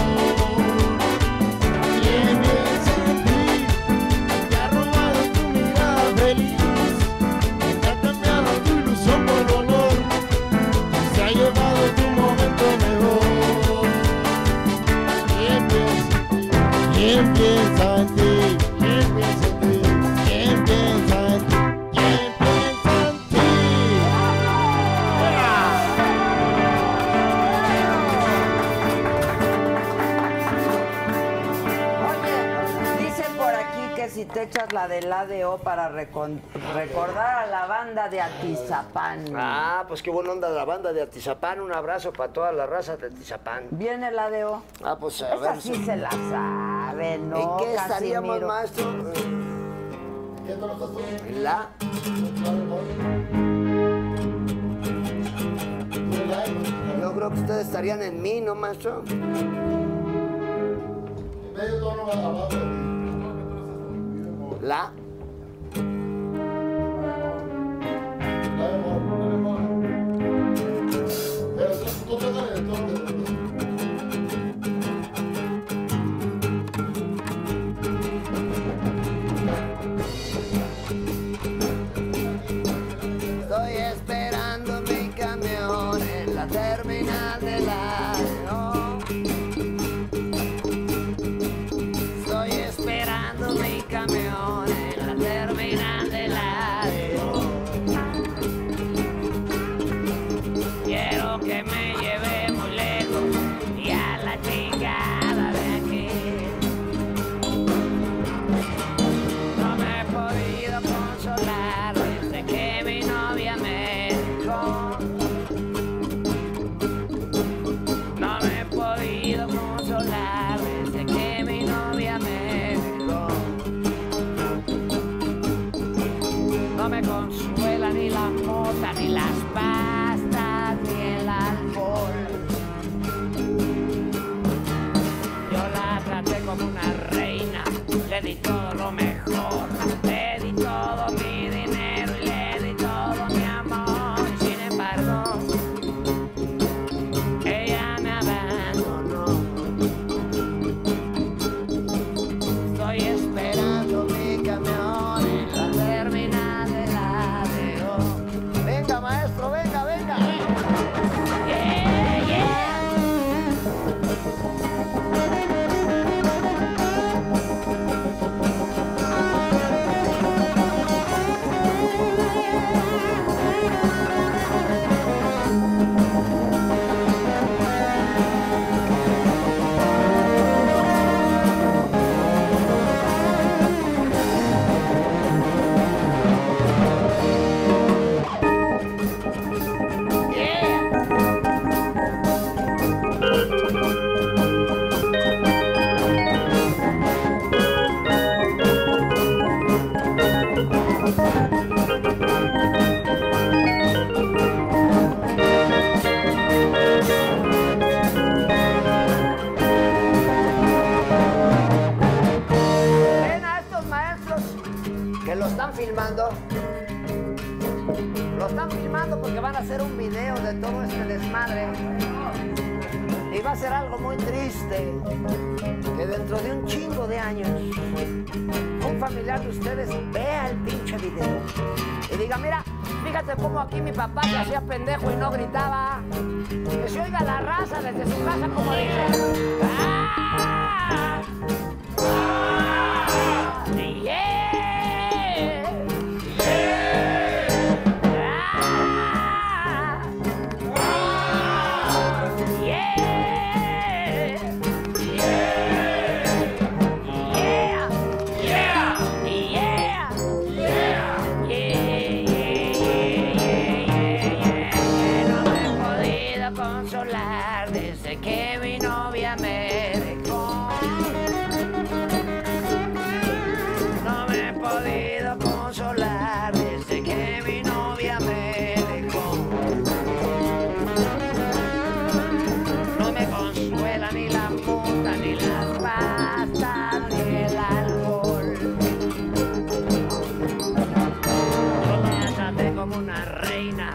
Speaker 5: ¿Quién piensa en ti? Te ha robado tu mirada feliz, te ha cambiado tu ilusión por dolor, se ha llevado tu momento mejor.
Speaker 2: te echas la del ADO para recon- recordar a la banda de Atizapán.
Speaker 7: Ah, pues qué buena onda la banda de Atizapán. Un abrazo para toda la raza de Atizapán.
Speaker 2: Viene el ADO.
Speaker 7: Ah, pues a
Speaker 2: Esa
Speaker 7: ver.
Speaker 2: sí se la sabe, ¿no?
Speaker 7: ¿En qué estaríamos,
Speaker 2: Casimiro?
Speaker 7: maestro? En la. Yo creo que ustedes estarían en mí, ¿no, maestro? La. Estoy esperando mi camión en la terminal de la Estoy esperando mi camión en la terminal de la Quiero que me lleve muy lejos y a la chingada de aquí. No me he podido consolar desde que mi novia me dejó. No me he podido consolar desde que mi novia me dejó. No me consuela ni la mota, ni las pastas, ni el alcohol. Yo la traté como una reina, le di todo lo mejor, le di todo mi dinero y le di todo mi amor. Sin embargo, ella me abandonó. Estoy esperando mi camión en la terminal de la ADO. Venga, maestro, venga, venga. Yeah, yeah. Ven a estos maestros que lo están filmando. Lo están filmando porque van a hacer un video de todo este desmadre. Y va a ser algo muy triste. Que dentro de un chingo de años, un familiar de ustedes vea el pinche video. Y diga, mira, fíjate cómo aquí mi papá se hacía pendejo y no gritaba. Que se oiga la raza desde su casa como dice. "¡Ah! consolar desde que mi novia me dejó. No me he podido consolar desde que mi novia me dejó. No me consuela ni la puta, ni las pastas, ni el alcohol. Yo la traté como una reina,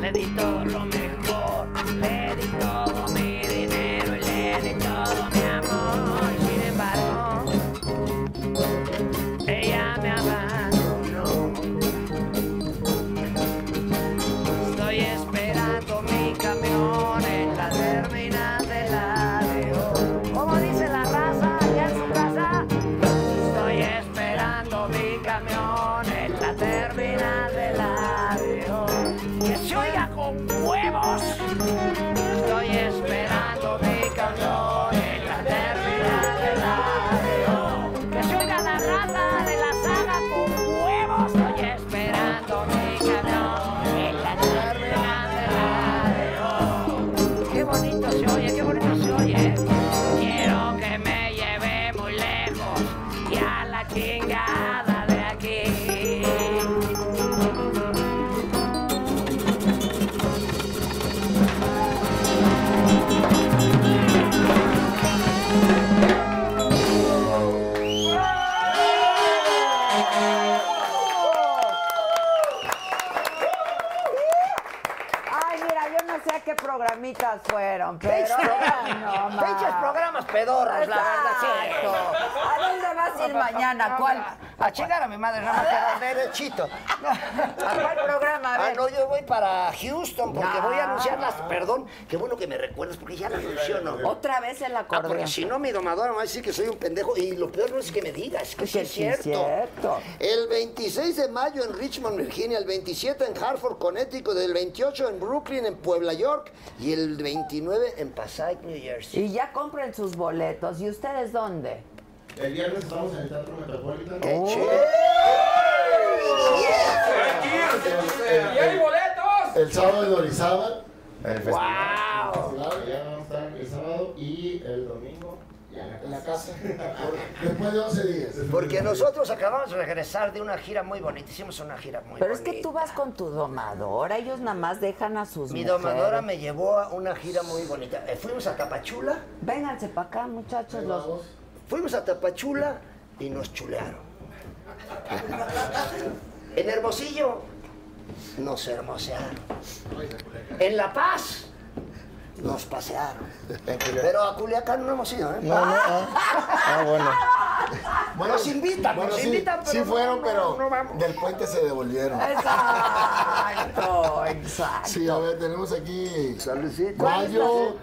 Speaker 7: le di todo lo mejor, le di todo mi dinero y le di todo mi amor. Y Sin embargo, ella me abandonó. Estoy esperando mi camión en la terminal del ADO. ¿Cómo dice la raza allá en su casa? Estoy esperando mi camión en la terminal del ADO. ¡Que se oiga con huevos! Estoy esperando mi camión en la
Speaker 2: pedorras fueron, pero
Speaker 1: Pinches
Speaker 2: eran
Speaker 1: programas-
Speaker 2: nomás.
Speaker 1: pinches programas pedorros, la verdad, sí.
Speaker 2: Exacto. ¿A dónde vas a ir mañana? ¿Cuál?
Speaker 1: A chingar a mi madre, nada más quiero ver el chito.
Speaker 2: ¿A cuál programa? A
Speaker 1: Ah,
Speaker 2: ver.
Speaker 1: no, yo voy para Houston porque
Speaker 2: No.
Speaker 1: voy a anunciar las. Perdón, qué bueno que me recuerdas porque ya las menciono.
Speaker 2: Otra vez el
Speaker 1: Ah, porque
Speaker 2: acordeón.
Speaker 1: si no, mi domadora me va a decir que soy un pendejo. Y lo peor no es que me diga, es que
Speaker 2: Pues
Speaker 1: sí es cierto.
Speaker 2: cierto.
Speaker 1: El 26 de mayo en Richmond, Virginia. El 27 en Hartford, Connecticut. El 28 en Brooklyn, en Puebla, York. Y el 29 en Passaic, New Jersey.
Speaker 2: Y ya compren sus boletos. ¿Y ustedes dónde?
Speaker 5: El viernes estamos en el Teatro Metropolitano.
Speaker 1: ¡Qué
Speaker 5: Oh.
Speaker 1: chido!
Speaker 4: ¡Y hay boletos!
Speaker 8: El sábado en Orizaba.
Speaker 5: El festival. Festival, Ya vamos a estar el sábado y el domingo. ya en la
Speaker 8: En
Speaker 5: casa.
Speaker 8: la casa. Después de 11 días.
Speaker 1: Porque nosotros acabamos de regresar de una gira muy bonita. Hicimos una gira muy
Speaker 2: Pero es
Speaker 1: bonita.
Speaker 2: que tú vas con tu domadora, ellos nada más dejan a sus
Speaker 1: Mi
Speaker 2: mujeres.
Speaker 1: domadora me llevó a una gira muy bonita. Eh, Fuimos a Tapachula.
Speaker 2: Vénganse para acá, muchachos, los...
Speaker 1: Fuimos a Tapachula y nos chulearon. En Hermosillo nos hermosearon. En La Paz nos pasearon. Pero a Culiacán no hemos ido, ¿eh?
Speaker 8: No, no, ah, ah, bueno. Bueno,
Speaker 1: Nos invitan,
Speaker 8: bueno,
Speaker 1: nos
Speaker 8: sí,
Speaker 1: invitan, pero
Speaker 8: sí
Speaker 1: no,
Speaker 8: fueron,
Speaker 1: no,
Speaker 8: pero
Speaker 1: no vamos.
Speaker 8: del puente se devolvieron.
Speaker 2: Exacto, exacto.
Speaker 8: Sí, a ver, tenemos aquí.
Speaker 1: Salucita.
Speaker 8: Mayo.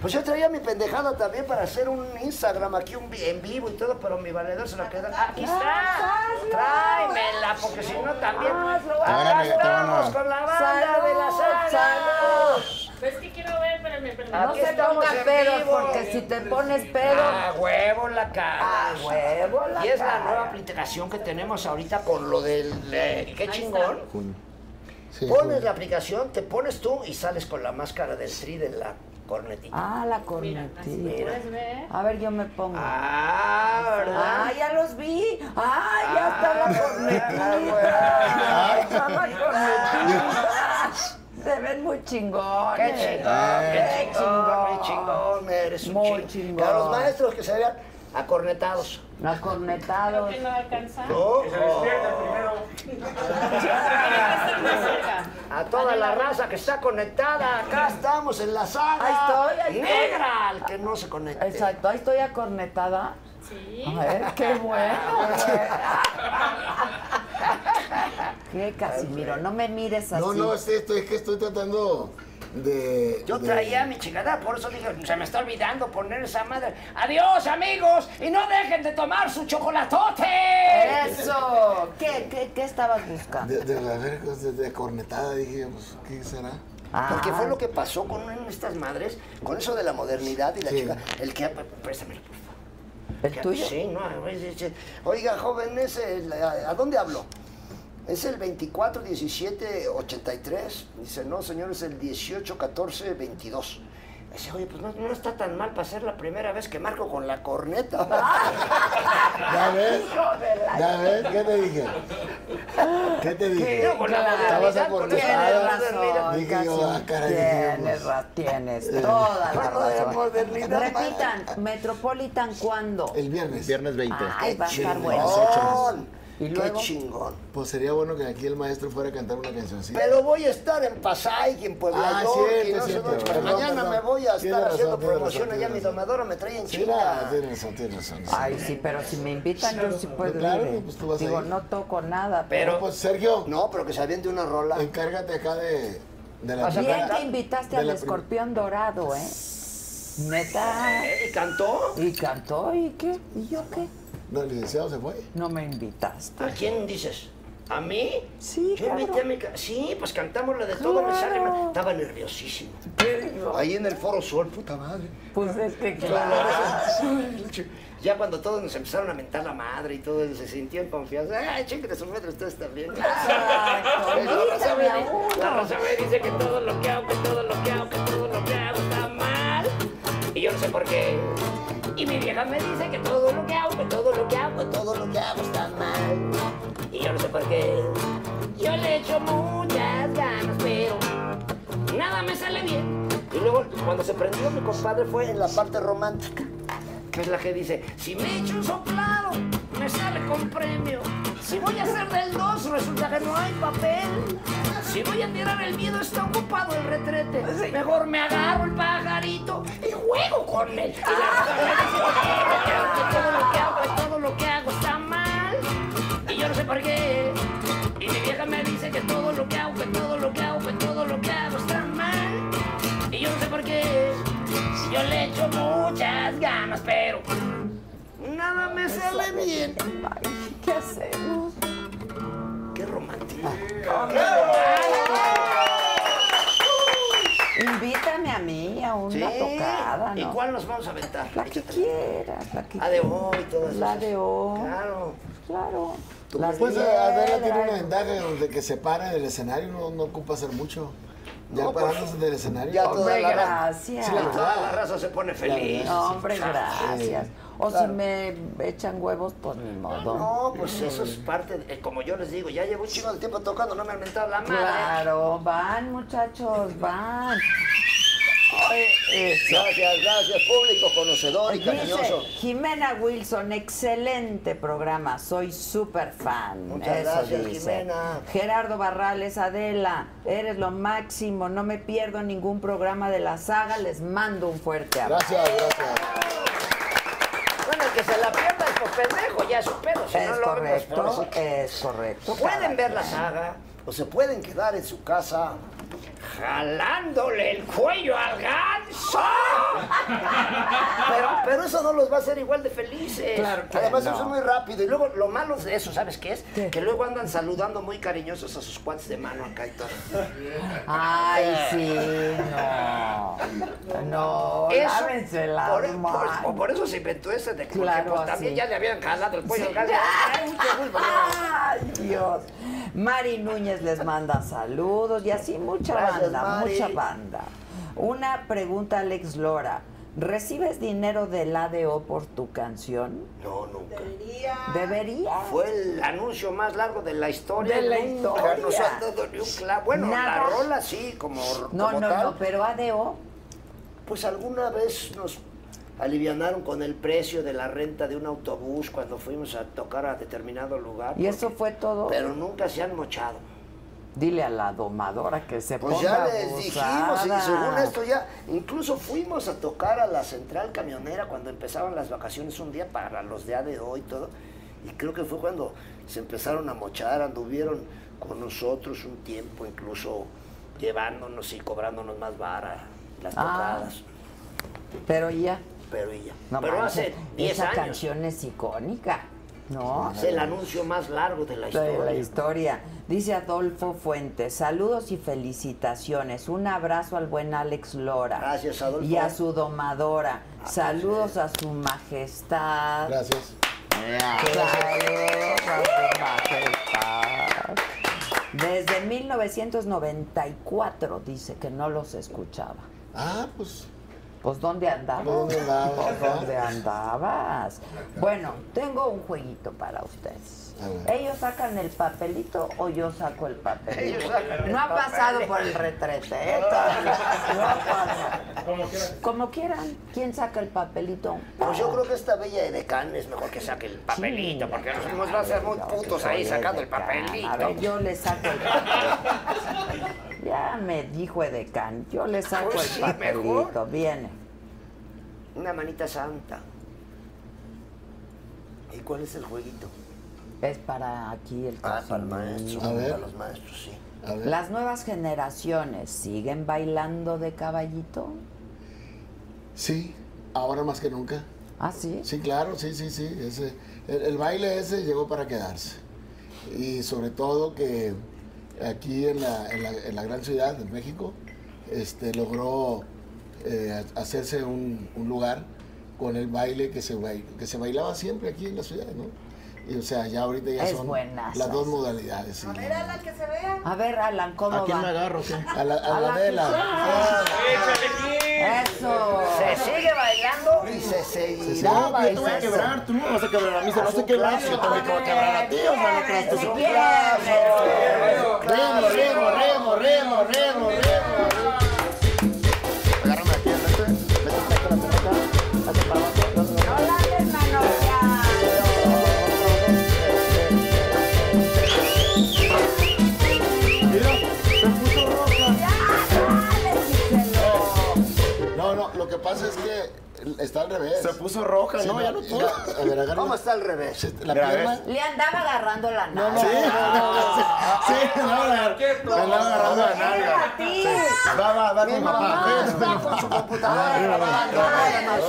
Speaker 1: Pues yo traía mi pendejada también para hacer un Instagram aquí un vi- en vivo y todo, pero mi valedor se la queda.
Speaker 7: Ah,
Speaker 1: Aquí
Speaker 2: Ah,
Speaker 1: está. Tráemela, porque si no también.
Speaker 5: van a
Speaker 1: Acá
Speaker 5: regalar, te van a-
Speaker 1: estamos con la banda
Speaker 2: Salud,
Speaker 1: de la saga.
Speaker 2: salud.
Speaker 9: Es que quiero ver, espérame, espérame.
Speaker 2: No
Speaker 1: Aquí
Speaker 2: se
Speaker 1: estamos
Speaker 2: pongan
Speaker 1: en
Speaker 2: pedos,
Speaker 1: vivo.
Speaker 2: porque si te pones pedo...
Speaker 1: A Ah, huevo la cara.
Speaker 2: A huevo la
Speaker 1: Y es Ah, la
Speaker 2: cara.
Speaker 1: nueva aplicación que tenemos ahorita con lo del. eh, ¡Qué chingón!
Speaker 8: Sí,
Speaker 1: Pones la aplicación, te pones tú y sales con la máscara del tri de la cornetita.
Speaker 2: Ah, la cornetilla.
Speaker 9: ¿Puedes ver?
Speaker 2: A ver, yo me pongo.
Speaker 1: Ah, ¿verdad?
Speaker 2: Ah, ya los vi. Ah, ya está la cornetita. Ahí está la cornetita. Se ven muy
Speaker 1: ¡Qué
Speaker 2: chingones.
Speaker 5: Ah.
Speaker 1: chingón! ¡Qué chingón! ¡Qué chingón! Eres un
Speaker 2: Muy
Speaker 1: chingón.
Speaker 2: chingón.
Speaker 1: A los maestros que se vean acornetados.
Speaker 2: Los
Speaker 9: Creo
Speaker 2: cornetados.
Speaker 9: que no alcanza.
Speaker 1: ¡Ojo!
Speaker 4: Que se despierta primero.
Speaker 9: Está más cerca.
Speaker 1: A toda la raza que está conectada, acá estamos en la saga
Speaker 2: Ahí estoy, ahí estoy.
Speaker 1: negra, al que no se conecte.
Speaker 2: Exacto, ahí estoy acornetada.
Speaker 9: Sí.
Speaker 2: A ver, qué bueno. Qué Casimiro, no me mires así.
Speaker 8: No, no, es esto, es que estoy tratando de.
Speaker 1: Yo
Speaker 8: de-
Speaker 1: traía mi chingada, por eso dije, se me está olvidando poner esa madre. Adiós, amigos, y no dejen de tomar su chocolatote.
Speaker 2: Eso. ¿Qué, qué, qué estabas buscando?
Speaker 8: De, de la verga, de, de cornetada, dije, pues, ¿qué será?
Speaker 2: Ah.
Speaker 1: Porque fue lo que pasó con una de estas madres, con eso de la modernidad y la
Speaker 8: Sí.
Speaker 1: chica. El que. Préstamelo, por favor.
Speaker 2: ¿El tuyo?
Speaker 1: Sí, no, a veces dice, Oiga, joven, ese, ¿a a dónde habló? Es el 24 17 83. Dice, no, señor, es el 18 14 22. Dice, oye, pues no, no está tan mal para ser la primera vez que marco con la corneta.
Speaker 8: ¿Ya ves? ¿Ya ves? ¿Qué te dije? ¿Qué te dije?
Speaker 1: Yo con la
Speaker 8: Estabas
Speaker 1: modernidad, con esa
Speaker 2: Tienes
Speaker 8: acornetada.
Speaker 2: razón,
Speaker 8: Dije yo, ah,
Speaker 2: Casimiro.
Speaker 8: caray, dije yo, pues". Eh,
Speaker 2: Tienes razón, tienes toda la
Speaker 1: Vamos de
Speaker 2: razón.
Speaker 1: modernidad,
Speaker 2: Repitan, Metropolitan, ¿cuándo?
Speaker 8: El viernes.
Speaker 5: Viernes 20.
Speaker 2: Ay, va a estar
Speaker 8: chingón.
Speaker 2: bueno.
Speaker 1: ¡Chingón!
Speaker 2: ¿Y
Speaker 1: ¡Qué
Speaker 2: luego?
Speaker 1: chingón!
Speaker 8: Pues sería bueno que aquí el maestro fuera a cantar una cancioncita.
Speaker 1: Pero voy a estar en Pasay, en Puebla
Speaker 8: Ah,
Speaker 1: York, y
Speaker 8: cierto,
Speaker 1: no sé
Speaker 8: cierto,
Speaker 1: dónde, pero
Speaker 8: perdón,
Speaker 1: mañana
Speaker 8: perdón.
Speaker 1: me voy a
Speaker 8: Tiene
Speaker 1: estar haciendo
Speaker 8: razón, tiene
Speaker 1: promociones,
Speaker 8: razón,
Speaker 1: ya
Speaker 8: tiene
Speaker 1: mi
Speaker 8: razón.
Speaker 1: domadora me trae en
Speaker 8: Sí, nada,
Speaker 1: chinga.
Speaker 8: tienes razón, tienes razón.
Speaker 2: Ay, sí, pero si me invitan, yo sí puedo
Speaker 8: Claro,
Speaker 2: ir, ¿eh?
Speaker 8: pues tú vas a
Speaker 2: Digo,
Speaker 8: ir.
Speaker 2: no toco nada,
Speaker 8: No,
Speaker 1: Pero-
Speaker 8: pues Sergio,
Speaker 1: No, pero que se aviente una rola.
Speaker 8: encárgate acá de, de la
Speaker 1: Vas a
Speaker 8: primera-
Speaker 2: Bien que invitaste
Speaker 8: de
Speaker 2: al
Speaker 8: la prim-
Speaker 2: escorpión dorado, ¿eh? Neta.
Speaker 1: ¿Eh? ¿Y cantó?
Speaker 2: Y cantó, ¿y qué? ¿Y yo qué?
Speaker 8: No, el licenciado se fue.
Speaker 2: No me invitaste.
Speaker 1: ¿A quién dices? ¿A mí?
Speaker 2: Sí,
Speaker 1: Yo invité a mi ca- Sí, pues cantamos la de todo, me sale mal. Estaba nerviosísimo. Ahí en el Foro Sol, puta madre.
Speaker 2: Pues es que claro.
Speaker 1: Ya cuando todos nos empezaron a mentar la madre y todos se sintió en confianza. ¡Ay, chingue su madre, ustedes también! La raza me di- la raza me dice que todo lo que hago, que todo lo que hago, que todo lo que hago está mal. Y yo no sé por qué. Y mi vieja me dice que todo lo que hago, que todo lo que hago, que todo lo que hago está mal. Y yo no sé por qué. Yo le echo muchas ganas, pero nada me sale bien. Y luego, cuando se prendió mi compadre, fue en la parte romántica. que es la que dice, si me echo un soplado, me sale con premio. Si voy a hacer del 2, resulta que no hay papel. Si voy a tirar el miedo, está ocupado el retrete. Mejor me agarro el pajarito y juego con él. Y la otra me dice, todo lo que hago, todo lo que hago está mal. Y yo no sé por qué. Y mi vieja me dice que todo lo que hago, que todo lo que hago, que todo lo que hago está mal. Y yo no sé por qué. Si yo le echo muchas ganas, pero nada me sale bien.
Speaker 2: ¿Qué hacemos?
Speaker 1: Qué romántico.
Speaker 2: Invítame a mí a una tocada, ¿no?
Speaker 1: ¿Y cuál nos vamos a aventar?
Speaker 2: La que quieras, la que
Speaker 1: La de hoy, todas
Speaker 2: La
Speaker 1: esas.
Speaker 2: de hoy.
Speaker 1: Claro. eh,
Speaker 2: Claro. Las
Speaker 8: Después
Speaker 2: piedras,
Speaker 8: Adela tiene una ventaja donde que se pare del escenario, no, no ocupa hacer mucho. Ya
Speaker 1: No, pues,
Speaker 8: parándose del escenario.
Speaker 1: ya
Speaker 2: Hombre,
Speaker 1: toda la-
Speaker 2: gracias.
Speaker 8: Sí, la
Speaker 1: Y toda la raza se pone feliz.
Speaker 2: No, hombre, gracias. O si
Speaker 1: Claro.
Speaker 2: me echan huevos, pues ni modo.
Speaker 1: No, pues eso es parte, de- como yo les digo, ya llevo un chingo de tiempo tocando, no me han mentado la madre.
Speaker 2: Claro, van muchachos, van. Oye, eso.
Speaker 7: Gracias, gracias, público conocedor y
Speaker 2: Dice,
Speaker 7: cariñoso.
Speaker 2: Jimena Wilson, excelente programa, soy súper fan.
Speaker 7: Muchas
Speaker 2: Eso
Speaker 7: gracias,
Speaker 2: dice.
Speaker 7: Jimena.
Speaker 2: Gerardo Barrales, Adela, eres lo máximo, no me pierdo ningún programa de la saga, les mando un fuerte abrazo.
Speaker 8: Gracias, gracias.
Speaker 1: Bueno, el que se la pierda es por pendejo, ya es un pedo. Si no
Speaker 2: es
Speaker 1: lo vemos,
Speaker 2: correcto,
Speaker 1: pues,
Speaker 2: es correcto.
Speaker 1: Pueden
Speaker 2: cada
Speaker 1: ver la
Speaker 2: quien.
Speaker 1: saga
Speaker 7: O se pueden quedar en su casa.
Speaker 1: jalándole el cuello al ganso.
Speaker 7: Pero, pero eso no los va a hacer igual de
Speaker 1: Felices.
Speaker 2: Claro que
Speaker 7: Además,
Speaker 2: no.
Speaker 7: eso
Speaker 1: son
Speaker 7: es
Speaker 1: muy
Speaker 7: muy
Speaker 1: rápido. Y luego, lo malo de eso, ¿sabes qué es? Que luego andan saludando muy cariñosos a sus cuates de mano acá y todo.
Speaker 2: Ay, sí, no. No,
Speaker 1: Eso,
Speaker 2: lávense la
Speaker 1: por,
Speaker 2: mano.
Speaker 1: por- por eso se inventó ese de
Speaker 2: Claro,
Speaker 1: porque, pues, también
Speaker 2: sí.
Speaker 1: ya le habían jalado el cuello al ganso. Ay,
Speaker 2: Ay,
Speaker 1: qué gusto, no.
Speaker 2: Dios. Mari Núñez les manda saludos y así mucha
Speaker 7: Gracias,
Speaker 2: banda,
Speaker 7: Mari.
Speaker 2: mucha banda. Una pregunta, Alex Lora. ¿Recibes dinero del ADO por tu canción?
Speaker 1: No, nunca.
Speaker 2: Debería.
Speaker 1: Fue el anuncio más largo de la historia.
Speaker 2: De la
Speaker 1: Nunca
Speaker 2: historia.
Speaker 1: Nos han dado ni un clavo. Bueno,
Speaker 2: Nada.
Speaker 1: la rola sí, como,
Speaker 2: No,
Speaker 1: como
Speaker 2: no,
Speaker 1: tal.
Speaker 2: no, pero ADO.
Speaker 1: Pues alguna vez nos alivianaron con el precio de la renta de un autobús cuando fuimos a tocar a determinado lugar.
Speaker 2: Y eso fue todo.
Speaker 1: Pero nunca se han mochado.
Speaker 2: Dile a la domadora que se
Speaker 7: Pues
Speaker 2: ponga
Speaker 7: ya les dijimos,
Speaker 2: abusada.
Speaker 7: y según esto ya, incluso fuimos a tocar a la central camionera cuando empezaban las vacaciones un día para los de ADO y todo, y creo que fue cuando se empezaron a mochar, anduvieron con nosotros un tiempo, incluso llevándonos y cobrándonos más vara las
Speaker 2: Ah.
Speaker 7: tocadas,
Speaker 2: Pero ya.
Speaker 7: pero y ya.
Speaker 2: No
Speaker 1: Pero
Speaker 2: manches,
Speaker 1: hace 10
Speaker 2: Esa
Speaker 1: años.
Speaker 2: canción es icónica, ¿no?
Speaker 1: Es el anuncio más largo de la
Speaker 2: de
Speaker 1: historia.
Speaker 2: la historia. Dice Adolfo Fuentes, saludos y felicitaciones. Un abrazo al buen Alex Lora.
Speaker 7: Gracias, Adolfo. Ah, pues,
Speaker 2: Y a su domadora. saludos a su majestad.
Speaker 8: Gracias.
Speaker 2: Saludos a su majestad. Desde 1994 dice que no los escuchaba.
Speaker 8: Ah, pues.
Speaker 2: Pues ¿dónde andabas?
Speaker 8: ¿Dónde andabas?
Speaker 2: Pues, ¿Dónde andabas? Bueno, tengo un jueguito para ustedes.
Speaker 8: A ver.
Speaker 2: ¿Ellos sacan el papelito o yo saco el papelito?
Speaker 1: Ellos sacan el
Speaker 2: no ha
Speaker 1: papel.
Speaker 2: pasado por el retrete, ¿eh? Todavía. No ha pasado. Como quieran. ¿Quién saca el papelito?
Speaker 1: Pues yo creo que esta bella edecán es mejor que saque el papelito, porque
Speaker 2: Sí,
Speaker 1: nos va a hacer muy
Speaker 2: no,
Speaker 1: putos
Speaker 2: que
Speaker 1: ahí
Speaker 2: soy
Speaker 1: sacando el
Speaker 2: edecán.
Speaker 1: papelito.
Speaker 2: A ver, yo le saco el papelito. ya me dijo Edecán. Yo le saco
Speaker 1: Pues
Speaker 2: el
Speaker 1: sí,
Speaker 2: papelito.
Speaker 1: mejor.
Speaker 2: Viene.
Speaker 1: Una manita santa. ¿Y cuál es el jueguito?
Speaker 2: Es para aquí el
Speaker 1: Ah, para
Speaker 2: Casimiro.
Speaker 1: el maestro.
Speaker 8: A ver.
Speaker 1: Para los maestros, sí.
Speaker 8: A ver.
Speaker 2: ¿Las nuevas generaciones siguen bailando de caballito?
Speaker 8: Sí, ahora más que nunca.
Speaker 2: ¿Ah, sí?
Speaker 8: Sí, claro, sí, sí, sí. Ese, el, el baile ese llegó para quedarse. Y sobre todo que aquí en la, en la, en la gran ciudad de México este, logró eh, hacerse un, un lugar con el baile que se, bail- que se bailaba siempre aquí en la ciudad, ¿no? Y, o sea, ya ahorita ya
Speaker 2: Es
Speaker 8: son
Speaker 2: buenazo.
Speaker 8: las dos modalidades. sí.
Speaker 6: A ver, a la que se vea.
Speaker 2: A ver, Alan, ¿cómo
Speaker 5: ¿A quién
Speaker 2: va?
Speaker 5: me agarro? o ¿Qué?
Speaker 8: A la, a la
Speaker 2: A la
Speaker 8: vela.
Speaker 4: Échale
Speaker 2: ¡Eso!
Speaker 1: Se sigue bailando
Speaker 7: Y
Speaker 8: Sí,
Speaker 7: se
Speaker 8: sí.
Speaker 7: seguirá
Speaker 5: Yo te voy a
Speaker 7: bailando.
Speaker 5: quebrar, tú no me vas a quebrar a mí, se me vas a quebrar, yo te voy a quebrar a ti, o sea, no creas que es un Remo, remo, remo, remo, remo, remo.
Speaker 7: Agárrame aquí, vete, vete, vete, vete, vete, vete para abajo, vete para abajo.
Speaker 8: está al revés.
Speaker 10: Se puso roja,
Speaker 8: Sí,
Speaker 10: ¿no? Ya no pudo.
Speaker 8: A ver, agarra- Este,
Speaker 1: ¿Cómo está al revés?
Speaker 8: La
Speaker 10: Mira,
Speaker 8: pierna-
Speaker 10: ¿ves?
Speaker 2: Le andaba agarrando la nalga.
Speaker 8: no,
Speaker 10: Sí, no, la- me la agarrando la nalga.
Speaker 2: a ti.
Speaker 10: Va, va, va con papá.
Speaker 1: Está con su computadora.
Speaker 2: Ay, ay,
Speaker 1: no,
Speaker 8: sí,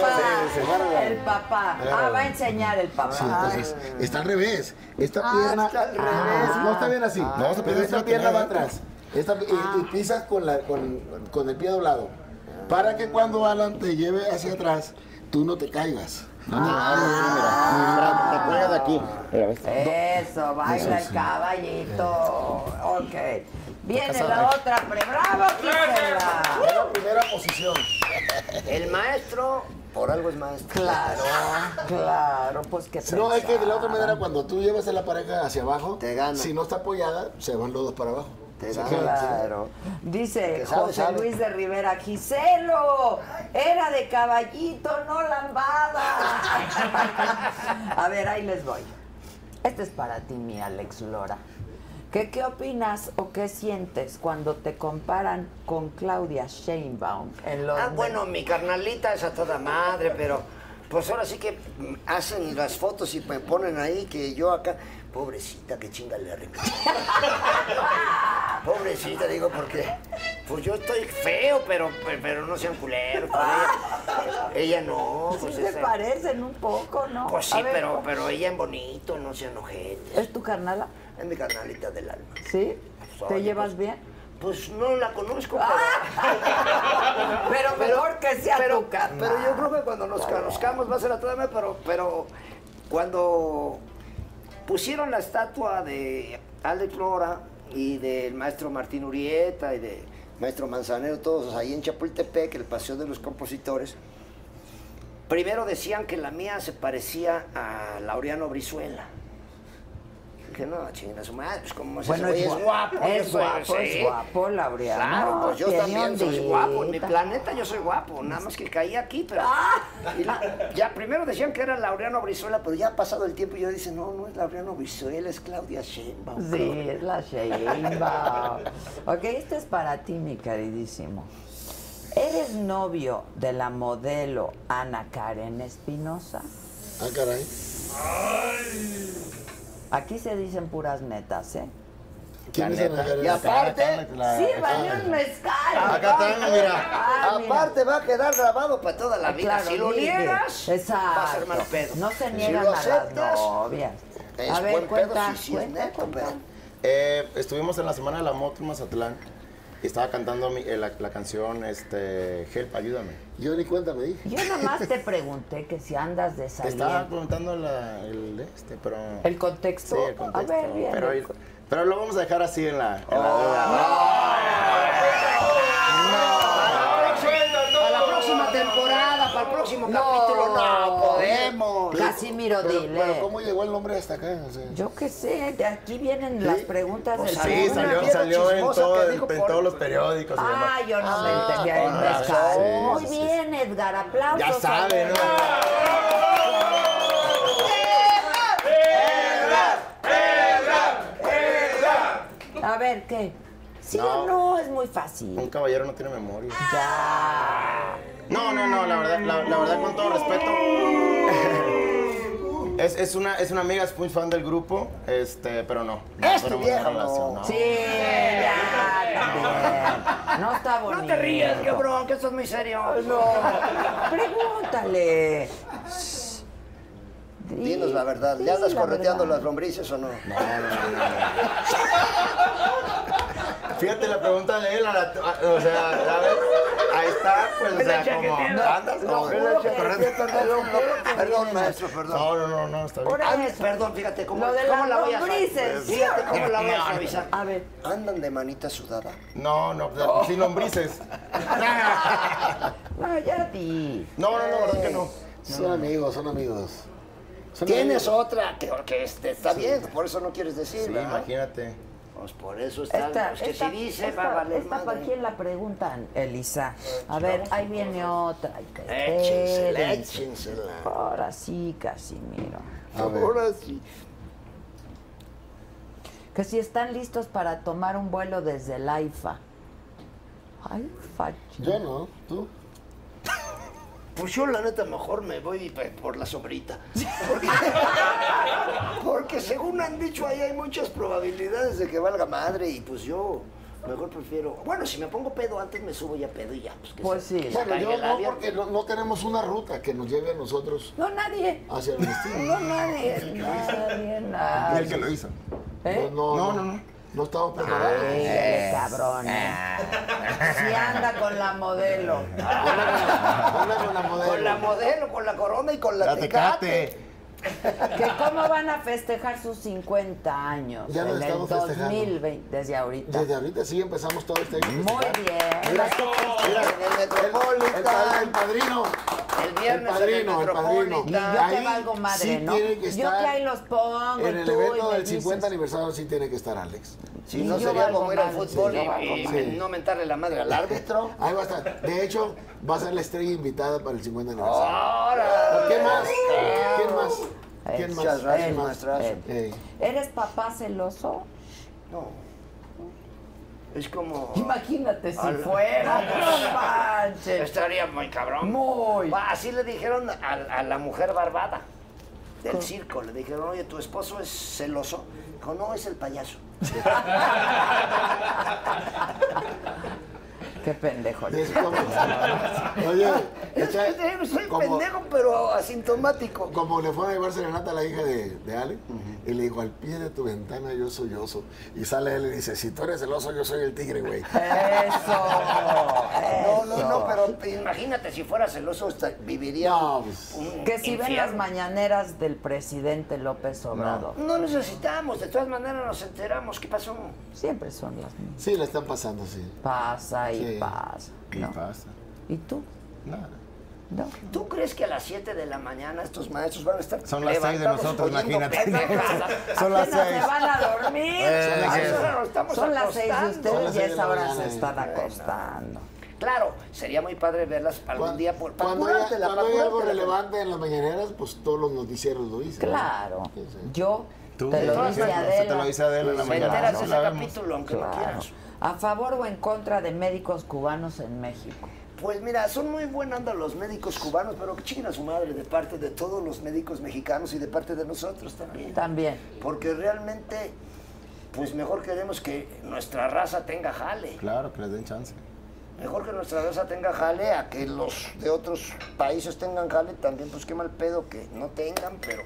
Speaker 8: sí,
Speaker 2: papá.
Speaker 8: guárdala.
Speaker 2: El papá. Ah, va a enseñar el papá.
Speaker 8: Sí, entonces, está al revés. Esta
Speaker 2: Ah,
Speaker 8: pierna.
Speaker 2: está al
Speaker 8: Ah, no está bien así.
Speaker 10: Ah, no, se
Speaker 8: pero
Speaker 10: puede
Speaker 8: esta
Speaker 10: tener
Speaker 8: pierna va
Speaker 10: adentro.
Speaker 8: atrás. Esta, y-
Speaker 1: Ah.
Speaker 8: y, pisas con, la, con, con el pie doblado. Para que cuando Alan te lleve hacia atrás, tú no te caigas. Ah. No, no, no, mira, mira, la cuelga de aquí. Mira, ¿ves?
Speaker 2: Eh, Eso, baila el caballito.
Speaker 1: Eh.
Speaker 2: Ok. Viene la otra pre. ¡Bravo, Gisela!
Speaker 8: Fue la primera posición.
Speaker 1: El maestro, por algo es maestro.
Speaker 2: Claro, claro, pues que se.
Speaker 8: No, es que de la otra manera, cuando tú llevas a la pareja hacia abajo,
Speaker 1: Te gana.
Speaker 8: si no está apoyada, se van los dos para abajo.
Speaker 1: Te
Speaker 8: Se
Speaker 1: gana.
Speaker 8: quedan, se quedan.
Speaker 2: Claro. Dice
Speaker 1: Que sabe,
Speaker 2: José
Speaker 1: sabe.
Speaker 2: Luis de Rivera, Giselo, era de caballito, no lambada. A ver, ahí les voy. Este es para ti, mi Alex Lora. ¿Qué, ¿Qué opinas o qué sientes cuando te comparan con Claudia Sheinbaum? En los
Speaker 1: Ah, bueno, mi carnalita es a toda madre, pero pues ahora sí que mm, hacen las fotos y me ponen ahí que yo acá, pobrecita, que chinga le arregló. pobrecita, digo, porque pues yo estoy feo, pero, pe- pero no sean culeros. pero ella, ella no,
Speaker 2: Sí
Speaker 1: pues
Speaker 2: se
Speaker 1: esa-
Speaker 2: parecen un poco, ¿no?
Speaker 1: Pues sí,
Speaker 2: A ver,
Speaker 1: pero, pero ella en bonito, no sean ojetes.
Speaker 2: ¿Es tu carnala?
Speaker 1: Es mi carnalita del alma.
Speaker 2: ¿Sí?
Speaker 1: Pues,
Speaker 2: ¿Te
Speaker 1: oye,
Speaker 2: llevas
Speaker 1: pues,
Speaker 2: bien?
Speaker 1: Pues no la conozco,
Speaker 2: Ah. Pero mejor que sea tu carnal.
Speaker 1: Pero yo creo que cuando nos conozcamos va a ser la trama, pero, pero cuando pusieron la estatua de Alex Flora y del maestro Martín Urieta y del maestro Manzanero, todos ahí en Chapultepec, el Paseo de los Compositores, primero decían que la mía se parecía a Laureano Brizuela. Dije, no, chinga su madre, pues como
Speaker 2: Bueno,
Speaker 1: es,
Speaker 2: es,
Speaker 1: es guapo,
Speaker 2: Es
Speaker 1: güey,
Speaker 2: guapo, es
Speaker 1: Pues sí.
Speaker 2: guapo, Laureano.
Speaker 1: Claro, pues yo
Speaker 2: Tiene
Speaker 1: también soy
Speaker 2: ondita.
Speaker 1: guapo. En mi planeta yo soy guapo, nada más que caí aquí, pero.
Speaker 2: Ah,
Speaker 1: Y la- ya primero decían que era Laureano Brizuela, pero ya ha pasado el tiempo y yo dije, no, no es Laureano Brizuela, es Claudia Sheinbaum. cabrón".
Speaker 2: Sí, es la Sheinbaum. ok, este es para ti, mi queridísimo. ¿Eres novio de la modelo Ana Karen Espinosa?
Speaker 8: Ah, caray.
Speaker 2: Aquí se dicen puras netas, ¿eh?
Speaker 8: ¿Quién es Ana Karen?
Speaker 1: Y aparte,
Speaker 2: Sí, valió un mezcal.
Speaker 10: Acá está, mira.
Speaker 2: Ah, mira.
Speaker 1: aparte va a quedar grabado para toda la vida.
Speaker 2: Claro,
Speaker 1: si lo
Speaker 2: dile.
Speaker 1: niegas,
Speaker 2: Exacto.
Speaker 1: va a ser mal pedo.
Speaker 2: No se
Speaker 1: Si
Speaker 2: niegan
Speaker 1: lo
Speaker 2: a las
Speaker 1: aceptas,
Speaker 2: novias.
Speaker 1: es
Speaker 2: a ver,
Speaker 1: buen pedo,
Speaker 2: cuenta,
Speaker 1: sí, sí es
Speaker 2: cuenta,
Speaker 1: neto,
Speaker 2: cuenta.
Speaker 1: pero-
Speaker 10: Eh, estuvimos en la Semana de la Moto en Mazatlán. y Estaba cantando mi- eh, la, la canción este, Help, ayúdame.
Speaker 8: Yo ni cuenta me dije.
Speaker 2: Yo nomás te pregunté que si andas de
Speaker 10: Te estaba
Speaker 2: saliente.
Speaker 10: preguntando la- el este, pero.
Speaker 2: ¿El contexto?
Speaker 10: Sí, el contexto.
Speaker 2: A ver, bien.
Speaker 10: pero,
Speaker 2: el-
Speaker 10: pero lo vamos a dejar así en la, en la duda.
Speaker 1: Para la próxima temporada, para el próximo capítulo, no podemos.
Speaker 2: Casimiro,
Speaker 8: Pero,
Speaker 2: dile.
Speaker 8: pero ¿cómo llegó el nombre hasta acá? O sea,
Speaker 2: Yo qué sé, de aquí vienen las preguntas
Speaker 1: Pues
Speaker 2: del
Speaker 1: sí,
Speaker 10: Sí,
Speaker 2: público.
Speaker 1: Una
Speaker 10: salió,
Speaker 1: vieja
Speaker 10: salió en,
Speaker 1: chismosa
Speaker 10: todo-
Speaker 1: que dijo
Speaker 10: en
Speaker 1: por-
Speaker 10: todos los periódicos. y demás.
Speaker 2: Ah, yo no me entendía el
Speaker 10: con
Speaker 2: mezcal.
Speaker 10: razón.
Speaker 2: Muy
Speaker 10: Sí, sí, sí.
Speaker 2: bien, Edgar, aplausos.
Speaker 10: Ya sabe, ¿no?
Speaker 2: A ver, ¿qué? ¿Sí o
Speaker 10: No.
Speaker 2: no? Es muy fácil.
Speaker 10: Un caballero no tiene memoria.
Speaker 2: Ya.
Speaker 10: No, no, no, la verdad, la, la verdad con todo respeto. Es, es una, es una amiga, es muy fan del grupo, este, pero no. no
Speaker 1: Este
Speaker 10: tenemos
Speaker 1: viejo,
Speaker 10: una relación,
Speaker 2: Sí, ya, también. No está bonito.
Speaker 1: No te rías, cabrón, que esto es muy serio.
Speaker 2: No. Pregúntale.
Speaker 1: Dinos la verdad,
Speaker 2: Sí,
Speaker 1: ¿ya andas
Speaker 2: la
Speaker 1: correteando
Speaker 2: verdad.
Speaker 1: las lombrices o no?
Speaker 10: No, no, no, no. Fíjate la pregunta de él, a la- a- o sea, ¿sabes? Ahí está, pues, o sea, como, andas
Speaker 1: No,
Speaker 10: como-
Speaker 1: no, perdón, no, perdón, maestro, perdón.
Speaker 10: No, no, no, no, está bien.
Speaker 2: Ahora
Speaker 1: Ay,
Speaker 2: eso.
Speaker 1: perdón, fíjate cómo,
Speaker 2: Lo de
Speaker 1: cómo
Speaker 2: las
Speaker 1: la voy a
Speaker 2: lombrices.
Speaker 1: Fíjate cómo la voy a suavizar.
Speaker 2: A ver.
Speaker 1: Andan de manita sudada.
Speaker 10: No, pues, no, sin lombrices.
Speaker 2: No, ya di.
Speaker 10: No, no, no, verdad que no.
Speaker 8: son amigos, son amigos. Son
Speaker 1: Tienes
Speaker 8: amigos.
Speaker 1: otra que, que este, está bien, por eso no quieres decir,
Speaker 10: Sí,
Speaker 1: ¿verdad?
Speaker 10: imagínate.
Speaker 1: Pues por eso está,
Speaker 2: Esta,
Speaker 1: pues que
Speaker 2: esta,
Speaker 1: si dice,
Speaker 2: esta,
Speaker 1: va a valer
Speaker 2: esta para
Speaker 1: madre.
Speaker 2: quién la preguntan, Elisa. A ver, ahí viene otra. Ay, que
Speaker 1: Échensela,
Speaker 2: esperen.
Speaker 1: échensela.
Speaker 2: Ahora sí, Casimiro.
Speaker 8: A ver.
Speaker 1: Ahora sí.
Speaker 2: Que si están listos para tomar un vuelo desde el AIFA. Ay, fachi.
Speaker 8: Yo no, tú.
Speaker 1: Pues yo la neta mejor me voy pe- por la sombrita. Porque, porque según han dicho ahí hay muchas probabilidades de que valga madre y pues yo mejor prefiero... Bueno, si me pongo pedo antes me subo ya pedo y ya. Pues, que se- que se
Speaker 8: Bueno,
Speaker 1: caiga
Speaker 8: yo
Speaker 1: el
Speaker 8: no,
Speaker 1: avión.
Speaker 8: porque no, no tenemos una ruta que nos lleve a nosotros
Speaker 2: No, nadie.
Speaker 8: hacia el destino.
Speaker 2: No, nadie. Nadie,
Speaker 8: Y
Speaker 2: nadie.
Speaker 8: el que lo
Speaker 10: hizo.
Speaker 8: No, no, no. No, estamos preparados.
Speaker 2: Ay, cabrón. Si anda con la modelo.
Speaker 8: con la modelo.
Speaker 1: Con la modelo, con la corona y con la,
Speaker 10: La
Speaker 1: tecate.
Speaker 10: Tecate.
Speaker 2: Que cómo van a festejar sus 50 años
Speaker 8: Ya lo
Speaker 2: en el
Speaker 8: estamos festejando.
Speaker 2: 2020, desde ahorita.
Speaker 8: Desde ahorita sí empezamos todo este año.
Speaker 2: Muy bien.
Speaker 8: Mira, mira,
Speaker 2: En
Speaker 1: el
Speaker 8: el, el pa- el padrino.
Speaker 1: El
Speaker 8: El
Speaker 1: viernes en
Speaker 8: padrino,
Speaker 1: el
Speaker 8: el padrino.
Speaker 2: Y yo te
Speaker 8: Ahí
Speaker 2: valgo madre,
Speaker 8: sí
Speaker 2: ¿no?
Speaker 8: tiene que
Speaker 2: yo
Speaker 8: estar
Speaker 2: que ahí los pongo
Speaker 8: En
Speaker 2: y
Speaker 8: el
Speaker 2: tú
Speaker 8: evento
Speaker 2: y me
Speaker 8: del 50
Speaker 2: dices.
Speaker 8: aniversario sí tiene que estar Alex.
Speaker 1: Si
Speaker 2: Y
Speaker 1: no
Speaker 2: yo
Speaker 1: sería
Speaker 2: valgo
Speaker 1: como ir al
Speaker 2: madre,
Speaker 1: fútbol
Speaker 2: sí, yo
Speaker 1: y,
Speaker 2: valgo
Speaker 1: y
Speaker 8: madre.
Speaker 1: no mentarle la madre al árbitro.
Speaker 8: Ahí va a estar. De hecho, va a ser la estrella invitada para el 50 aniversario.
Speaker 1: Ahora.
Speaker 8: ¿Quién más? ¿Quién más? ¿Quién más?
Speaker 1: Muchas gracias,
Speaker 8: ¿Quién más?
Speaker 1: maestrazo.
Speaker 8: Ey.
Speaker 2: ¿Eres papá celoso?
Speaker 1: No. Es como.
Speaker 2: Imagínate si
Speaker 1: Al-
Speaker 2: fuera. No manches.
Speaker 1: Estaría muy cabrón.
Speaker 2: Muy.
Speaker 1: Va, así le dijeron a, a la mujer barbada del circo. Le dijeron, oye, tu esposo es celoso. Dijo, no, es el payaso.
Speaker 2: Qué pendejo.
Speaker 8: Es como- Oye,
Speaker 1: Es
Speaker 8: está-
Speaker 1: que soy
Speaker 8: como-
Speaker 1: pendejo, pero asintomático.
Speaker 8: Como le fueron a llevar serenata a la hija de, de Ale, y le dijo, al pie de tu ventana yo soy oso. Y sale él y dice, si tú eres el oso, yo soy el tigre, güey.
Speaker 2: Eso.
Speaker 1: No, no, no, pero imagínate si fuera celoso, hasta- viviría.
Speaker 8: No, pues,
Speaker 1: un
Speaker 2: Que si ven
Speaker 1: infierno.
Speaker 2: las mañaneras del presidente López Obrador.
Speaker 1: No necesitamos, de todas maneras nos enteramos. ¿Qué pasó?
Speaker 2: Siempre son las mismas.
Speaker 8: Sí, la están pasando, sí.
Speaker 2: Pasa y
Speaker 8: Sí.
Speaker 2: pasa. ¿no?
Speaker 10: pasa?
Speaker 2: ¿Y tú?
Speaker 10: Nada.
Speaker 2: No.
Speaker 1: ¿Tú crees que a las 7 de la mañana estos maestros van a estar
Speaker 10: Son las seis de
Speaker 1: levantados
Speaker 10: nosotros,
Speaker 1: oyendo
Speaker 10: imagínate.
Speaker 1: pendejadas?
Speaker 10: Son las
Speaker 2: Apenas
Speaker 10: seis.
Speaker 2: se van a dormir.
Speaker 10: Eh,
Speaker 2: Son las
Speaker 10: sí.
Speaker 2: seis.
Speaker 1: Ahora nos estamos
Speaker 2: Son las seis de
Speaker 1: acostando.
Speaker 2: ustedes
Speaker 1: Son
Speaker 8: las
Speaker 2: y
Speaker 8: seis
Speaker 2: a
Speaker 8: de
Speaker 2: esa
Speaker 8: la
Speaker 2: hora
Speaker 8: mañana,
Speaker 2: se
Speaker 8: eh.
Speaker 2: están
Speaker 8: Bueno.
Speaker 2: acostando.
Speaker 1: Claro, sería muy padre verlas algún día por para
Speaker 8: Cuando, haya-
Speaker 1: curártela,
Speaker 8: cuando
Speaker 1: para
Speaker 8: hay algo
Speaker 1: curártela.
Speaker 8: relevante en las mañaneras, pues todos los noticieros lo dicen. ¿no?
Speaker 2: Claro.
Speaker 8: Sí, sí.
Speaker 2: Yo
Speaker 10: Tú,
Speaker 2: te
Speaker 10: de
Speaker 2: lo
Speaker 10: todas
Speaker 2: dije a
Speaker 10: maneras,
Speaker 2: Adela.
Speaker 10: te lo dice Adela en la
Speaker 1: Se
Speaker 10: mañana.
Speaker 1: enteras
Speaker 10: ¿no?
Speaker 1: de ese
Speaker 10: La vemos.
Speaker 1: capítulo, aunque no
Speaker 2: Claro.
Speaker 1: quieras.
Speaker 2: ¿A favor o en contra de médicos cubanos en México?
Speaker 1: Pues mira, son muy buena onda los médicos cubanos, pero que chinguen a su madre de parte de todos los médicos mexicanos y de parte de nosotros también.
Speaker 2: También.
Speaker 1: Porque realmente, pues mejor queremos que nuestra raza tenga jale.
Speaker 10: Claro, que les den chance.
Speaker 1: Mejor que nuestra raza tenga jale a que los de otros países tengan jale también, pues qué mal pedo que no tengan, pero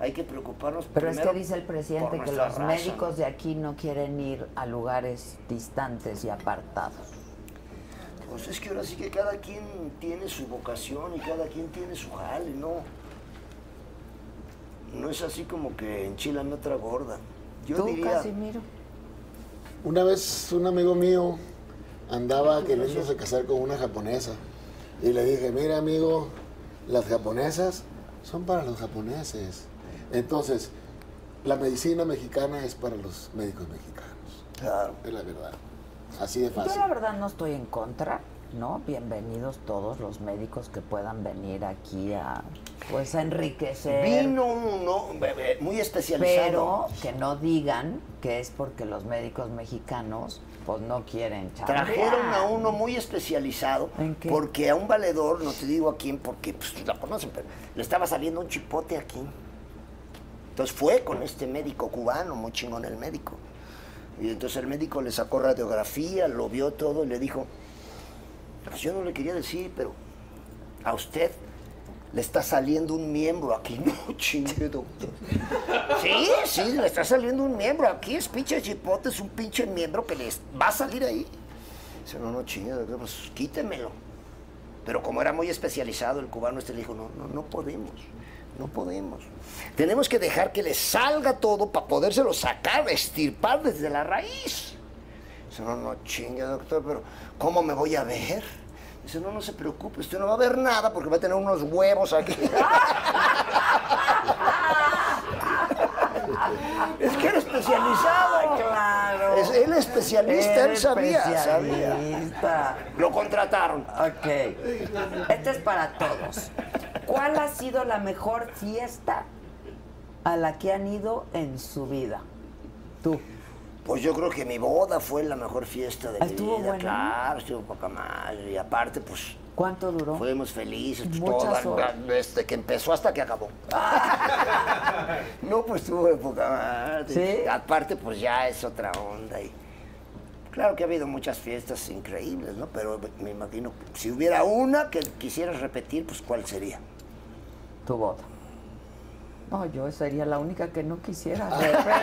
Speaker 1: hay que preocuparnos
Speaker 2: Pero es que
Speaker 1: primero
Speaker 2: dice el
Speaker 1: por
Speaker 2: presidente que
Speaker 1: nuestra
Speaker 2: los
Speaker 1: raza,
Speaker 2: médicos de aquí no quieren ir a lugares distantes y apartados.
Speaker 1: ¿no? Pues es que ahora sí que cada quien tiene su vocación y cada quien tiene su jale, ¿no? No es así como que enchilan otra gorda. Yo
Speaker 2: ¿Tú,
Speaker 1: diría,
Speaker 2: Casimiro?
Speaker 8: Una vez un amigo mío andaba queriéndose casar con una japonesa y le dije, mira amigo, las japonesas son para los japoneses. Entonces, la medicina mexicana es para los médicos mexicanos.
Speaker 1: claro,
Speaker 8: Es la verdad. Así de
Speaker 2: Yo
Speaker 8: fácil.
Speaker 2: la verdad no estoy en contra, ¿no? Bienvenidos todos los médicos que puedan venir aquí a pues a enriquecer.
Speaker 1: vino uno eh, muy
Speaker 2: pero
Speaker 1: especializado.
Speaker 2: que no digan que es porque los médicos mexicanos pues no quieren chambear.
Speaker 1: Trajeron a uno muy especializado
Speaker 2: ¿En qué?
Speaker 1: porque a un valedor, no te digo a quién porque pues, la conocen, pero le estaba saliendo un chipote aquí. Entonces fue con este médico cubano, muy chingón el médico. Y entonces el médico le sacó radiografía, lo vio todo y le dijo, pues yo no le quería decir, pero a usted le está saliendo un miembro aquí, no chingue, doctor. Sí, sí, le está saliendo un miembro aquí, es pinche chipote, es un pinche miembro que les va a salir ahí. Dice, no, no, chingue, doctor, pues quítemelo. Pero como era muy especializado el cubano, este le dijo, no, no, no podemos, no podemos. Tenemos que dejar que le salga todo para podérselo sacar, estirpar desde la raíz. Dice, no, no, chingue, doctor, pero ¿cómo me voy a ver? Dice, no, no se preocupe, usted no va a ver nada porque va a tener unos huevos aquí. es que era especializado.
Speaker 2: Claro.
Speaker 1: Es- él es especialista, él
Speaker 2: Eres
Speaker 1: sabía,
Speaker 2: especialista.
Speaker 1: Lo contrataron.
Speaker 2: Ok. Este es para todos. ¿Cuál ha sido la mejor fiesta a la que han ido en su vida? Tú.
Speaker 1: Pues yo creo que mi boda fue la mejor fiesta de
Speaker 2: Ah, ¿Estuvo
Speaker 1: mi vida.
Speaker 2: buena?
Speaker 1: Claro, estuvo poca madre. Y aparte, pues,
Speaker 2: ¿Cuánto duró?
Speaker 1: Fuimos felices, pues,
Speaker 2: Muchas
Speaker 1: toda-
Speaker 2: horas.
Speaker 1: desde que empezó hasta que acabó. no, pues tuvo época madre.
Speaker 2: ¿Sí?
Speaker 1: Aparte, pues ya es otra onda. Y... Claro que ha habido muchas fiestas increíbles, ¿no? Pero me imagino, si hubiera una que quisieras repetir, pues ¿cuál sería?
Speaker 2: Tu boda. No, yo sería la única que no quisiera. repetir.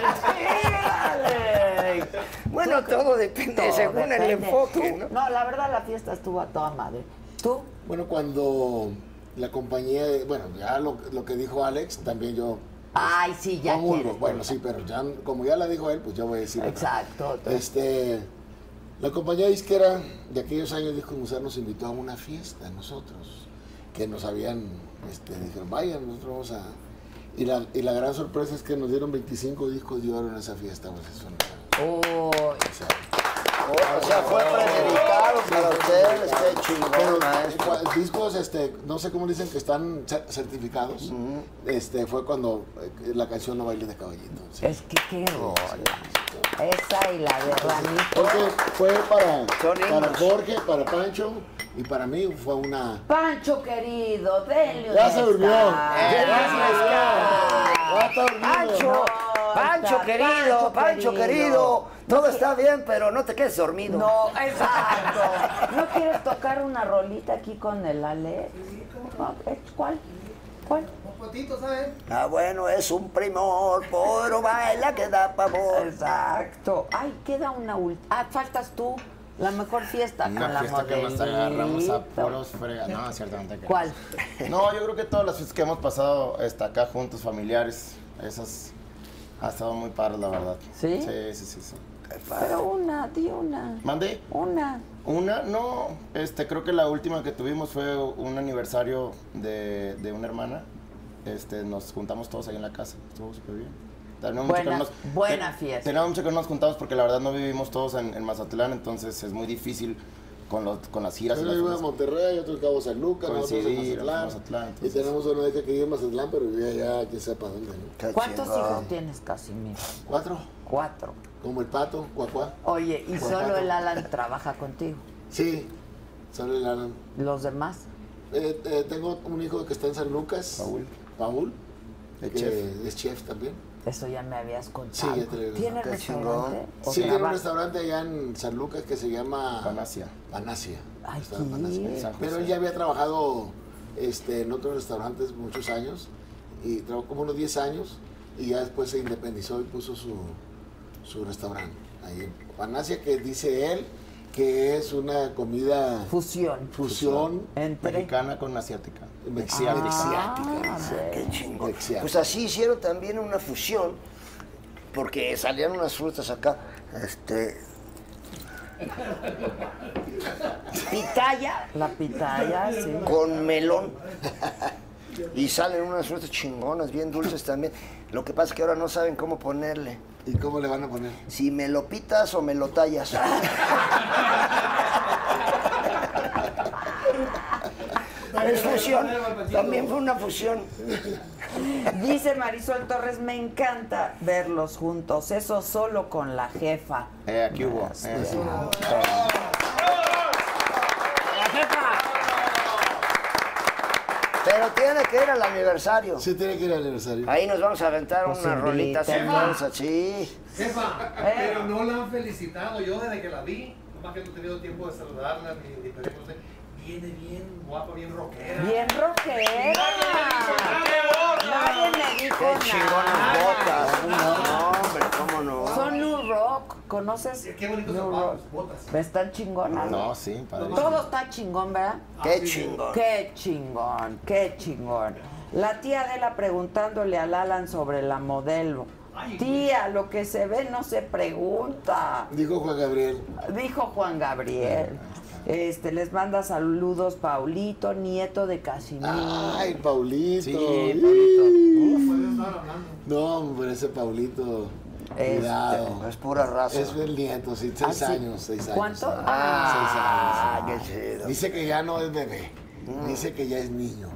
Speaker 1: Bueno, todo depende,
Speaker 2: Todo
Speaker 1: según el
Speaker 2: depende.
Speaker 1: enfoque,
Speaker 2: Tú-
Speaker 1: ¿no?
Speaker 2: la verdad la fiesta estuvo a toda madre. ¿Tú?
Speaker 8: Bueno, cuando la compañía, de- bueno, ya lo, lo que dijo Alex, también yo...
Speaker 2: Ay, sí, ya
Speaker 8: comulgo.
Speaker 2: quieres,
Speaker 8: Bueno, sí, pero ya, como ya la dijo él, pues yo voy a decir... otra.
Speaker 2: Exacto.
Speaker 8: Este, la compañía disquera de aquellos años Discos Musar nos invitó a una fiesta a nosotros, que nos habían, este, dijeron, vayan, nosotros vamos a... Y la, y la gran sorpresa es que nos dieron 25 discos de oro en esa fiesta, pues eso no
Speaker 1: Oh, O sea, fue premeditado para ustedes, qué
Speaker 8: Pero,
Speaker 1: chingón, maestro.
Speaker 8: cua- discos, este, no sé cómo dicen que están cer- certificados. Este fue cuando eh, la canción No bailes de caballito.
Speaker 2: Es que qué Esa y la de Ramiro.
Speaker 8: Porque fue para, para
Speaker 2: himnos.
Speaker 8: Jorge, para Pancho y para mí fue una.
Speaker 2: Pancho querido, denle un
Speaker 8: Ya se durmió.
Speaker 2: descanso.
Speaker 8: Ya se durmió.
Speaker 2: Ya está
Speaker 1: Pancho, Pancho
Speaker 2: está
Speaker 1: querido, Pancho
Speaker 2: querido.
Speaker 1: querido, todo está bien, pero no te quedes dormido.
Speaker 2: No, exacto. ¿No quieres tocar una rolita aquí con el Ale? No, ¿eh? ¿Cuál? ¿Cuál?
Speaker 1: Ah, bueno, es un primor, poro baila que da pavor.
Speaker 2: Exacto. Ay, queda una última. Ah, faltas tú. La mejor fiesta
Speaker 10: Una
Speaker 2: con la
Speaker 10: fiesta que nos agarramos a
Speaker 2: modelito.
Speaker 10: puros fregas. No, ciertamente que.
Speaker 2: ¿Cuál?
Speaker 10: No, yo creo que todas las fiestas que hemos pasado este, acá juntos, familiares, esas ha estado muy padre, la verdad. ¿Sí? Sí, sí, sí. sí.
Speaker 2: Pero una, di una.
Speaker 10: ¿Mandé?
Speaker 2: Una.
Speaker 10: Una, no, este, creo que la última que tuvimos fue un aniversario de, de una hermana. Este, nos juntamos todos ahí en la casa, estuvo súper bien. Tenemos mucho que
Speaker 2: Buena-
Speaker 10: no nos-
Speaker 2: buena
Speaker 10: te-
Speaker 2: fiesta.
Speaker 10: Tenemos mucho que no nos juntamos porque la verdad no vivimos todos en, en Mazatlán, entonces es muy difícil con, los, con las giras. y
Speaker 8: Uno
Speaker 10: las
Speaker 8: iba a
Speaker 10: cosas.
Speaker 8: Monterrey, otro en Cabo San Lucas, nosotros en
Speaker 10: Coincidir,
Speaker 8: Pues Mazatlán.
Speaker 10: Mazatlán,
Speaker 8: y
Speaker 10: entonces.
Speaker 8: tenemos una beca que vive en Mazatlán, pero vivía allá, quién sepa dónde. ¿no?
Speaker 2: ¿Cuántos hijos tienes, Casimiro?
Speaker 8: Cuatro.
Speaker 2: Cuatro.
Speaker 8: Como el pato, cuacuá.
Speaker 2: Oye, y
Speaker 8: Cuatro.
Speaker 2: solo el Alan trabaja contigo.
Speaker 8: Sí, solo el Alan.
Speaker 2: ¿Los demás?
Speaker 8: Eh, eh, tengo un hijo que está en San Lucas. Paul. Paul.
Speaker 10: El
Speaker 8: que
Speaker 10: chef.
Speaker 8: Es chef también.
Speaker 2: Eso ya me habías
Speaker 8: Sí,
Speaker 2: contado.
Speaker 8: ya te lo-
Speaker 2: ¿Tiene
Speaker 8: Qué
Speaker 2: restaurante?
Speaker 8: chingón.
Speaker 2: ¿O
Speaker 8: Sí, tiene un
Speaker 2: trabaja?
Speaker 8: restaurante allá en San Lucas que se llama...
Speaker 10: Panasia.
Speaker 8: Panasia.
Speaker 2: Ay,
Speaker 8: Restaurante
Speaker 2: qué bien.
Speaker 8: Panasia.
Speaker 10: San José.
Speaker 8: Pero él ya había trabajado este, en otros restaurantes muchos años. Y trabajó como unos 10 años. Y ya después se independizó y puso su, su restaurante. Ahí en Panasia, que dice él que es una comida...
Speaker 2: Fusión.
Speaker 8: Fusión.
Speaker 2: Entre. Ah.
Speaker 10: Mexicana con asiática.
Speaker 8: Mexica- Ah,
Speaker 1: Asiática, qué chingón. Pues así hicieron también una fusión, porque salían unas frutas acá, este,
Speaker 2: Pitaya. La pitaya, sí.
Speaker 1: con melón. Y salen unas frutas chingonas, bien dulces también. Lo que pasa es que ahora no saben cómo ponerle.
Speaker 8: ¿Y cómo le van a poner?
Speaker 1: Si me lo pitas o me lo tallas. es fusión. También fue una fusión.
Speaker 2: Dice Marisol Torres, me encanta verlos juntos, eso solo con la jefa. Este,
Speaker 10: Eh, aquí hubo. eh, sí.
Speaker 1: Pero tiene que ir al aniversario.
Speaker 8: Sí, tiene que ir al aniversario.
Speaker 1: Ahí nos vamos a aventar
Speaker 2: Nos
Speaker 1: unas rolitas
Speaker 2: invitan.
Speaker 1: entonces, sí.
Speaker 7: Jefa,
Speaker 2: Eh.
Speaker 7: pero no la han felicitado. Yo desde que la vi, nomás que no he tenido tiempo de saludarla ni ni pedirle. Viene bien guapa, bien rockera.
Speaker 2: Bien roquera. Nadie me dijo
Speaker 1: Qué chingonas
Speaker 2: nada.
Speaker 1: botas. No, hombre, cómo no.
Speaker 2: Son New Rock, ¿conoces?
Speaker 7: Qué bonitos
Speaker 2: New
Speaker 7: zapatos,
Speaker 2: Rock?
Speaker 7: botas.
Speaker 2: Están chingonas.
Speaker 10: No, sí, padre.
Speaker 2: Todo está chingón, ¿verdad?
Speaker 1: Qué chingón.
Speaker 2: Qué chingón, qué chingón. La tía Adela preguntándole al Alan sobre la modelo. Tía, lo que se ve no se pregunta.
Speaker 8: Dijo Juan Gabriel.
Speaker 2: Dijo Juan Gabriel. Este, les manda saludos Paulito, nieto de Casimiro.
Speaker 8: Ay, Paulito.
Speaker 10: Sí,
Speaker 8: No, hombre, ese Paulito.
Speaker 2: Este,
Speaker 8: Cuidado.
Speaker 1: Es pura raza.
Speaker 8: Es el nieto, sí, seis
Speaker 2: Ah, sí.
Speaker 8: años, seis años.
Speaker 2: ¿Cuánto?
Speaker 8: Ah,
Speaker 1: Ah, qué chido. Mm.
Speaker 8: Dice que ya no es bebé. Dice que ya es niño.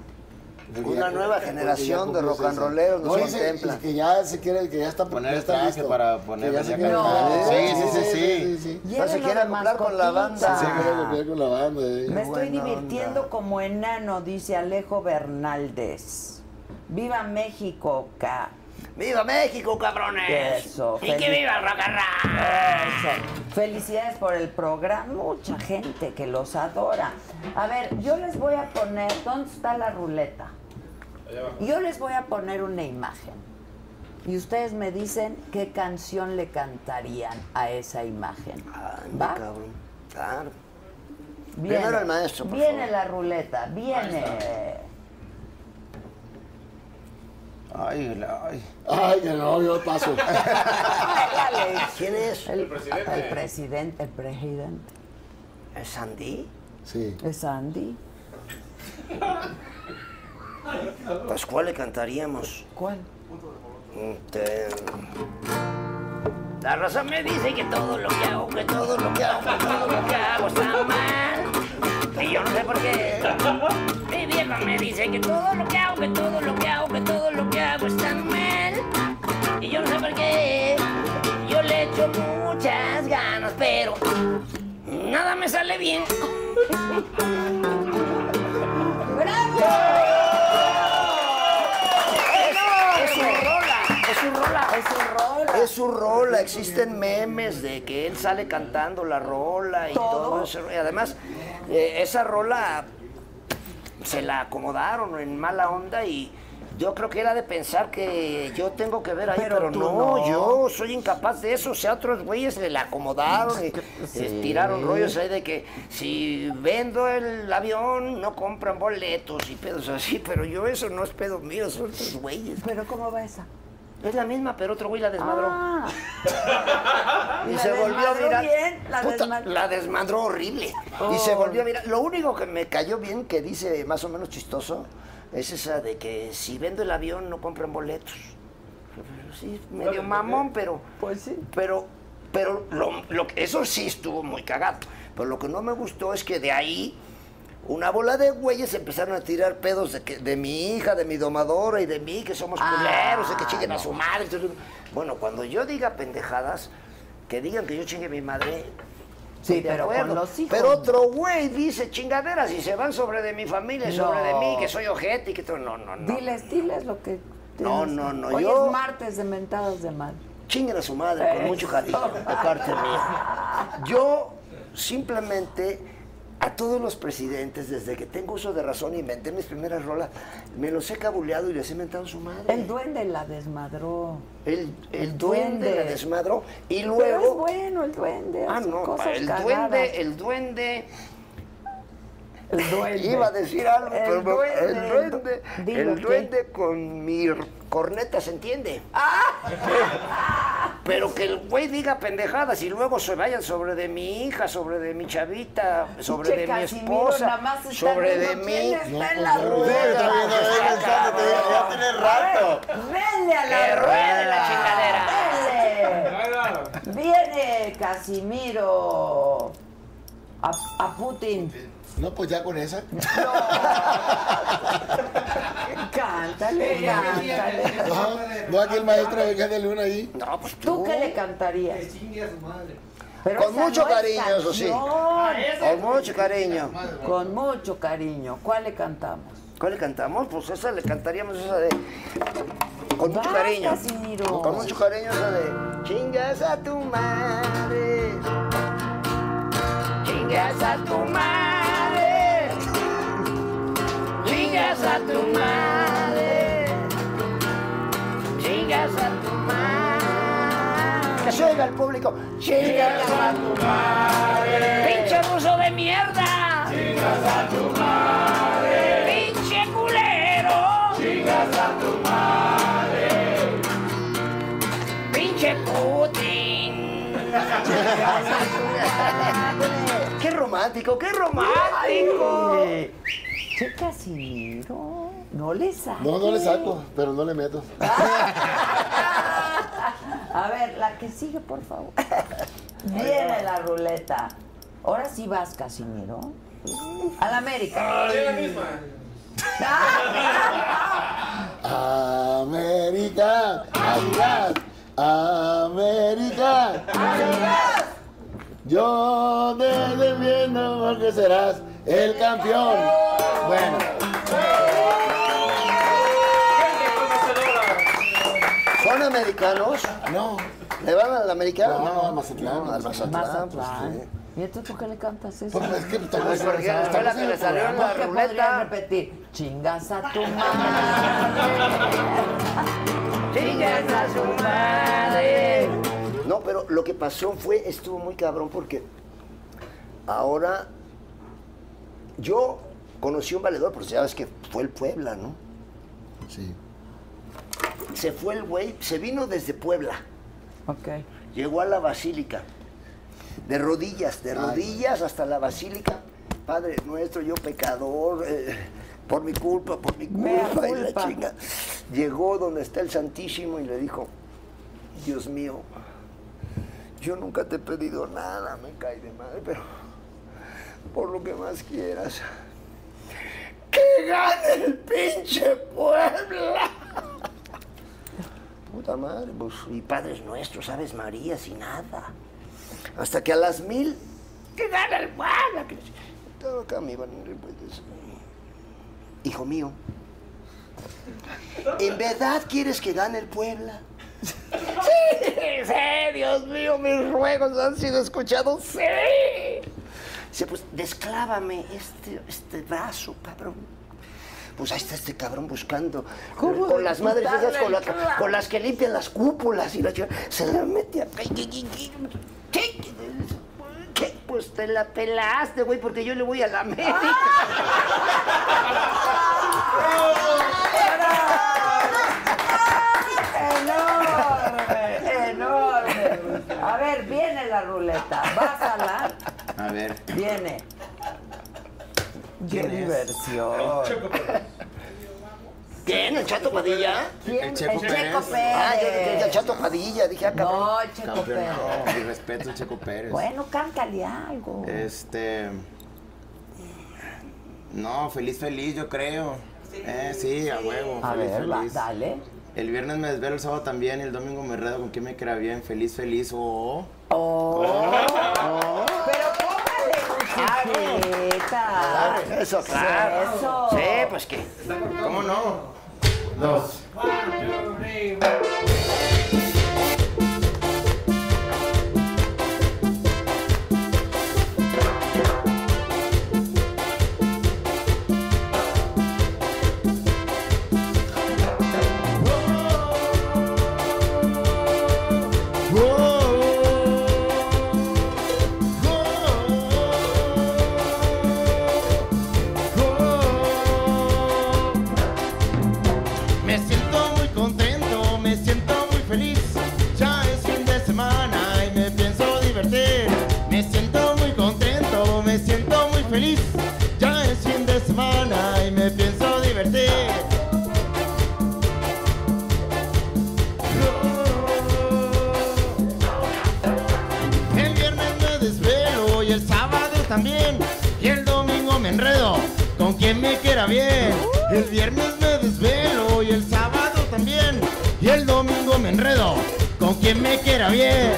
Speaker 1: Una nueva generación de rock and rolleros nos
Speaker 8: No, y se-
Speaker 1: contempla.
Speaker 8: y que ya se quiere, que ya está ya
Speaker 5: Poner el
Speaker 8: está
Speaker 5: traje
Speaker 8: listo.
Speaker 5: para
Speaker 8: Que
Speaker 5: ponerme
Speaker 8: ya se
Speaker 5: ya
Speaker 8: quiere-
Speaker 5: acá. Sí, sí, sí, sí.
Speaker 1: No se quiere acoplar con la banda.
Speaker 8: Se quiere copiar con la banda. eh.
Speaker 2: Me estoy divirtiendo como enano, dice Alejo Bernaldez. ¡Viva México, ca!
Speaker 1: ¡Viva México, cabrones!
Speaker 2: Eso.
Speaker 1: ¡Y que
Speaker 2: feliz-
Speaker 1: viva el rock and roll!
Speaker 2: Eso. Felicidades por el programa. Mucha gente que los adora. A ver, yo les voy a poner. ¿Dónde está la ruleta? Yo les voy a poner una imagen. Y ustedes me dicen qué canción le cantarían a esa imagen. ¿Va?
Speaker 1: cabrón. Claro.
Speaker 2: Viene.
Speaker 1: Primero el maestro, por
Speaker 2: Viene
Speaker 1: favor.
Speaker 2: la ruleta. Viene.
Speaker 5: Ay, la- ay.
Speaker 8: Ay, que no, yo paso.
Speaker 2: Dale.
Speaker 1: ¿Quién es?
Speaker 2: El presidente. El presidente. El presidente.
Speaker 1: ¿Es Sandy?
Speaker 8: Sí.
Speaker 2: Es Andy.
Speaker 1: Pues, ¿cuál le cantaríamos?
Speaker 2: ¿Cuál?
Speaker 1: Este, La raza me dice que todo lo que hago, que todo lo que hago, que todo lo que hago está mal. Y yo no sé por qué. Mi vieja me dice que todo lo que hago, que todo lo que hago, que todo lo que hago está mal. Y yo no sé por qué. Yo le echo muchas ganas, pero nada me sale bien. Es su rola, es su rola.
Speaker 2: Es su rola.
Speaker 1: Es su rola, existen memes de que él sale cantando la rola y
Speaker 2: Todo.
Speaker 1: todo, eso. Y además, eh, esa rola se la acomodaron en mala onda y yo creo que era de pensar que yo tengo que ver ahí,
Speaker 2: Pero
Speaker 1: pero,
Speaker 2: tú
Speaker 1: no,
Speaker 2: no.
Speaker 1: yo soy incapaz de eso. O sea, otros güeyes le la acomodaron y
Speaker 2: Sí.
Speaker 1: eh, tiraron rollos ahí de que si vendo el avión no compran boletos y pedos así, pero yo eso no es pedo mío, son otros güeyes.
Speaker 2: Pero ¿cómo va esa?
Speaker 1: Es la misma, pero otro güey la desmadró.
Speaker 2: Ah.
Speaker 1: Y
Speaker 2: La
Speaker 1: se volvió a
Speaker 2: desmadró
Speaker 1: mirar.
Speaker 2: bien, la
Speaker 1: Puta,
Speaker 2: desmadró. Oh.
Speaker 1: la desmadró horrible. Y se volvió a mirar. Lo único que me cayó bien, que dice más o menos chistoso, es esa de que si vendo el avión no compran boletos. Sí, medio mamón, pero.
Speaker 2: Pues sí.
Speaker 1: Pero, pero lo, lo que- eso sí estuvo muy cagado. Pero lo que no me gustó es que de ahí. Una bola de güeyes empezaron a tirar pedos de, que- de mi hija, de mi domadora y de mí, que somos
Speaker 2: Ah,
Speaker 1: culeros, y que chinguen a
Speaker 2: no.
Speaker 1: su madre. Entonces, Bueno, cuando yo diga pendejadas, que digan que yo chingue a mi madre.
Speaker 2: Sí,
Speaker 1: estoy de
Speaker 2: pero con
Speaker 1: acuerdo.
Speaker 2: los hijos.
Speaker 1: Pero otro güey dice chingaderas y se van sobre de mi familia, y sobre
Speaker 2: No.
Speaker 1: de mí, que soy ojete y que todo. No, no, no.
Speaker 2: Diles, diles lo que.
Speaker 1: No,
Speaker 2: tienes.
Speaker 1: no, no,
Speaker 2: Hoy
Speaker 1: yo-
Speaker 2: es martes de mentadas de madre.
Speaker 1: chinguen a su madre con mucho cariño de parte mía. Yo simplemente a todos los presidentes, desde que tengo uso de razón y inventé mis primeras rolas, me los he cabuleado y les he inventado su madre.
Speaker 2: El duende la desmadró.
Speaker 1: el, el
Speaker 2: el
Speaker 1: duende
Speaker 2: duende.
Speaker 1: la desmadró y
Speaker 2: Pero es
Speaker 1: luego...
Speaker 2: bueno el duende.
Speaker 1: Ah,
Speaker 2: hace
Speaker 1: no,
Speaker 2: cosas
Speaker 1: pa, el
Speaker 2: cagadas.
Speaker 1: duende, el duende...
Speaker 2: El duende.
Speaker 1: Iba a decir algo,
Speaker 2: El
Speaker 1: pero me-
Speaker 2: duende,
Speaker 1: el duende,
Speaker 2: el du- dilo,
Speaker 1: el
Speaker 2: ¿qué?
Speaker 1: duende con mi r- corneta se entiende.
Speaker 2: Ah.
Speaker 1: Pero que el güey diga pendejadas y luego se vayan sobre de mi hija, sobre de mi chavita, sobre
Speaker 2: Che,
Speaker 1: de mi
Speaker 2: Casimiro, nada
Speaker 1: esposa,
Speaker 2: más está
Speaker 1: sobre de
Speaker 2: viendo
Speaker 1: mí.
Speaker 2: quién está en
Speaker 8: No,
Speaker 2: la
Speaker 8: pues,
Speaker 2: rueda.
Speaker 8: sí, está viendo, está pensando, te digo, ya tiene rato.
Speaker 2: A ver, Venle a la
Speaker 1: Que ruede la
Speaker 2: chingadera. Viene Casimiro a, a Putin.
Speaker 8: No, pues ya con esa.
Speaker 2: Cántale, cántale.
Speaker 8: Ajá. No, aquí el maestro, venga, dale una ahí.
Speaker 1: No, pues tú.
Speaker 2: ¿Tú qué le cantarías?
Speaker 11: Que chingue a su madre.
Speaker 2: Pero
Speaker 1: Con
Speaker 2: esa
Speaker 1: mucho
Speaker 2: no es
Speaker 1: cariño, eso sí.
Speaker 2: canción.
Speaker 1: Con mucho cariño.
Speaker 2: Con mucho cariño. ¿Cuál le cantamos?
Speaker 1: ¿Cuál le cantamos? Pues esa le cantaríamos esa de. Con mucho
Speaker 2: Va,
Speaker 1: cariño.
Speaker 2: Casimiro.
Speaker 1: Con mucho cariño esa de. Chingas a tu madre. Chingas a tu madre. Chingas a tu madre. Chingas a tu madre. Que se oiga el público. Chingas a tu madre. Pinche ruso de mierda. ¡Pinche culero! ¡Chingas a tu madre! ¡Pinche Putin! ¡Qué romántico, qué romántico!
Speaker 2: Che, Casimiro. No le saco.
Speaker 8: No, no le saco, pero no le meto.
Speaker 2: A ver, la que sigue, por favor. Viene la ruleta. Ahora sí vas, Casimiro. Al América.
Speaker 11: Es la misma.
Speaker 8: América, ayudas, América, ayudas. Yo te defiendo porque serás el campeón. Bueno,
Speaker 1: ¿Son americanos?
Speaker 8: No.
Speaker 1: ¿Le van al americano?
Speaker 8: No, al Mazatlán, al
Speaker 1: al
Speaker 8: Mazatlán,
Speaker 1: Mazatlán.
Speaker 8: pues,
Speaker 1: pues,
Speaker 8: sí.
Speaker 2: ¿Y entonces tú qué le cantas eso?
Speaker 8: Pues, es que estamos
Speaker 2: Pues,
Speaker 8: en el
Speaker 2: ¿por qué?
Speaker 8: programa,
Speaker 2: Fue la
Speaker 8: estamos
Speaker 2: que
Speaker 8: en
Speaker 2: le
Speaker 8: el
Speaker 2: salió en la
Speaker 8: programa.
Speaker 2: ruleta. repetir. Chingas a tu madre. Chingas a tu madre.
Speaker 1: No, pero lo que pasó fue, estuvo muy cabrón porque ahora yo conocí un valedor, porque sabes que fue el Puebla, ¿no?
Speaker 8: Sí.
Speaker 1: Se fue el güey, se vino desde Puebla,
Speaker 2: Ok.
Speaker 1: llegó a la basílica, de rodillas, de
Speaker 8: Ay.
Speaker 1: rodillas hasta la basílica. Padre nuestro, yo pecador, eh, por mi culpa, por mi
Speaker 2: Mea
Speaker 1: culpa, y la
Speaker 2: culpa.
Speaker 1: chinga. Llegó donde está el Santísimo y le dijo, Dios mío, yo nunca te he pedido nada, me cae de madre, pero por lo que más quieras, que gane el pinche Puebla. Puta madre, pues, y padres nuestros, aves marías y nada. Hasta que a las mil, que gane el Puebla. que- Todo acá me iban, pues, hijo mío, ¿en verdad quieres que gane el Puebla? Sí, sí, Dios mío, mis ruegos han sido escuchados, sí. Dice, pues desclávame este, este brazo, cabrón. Pues ahí está este cabrón buscando
Speaker 2: ¿Cómo
Speaker 1: con las madres
Speaker 2: quitarle
Speaker 1: esas con, la-
Speaker 2: el clavo?
Speaker 1: con las que limpian las cúpulas y la chica se le mete a... ¿Qué? ¿Qué? Pues te la pelaste, güey, porque yo le voy a la América. Ah.
Speaker 2: Enorme, enorme. A ver, viene la ruleta. Bájala.
Speaker 5: A ver.
Speaker 2: Viene. Qué diversión.
Speaker 1: ¿Quién? ¿El Chato Padilla?
Speaker 2: ¿Quién?
Speaker 5: El Checo
Speaker 2: el Checo
Speaker 5: Pérez.
Speaker 2: Pérez.
Speaker 1: Ah, yo dije, el Chato Padilla, dije, ah, cabrón.
Speaker 2: No, el Checo
Speaker 5: Campeón,
Speaker 2: Pérez.
Speaker 5: no, mi respeto, Checo Pérez.
Speaker 2: Bueno, cántale algo.
Speaker 5: Este. No, feliz, feliz, yo creo. Sí, eh, sí a huevo.
Speaker 2: A
Speaker 5: feliz,
Speaker 2: ver, va,
Speaker 5: feliz.
Speaker 2: dale.
Speaker 5: El viernes me desvelo, el sábado también, y el domingo me enredo con quien me crea bien. Feliz, feliz, oh.
Speaker 2: Oh. Pero póngale musiquita.
Speaker 1: Claro, Eso, claro.
Speaker 2: Eso.
Speaker 1: Sí, pues qué.
Speaker 5: ¿Cómo no? Dos. Me siento muy contento, me siento muy feliz. Ya es fin de semana y me pienso divertir. Me siento muy contento, me siento muy feliz. Ya es fin de semana y me pienso divertir. El viernes me desvelo y el sábado también. Y el domingo me enredo con quien me quiera bien. El viernes me desvelo y el sábado también. Y el domingo me enredo con quien me quiera bien.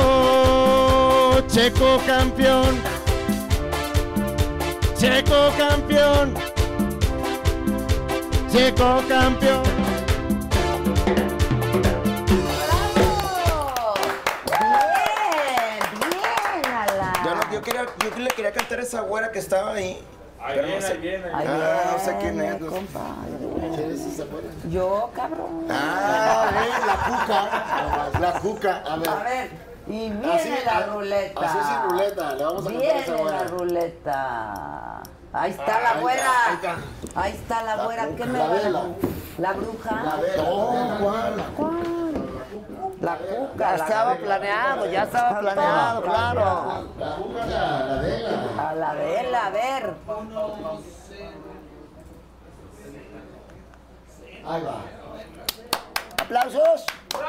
Speaker 5: Oh, Checo campeón. Checo campeón. Checo campeón.
Speaker 2: Bien, bien, Ala.
Speaker 5: Yo, no- yo quería, yo le quería cantar a esa güera que estaba ahí.
Speaker 10: Ahí
Speaker 5: pero
Speaker 10: viene,
Speaker 5: no sé,
Speaker 10: ahí viene, ahí
Speaker 2: Ay,
Speaker 10: viene.
Speaker 5: Ah, no sé
Speaker 2: bien,
Speaker 5: quién es, no sé.
Speaker 2: compadre.
Speaker 8: ¿Quieres esa buena?
Speaker 2: Yo, cabrón.
Speaker 8: Ah, ve, la cuca. La cuca, a ver.
Speaker 2: A ver, y viene
Speaker 8: Así,
Speaker 2: la
Speaker 8: a-
Speaker 2: ruleta.
Speaker 8: Ah, así sin ruleta, le vamos a cantar
Speaker 2: Viene
Speaker 8: esa
Speaker 2: la
Speaker 8: buena.
Speaker 2: ruleta. Ahí está
Speaker 8: Ah,
Speaker 2: la
Speaker 8: ahí
Speaker 2: güera.
Speaker 8: está,
Speaker 2: Ahí
Speaker 8: ahí
Speaker 2: está,
Speaker 8: está.
Speaker 2: la, güera. ¿Qué me
Speaker 8: la
Speaker 2: va a-
Speaker 8: vela.
Speaker 2: La bruja.
Speaker 8: A ver,
Speaker 5: No, ¿cuál?
Speaker 2: La cuca. la
Speaker 1: estaba
Speaker 2: vela.
Speaker 1: planeado, ya estaba planeado, claro.
Speaker 8: La cuca, la, la vela.
Speaker 2: A la vela, a ver.
Speaker 8: Ahí va.
Speaker 1: ¿Aplausos?
Speaker 5: Checo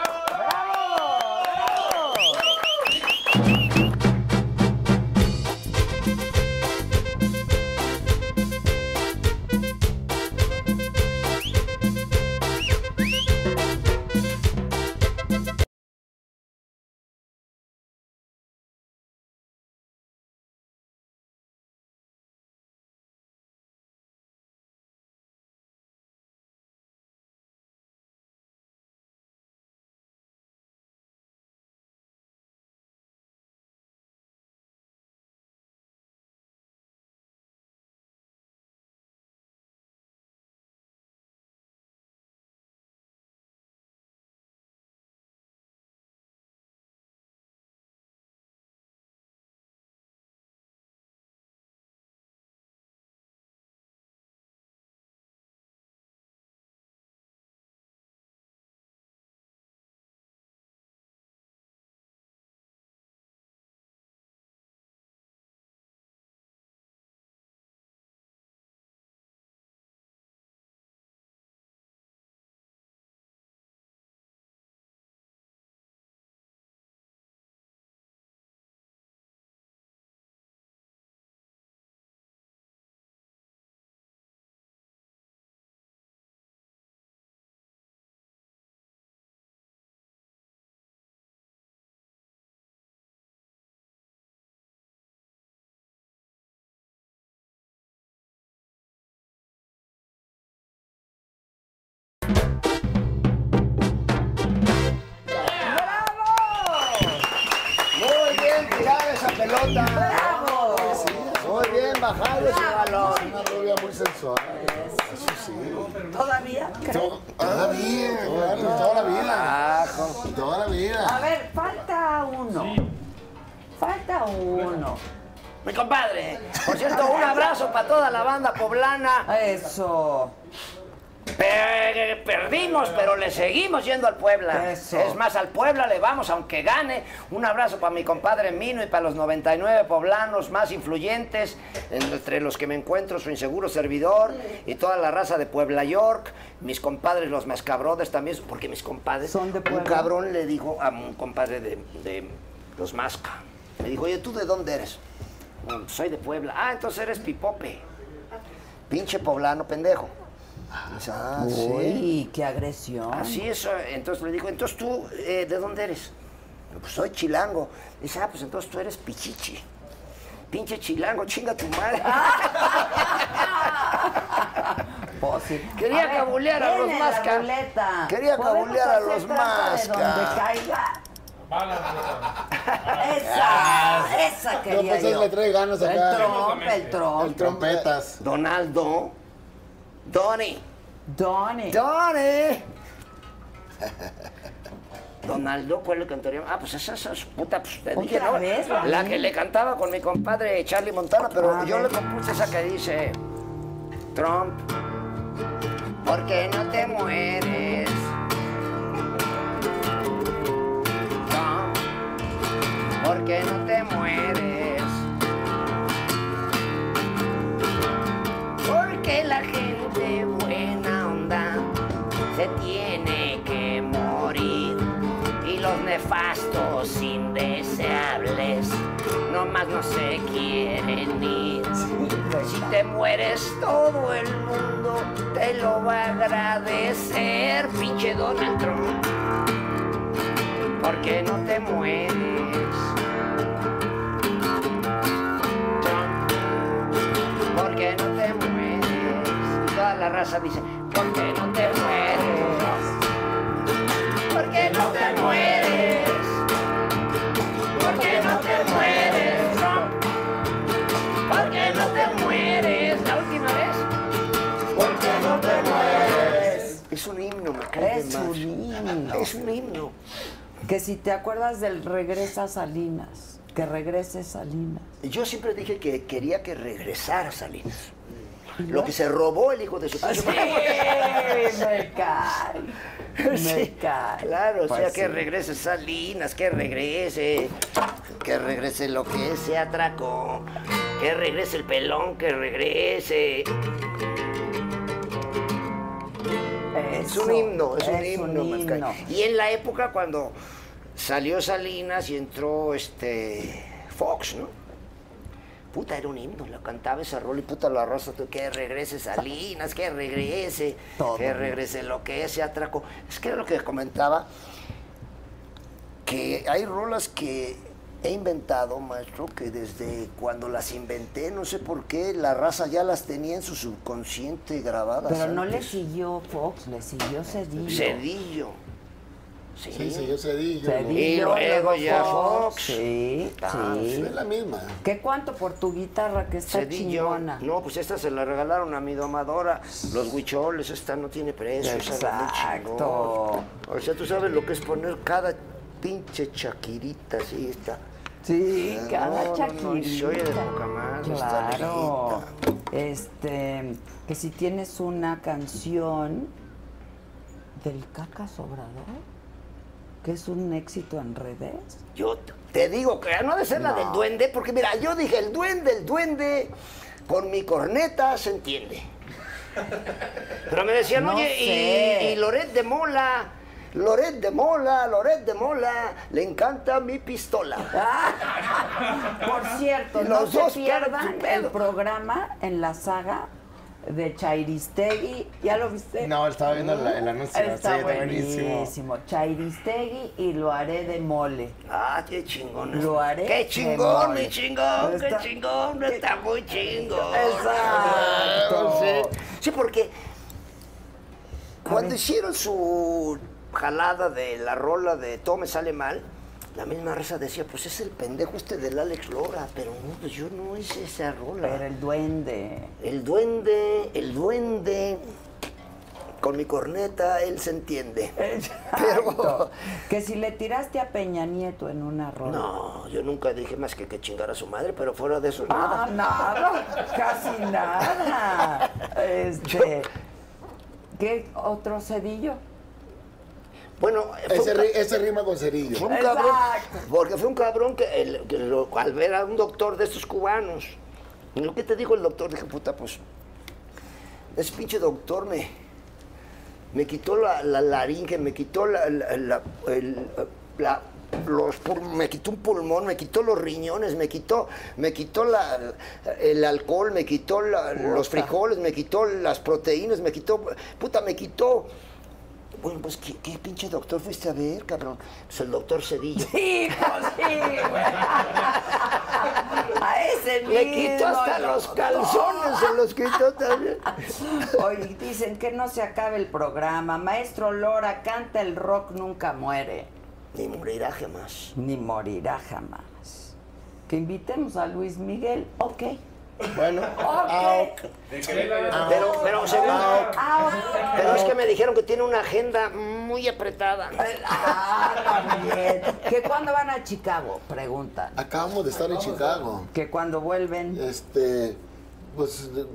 Speaker 8: sensual. Eso sí.
Speaker 2: ¿Todavía?
Speaker 8: To- Todavía, claro, Ah, toda la vida. Toda la vida.
Speaker 2: A ver, falta uno. Falta uno.
Speaker 1: Mi compadre. Por cierto, un abrazo para toda la banda poblana.
Speaker 2: Eso.
Speaker 1: perdimos, pero le seguimos yendo al Puebla.
Speaker 2: Eso.
Speaker 1: Es más, al Puebla le vamos, aunque gane. Un abrazo para mi compadre Mino y para los 99 poblanos más influyentes, entre los que me encuentro su inseguro servidor y toda la raza de Puebla York. Mis compadres, los mascabrodes también, porque mis compadres. Son de Un
Speaker 2: Puebla.
Speaker 1: cabrón le dijo a un compadre de, de los masca. Me dijo, oye, ¿tú de dónde eres? "Mm, Soy de Puebla. Ah, entonces eres pipope. Pinche poblano pendejo. Dice, "Ah, sí".
Speaker 2: Uy, qué agresión.
Speaker 1: Así es, eh, entonces le digo, entonces tú, eh, ¿de dónde eres? Pues soy chilango. Dice, ah, pues entonces tú eres pichichi. Pinche chilango, chinga tu madre. Quería
Speaker 2: ver,
Speaker 1: cabulear a los
Speaker 2: viene la
Speaker 1: mascas.
Speaker 2: ruleta.
Speaker 1: Quería
Speaker 2: Podemos
Speaker 1: cabulear a
Speaker 2: hacer
Speaker 1: los
Speaker 2: trampa de Donde
Speaker 1: mascas.
Speaker 2: caiga.
Speaker 1: Ah.
Speaker 2: Esa, esa
Speaker 8: Yo
Speaker 2: quería
Speaker 8: pensé que
Speaker 2: yo.
Speaker 8: pues, le trae ganas
Speaker 2: el
Speaker 8: acá.
Speaker 2: trompe, el trompe.
Speaker 8: El trompetas.
Speaker 1: Donaldo. Donny.
Speaker 2: Donny.
Speaker 1: Donny. Donaldo, ¿cuál le cantaríamos? Ah, pues esa esa es puta. Pues, te dije,
Speaker 2: ¿Otra
Speaker 1: ¿no?
Speaker 2: vez,
Speaker 1: la
Speaker 2: Donny?
Speaker 1: que le cantaba con mi compadre Charlie Montana, pero
Speaker 2: A
Speaker 1: yo
Speaker 2: ver.
Speaker 1: le compuse esa que dice: Trump, ¿por qué no te mueres? Trump, ¿por qué no te mueres? Porque la gente buena onda se tiene que morir. Y los nefastos indeseables nomás no se quieren ir. Si te mueres todo el mundo te lo va a agradecer, pinche Donald Trump. Porque no te mueres. Trump, Porque no te mueres. Y toda la raza dice, porque no te mueres. Porque no te mueres. Porque no te mueres, Trump. Porque no te mueres. La última vez. Porque no te mueres. Es un himno, me cae de
Speaker 2: Pues, Es
Speaker 1: madre.
Speaker 2: un himno.
Speaker 1: Es un himno.
Speaker 2: Que si te acuerdas del regresa Salinas, que regrese Salinas.
Speaker 1: Yo siempre dije que quería que regresara Salinas. Lo que se robó el hijo de su
Speaker 2: Ah, Sí,
Speaker 1: padre.
Speaker 2: Pues, me cae. Me cae.
Speaker 1: Claro, o sea,
Speaker 2: Pues
Speaker 1: que
Speaker 2: sí.
Speaker 1: regrese Salinas, que regrese, que regrese lo que se atracó, que regrese el pelón, que regrese. Es
Speaker 2: Eso,
Speaker 1: un himno, es, un
Speaker 2: es un
Speaker 1: himno, Mascay.
Speaker 2: himno.
Speaker 1: Y en la época cuando salió Salinas y entró este Fox, ¿no? Puta, era un himno, la cantaba esa rola y puta la raza, tú, que regrese Salinas, que regrese,
Speaker 2: Todo.
Speaker 1: que regrese lo que se atracó. Es que era lo que comentaba, que hay rolas que he inventado, maestro, que desde cuando las inventé, no sé por qué, la raza ya las tenía en su subconsciente grabadas.
Speaker 2: Pero no le
Speaker 1: antes.
Speaker 2: siguió Fox, le siguió Cedillo.
Speaker 1: Cedillo. Sí,
Speaker 8: Sí, sí, yo sé, di, yo no.
Speaker 2: Cedillo,
Speaker 1: Y luego ya Fox.
Speaker 2: Sí,
Speaker 1: Ah,
Speaker 2: sí.
Speaker 8: pues, Es la misma.
Speaker 2: ¿Qué cuánto por tu guitarra que está
Speaker 1: Cedillo.
Speaker 2: chingona?
Speaker 1: No, pues esta se la regalaron a mi domadora. Los huicholes, esta no tiene precio. esa es la muy
Speaker 2: Exacto.
Speaker 1: chingona. O sea, tú sabes lo que es poner cada pinche chaquirita así esta.
Speaker 2: Sí,
Speaker 1: Ah,
Speaker 2: cada
Speaker 1: no, no,
Speaker 2: chaquirita.
Speaker 1: no, y se oye de poca madre, está
Speaker 2: Claro.
Speaker 1: lejita.
Speaker 2: Este, que si tienes una canción del Caca Sobrador, que es un éxito en redes.
Speaker 1: Yo te digo que no ha de ser la
Speaker 2: No.
Speaker 1: del duende, porque mira, yo dije el duende, el duende, con mi corneta se entiende. Pero me decían,
Speaker 2: No
Speaker 1: oye, y,
Speaker 2: sé.
Speaker 1: y Loret de Mola, Loret de Mola, Loret de Mola, le encanta mi
Speaker 2: Ah,
Speaker 1: pistola.
Speaker 2: Por cierto, no
Speaker 1: Los
Speaker 2: se
Speaker 1: dos
Speaker 2: pierdan
Speaker 1: pierden su
Speaker 2: el
Speaker 1: pedo.
Speaker 2: programa en la saga de Chairistegui. ¿Ya lo viste?
Speaker 10: No, estaba viendo la- el anuncio,
Speaker 2: Está
Speaker 10: sí, está buenísimo.
Speaker 2: buenísimo. Chairistegui y lo haré de mole.
Speaker 1: Ah, qué chingón.
Speaker 2: Lo haré
Speaker 1: Qué
Speaker 2: de
Speaker 1: chingón,
Speaker 2: mole.
Speaker 1: mi chingón, qué
Speaker 2: Está-
Speaker 1: chingón, está muy chingón. Ah,
Speaker 2: Exacto.
Speaker 1: Sí, sí, porque cuando hicieron su jalada de la rola de Todo me sale mal, la misma raza decía, pues es el pendejo este del Alex Lora, pero no, pues yo no hice esa rola.
Speaker 2: Pero el duende.
Speaker 1: El duende, el duende. Con mi corneta él se entiende.
Speaker 2: Pero que si le tiraste a Peña Nieto en una rola.
Speaker 1: No, yo nunca dije más que que chingara a su madre, pero fuera de eso
Speaker 2: Ah,
Speaker 1: nada.
Speaker 2: nada, casi nada. Este, ¿Qué otro cedillo?
Speaker 1: Bueno,
Speaker 8: Ese, ri- ese rima con cerillo.
Speaker 1: Fue un cabrón, porque fue un cabrón que, el- que lo- al ver a un doctor de estos cubanos, lo que te dijo el doctor, dije, puta, pues, ese pinche doctor me, me quitó la, la laringe, me quitó la, la- la- el- la- los pul- me quitó un pulmón, me quitó los riñones, me quitó, me quitó la- el alcohol, me quitó la- los frijoles, me quitó las proteínas, me quitó, puta, me quitó. Bueno, pues, ¿qué, qué pinche doctor fuiste a ver, cabrón? Pues el doctor Cedillo.
Speaker 2: Sí, pues sí, güey. A ese mismo.
Speaker 1: Le quitó hasta los calzones, se los quitó también.
Speaker 2: Hoy dicen que no se acabe el programa. Maestro Lora, canta el rock nunca muere.
Speaker 1: Ni morirá jamás.
Speaker 2: Ni morirá jamás. Que invitemos a Luis Miguel, ok.
Speaker 8: Bueno,
Speaker 1: ah,
Speaker 2: Ah, ok.
Speaker 1: Pero, pero, según-
Speaker 2: Ah.
Speaker 1: pero es que me dijeron que tiene una agenda muy apretada.
Speaker 2: Bien. ¿Que cuándo van a Chicago? Preguntan.
Speaker 8: Acabamos de estar en Chicago.
Speaker 2: ¿Que cuando vuelven?
Speaker 8: Este, pues de-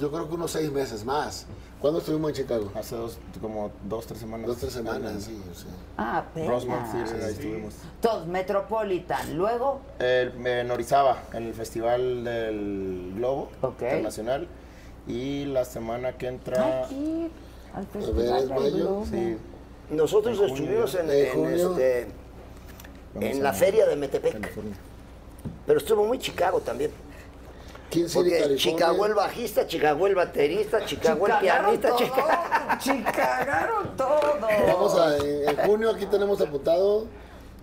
Speaker 8: yo creo que unos seis meses más. ¿Cuándo estuvimos en Chicago?
Speaker 10: Hace dos, como dos, tres semanas.
Speaker 8: Dos, tres semanas, sí, sí.
Speaker 2: Ah, apenas.
Speaker 10: Rosemont Theater, ahí estuvimos.
Speaker 2: Todos, Metropolitan. Luego,
Speaker 10: El, en Orizaba, en el Festival del Globo Internacional. Y la semana que entra...
Speaker 2: Aquí, al
Speaker 10: A ver,
Speaker 2: Festival
Speaker 10: es
Speaker 2: del
Speaker 10: mayo,
Speaker 2: Globo.
Speaker 10: sí.
Speaker 1: Nosotros
Speaker 10: En junio,
Speaker 1: estuvimos en,
Speaker 10: ¿no? En
Speaker 1: en
Speaker 10: junio.
Speaker 1: este,
Speaker 10: Vamos
Speaker 1: en
Speaker 10: a-
Speaker 1: la feria de Metepec. Pero estuvo muy Chicago también.
Speaker 8: King City,
Speaker 1: Porque
Speaker 8: California.
Speaker 1: Chicago el bajista, Chicago el baterista, Chicago el
Speaker 2: Chicagaron
Speaker 1: pianista,
Speaker 2: todo,
Speaker 1: Chicago.
Speaker 2: Chicagaron todo.
Speaker 8: Vamos a, en, en junio aquí tenemos apuntado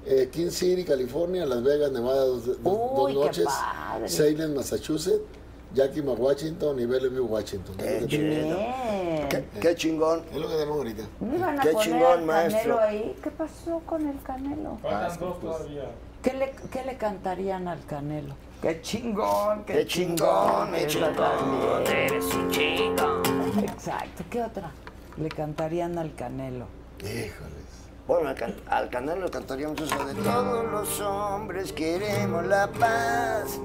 Speaker 8: eh, King City, California, Las Vegas, Nevada, dos, dos- dos
Speaker 2: qué
Speaker 8: noches.
Speaker 2: padre.
Speaker 8: Salem, Massachusetts, Yakima, Washington y Bellevue, Washington. Eh.
Speaker 1: Qué chido.
Speaker 2: Bien.
Speaker 1: Qué, qué chingón.
Speaker 8: Es lo que tenemos ahorita.
Speaker 2: ¿No iban a
Speaker 1: Qué
Speaker 2: poner
Speaker 1: chingón,
Speaker 2: al
Speaker 1: maestro.
Speaker 2: Canelo ahí? ¿Qué pasó con el Canelo?
Speaker 8: Ah.
Speaker 10: Faltan dos
Speaker 8: pues.
Speaker 10: todavía.
Speaker 2: ¿Qué le, qué le cantarían al Canelo? ¡Qué chingón! ¡Qué,
Speaker 1: Qué chingón, qué
Speaker 2: es la
Speaker 1: chingón!
Speaker 2: Canelo.
Speaker 1: Eres un chingón.
Speaker 2: Exacto. ¿Qué otra? Le cantarían al Canelo.
Speaker 1: Bueno, al, can- al canal lo cantaríamos eso de todos los hombres queremos la paz,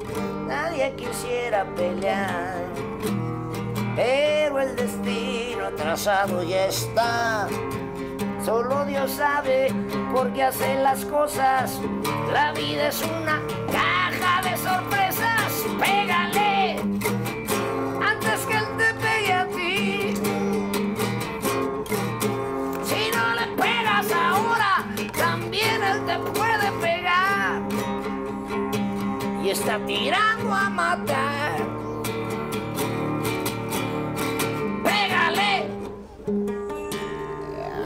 Speaker 1: nadie quisiera pelear, pero el destino trazado ya está. Solo Dios sabe por qué hace las cosas. La vida es una caja de sorpresas. Pégale antes que él te pegue a ti. Si no le pegas ahora, también él te puede pegar. Y está tirando a matar. Pégale.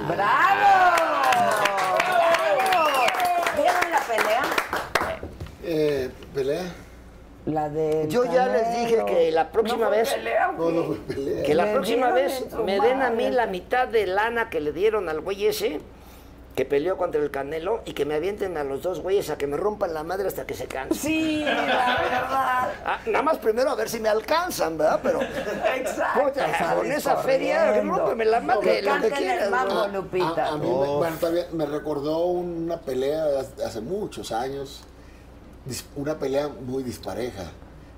Speaker 2: ¡Bravo! ¡Bravo! ¿Vieron la pelea?
Speaker 8: Eh, ¿Pelea?
Speaker 2: La de.
Speaker 1: Yo ya les dije que la próxima vez.
Speaker 8: No, no fue pelea.
Speaker 1: Que la
Speaker 2: Le
Speaker 1: próxima
Speaker 2: dieron
Speaker 1: vez
Speaker 2: en su
Speaker 1: me den a mí
Speaker 2: madre.
Speaker 1: la mitad de lana que le dieron al güey ese que peleó contra el Canelo y que me avienten a los dos güeyes a que me rompan la madre hasta que se cansen.
Speaker 2: Sí, la verdad.
Speaker 1: Ah, nada más primero a ver si me alcanzan, ¿verdad? Pero
Speaker 2: Exacto.
Speaker 1: Puta,
Speaker 2: sales
Speaker 1: con esa feria,
Speaker 2: corriendo.
Speaker 1: rómpeme la madre, lo que
Speaker 2: Canten el
Speaker 1: quieras.
Speaker 2: mambo,
Speaker 1: ¿no?
Speaker 2: Lupita.
Speaker 8: Ah, A, a mí me, bueno, también me recordó una pelea de hace- hace muchos años, dis- una pelea muy dispareja.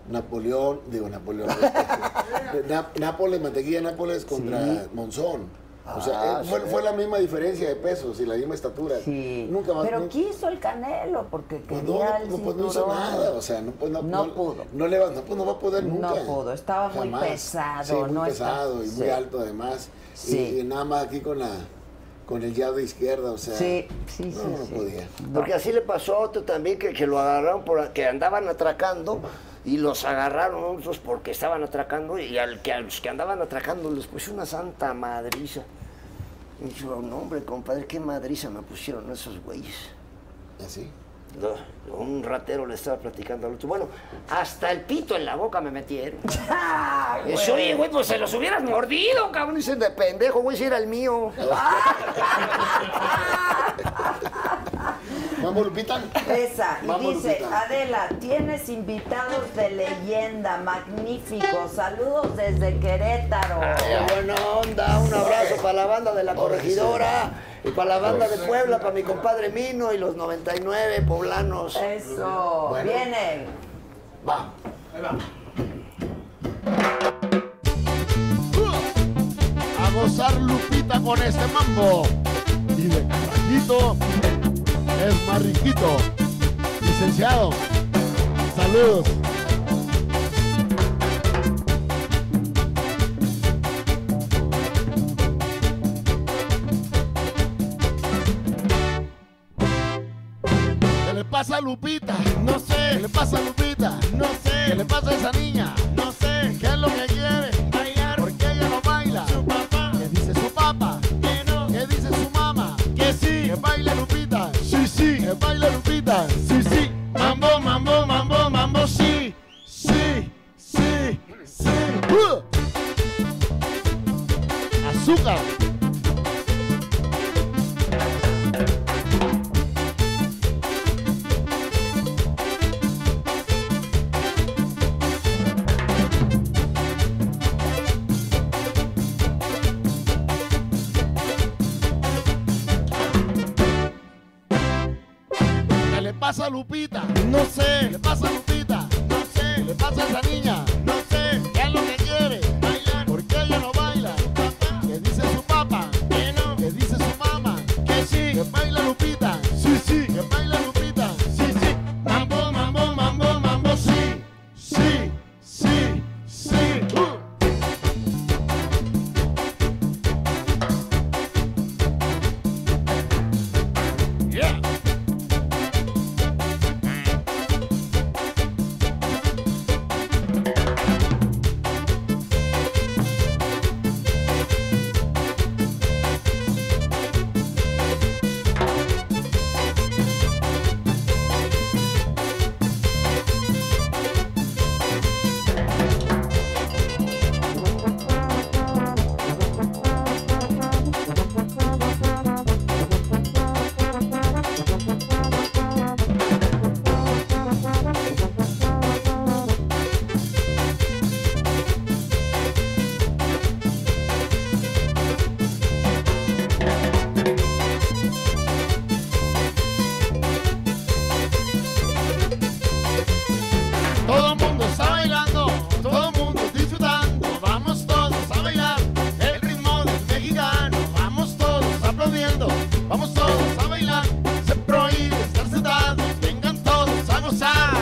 Speaker 8: Napoleón, digo Napoleón, este, Na- Nápoles, Mantequilla Nápoles contra Monzón. O sea,
Speaker 1: Ah,
Speaker 8: eh, fue,
Speaker 1: sí.
Speaker 8: fue la misma diferencia de pesos y la misma estatura.
Speaker 2: Sí.
Speaker 8: Nunca más.
Speaker 2: Pero
Speaker 8: nunca-
Speaker 2: quiso el Canelo porque
Speaker 8: pues
Speaker 2: quería
Speaker 8: no,
Speaker 2: el
Speaker 8: no, pues no hizo
Speaker 2: cinturón.
Speaker 8: nada, o sea, no, pues no,
Speaker 2: No pudo.
Speaker 8: No, le va, no, pues no va a poder
Speaker 2: No
Speaker 8: nunca.
Speaker 2: pudo, estaba muy pesado,
Speaker 8: Sí, muy
Speaker 2: no está-
Speaker 8: pesado y
Speaker 2: sí.
Speaker 8: muy alto además.
Speaker 2: Sí.
Speaker 8: Y, y nada más aquí con la con el jab de izquierda, o sea,
Speaker 2: Sí, sí,
Speaker 8: no,
Speaker 2: sí,
Speaker 8: no
Speaker 2: sí.
Speaker 8: podía.
Speaker 1: Porque así le pasó a otro también que, que lo agarraron, por, que andaban atracando y los agarraron otros porque estaban atracando y al que, a los que andaban atracando les puso una santa madriza. Y yo, no hombre, compadre, qué madriza me pusieron esos güeyes.
Speaker 8: Así.
Speaker 1: No, Un ratero le estaba platicando al otro. Bueno, hasta el pito en la boca me metieron. Y dice, oye, güey, pues se los hubieras mordido, cabrón. Y Dice, de pendejo, güey, si era el mío.
Speaker 8: Vamos, Lupita.
Speaker 2: Esa, y
Speaker 8: Vamos,
Speaker 2: dice,
Speaker 8: Lupita.
Speaker 2: Adela, tienes invitados de leyenda, magnífico. Saludos desde Querétaro.
Speaker 7: Qué buena onda, un abrazo para la banda de la corregidora y para la banda de Puebla, para mi compadre Mino y los 99 poblanos.
Speaker 2: Eso,
Speaker 7: Bueno.
Speaker 2: vienen.
Speaker 7: Va.
Speaker 5: A gozar Lupita con este mambo. Y de carajito es más riquito. Licenciado, saludos. ¿Qué le pasa a Lupita? No sé. ¿Qué le pasa a Lupita? No sé. ¿Qué le pasa a esa niña? No sé. ¿Qué es lo que quiere? Bailar. ¿Por qué ella no baila? Su papá. ¿Qué dice su papá? Que no. ¿Qué dice su mamá? Que sí. Que baile Lupita. Sí, sí. Que baile Lupita. Sí, sí. Mambo, mambo, mambo, mambo, sí. Sí, sí, sí. ¡Uh! Azúcar. ¿Qué le pasa a Lupita? No sé. ¿Qué le pasa a Lupita? No sé. ¿Qué le pasa a esa niña? No sé. ¿Qué es lo que quiere? Bailar. ¿Por qué ella no baila? ¿Qué dice su papá? Que no. ¿Qué dice su mamá? Que sí. ¿Que baila Lupita? Sí, sí. ¿Que baila Lupita? Sí, sí. Mambo, mambo, mambo, mambo, sí. Sí, sí, sí. Uh. Yeah. Todo el mundo está bailando, todo el mundo disfrutando, vamos todos a bailar el ritmo del mexicano, vamos todos aplaudiendo, vamos todos a bailar, se prohíbe estar sentados, vengan todos a gozar.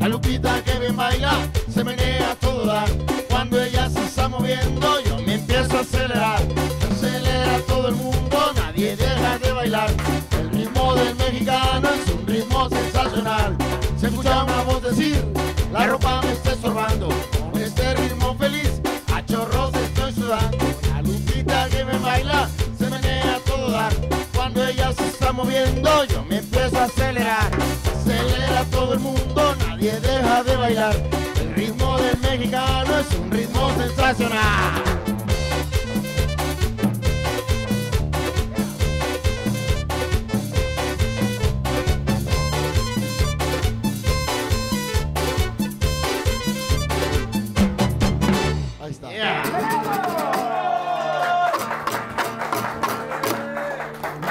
Speaker 5: La Lupita que bien baila, se menea a todo dar, cuando ella se está moviendo yo me empiezo a acelerar, Se acelera todo el mundo, nadie deja de bailar, el ritmo del mexicano es un ritmo sensacional. Se escucha una voz decir, la ropa me está estorbando. Con este ritmo feliz, a chorros estoy sudando. La lupita que me baila, se menea a todo dar. Cuando ella se está moviendo, yo me empiezo a acelerar. Acelera todo el mundo, nadie deja de bailar. El ritmo del mexicano es un ritmo sensacional. Ahí está.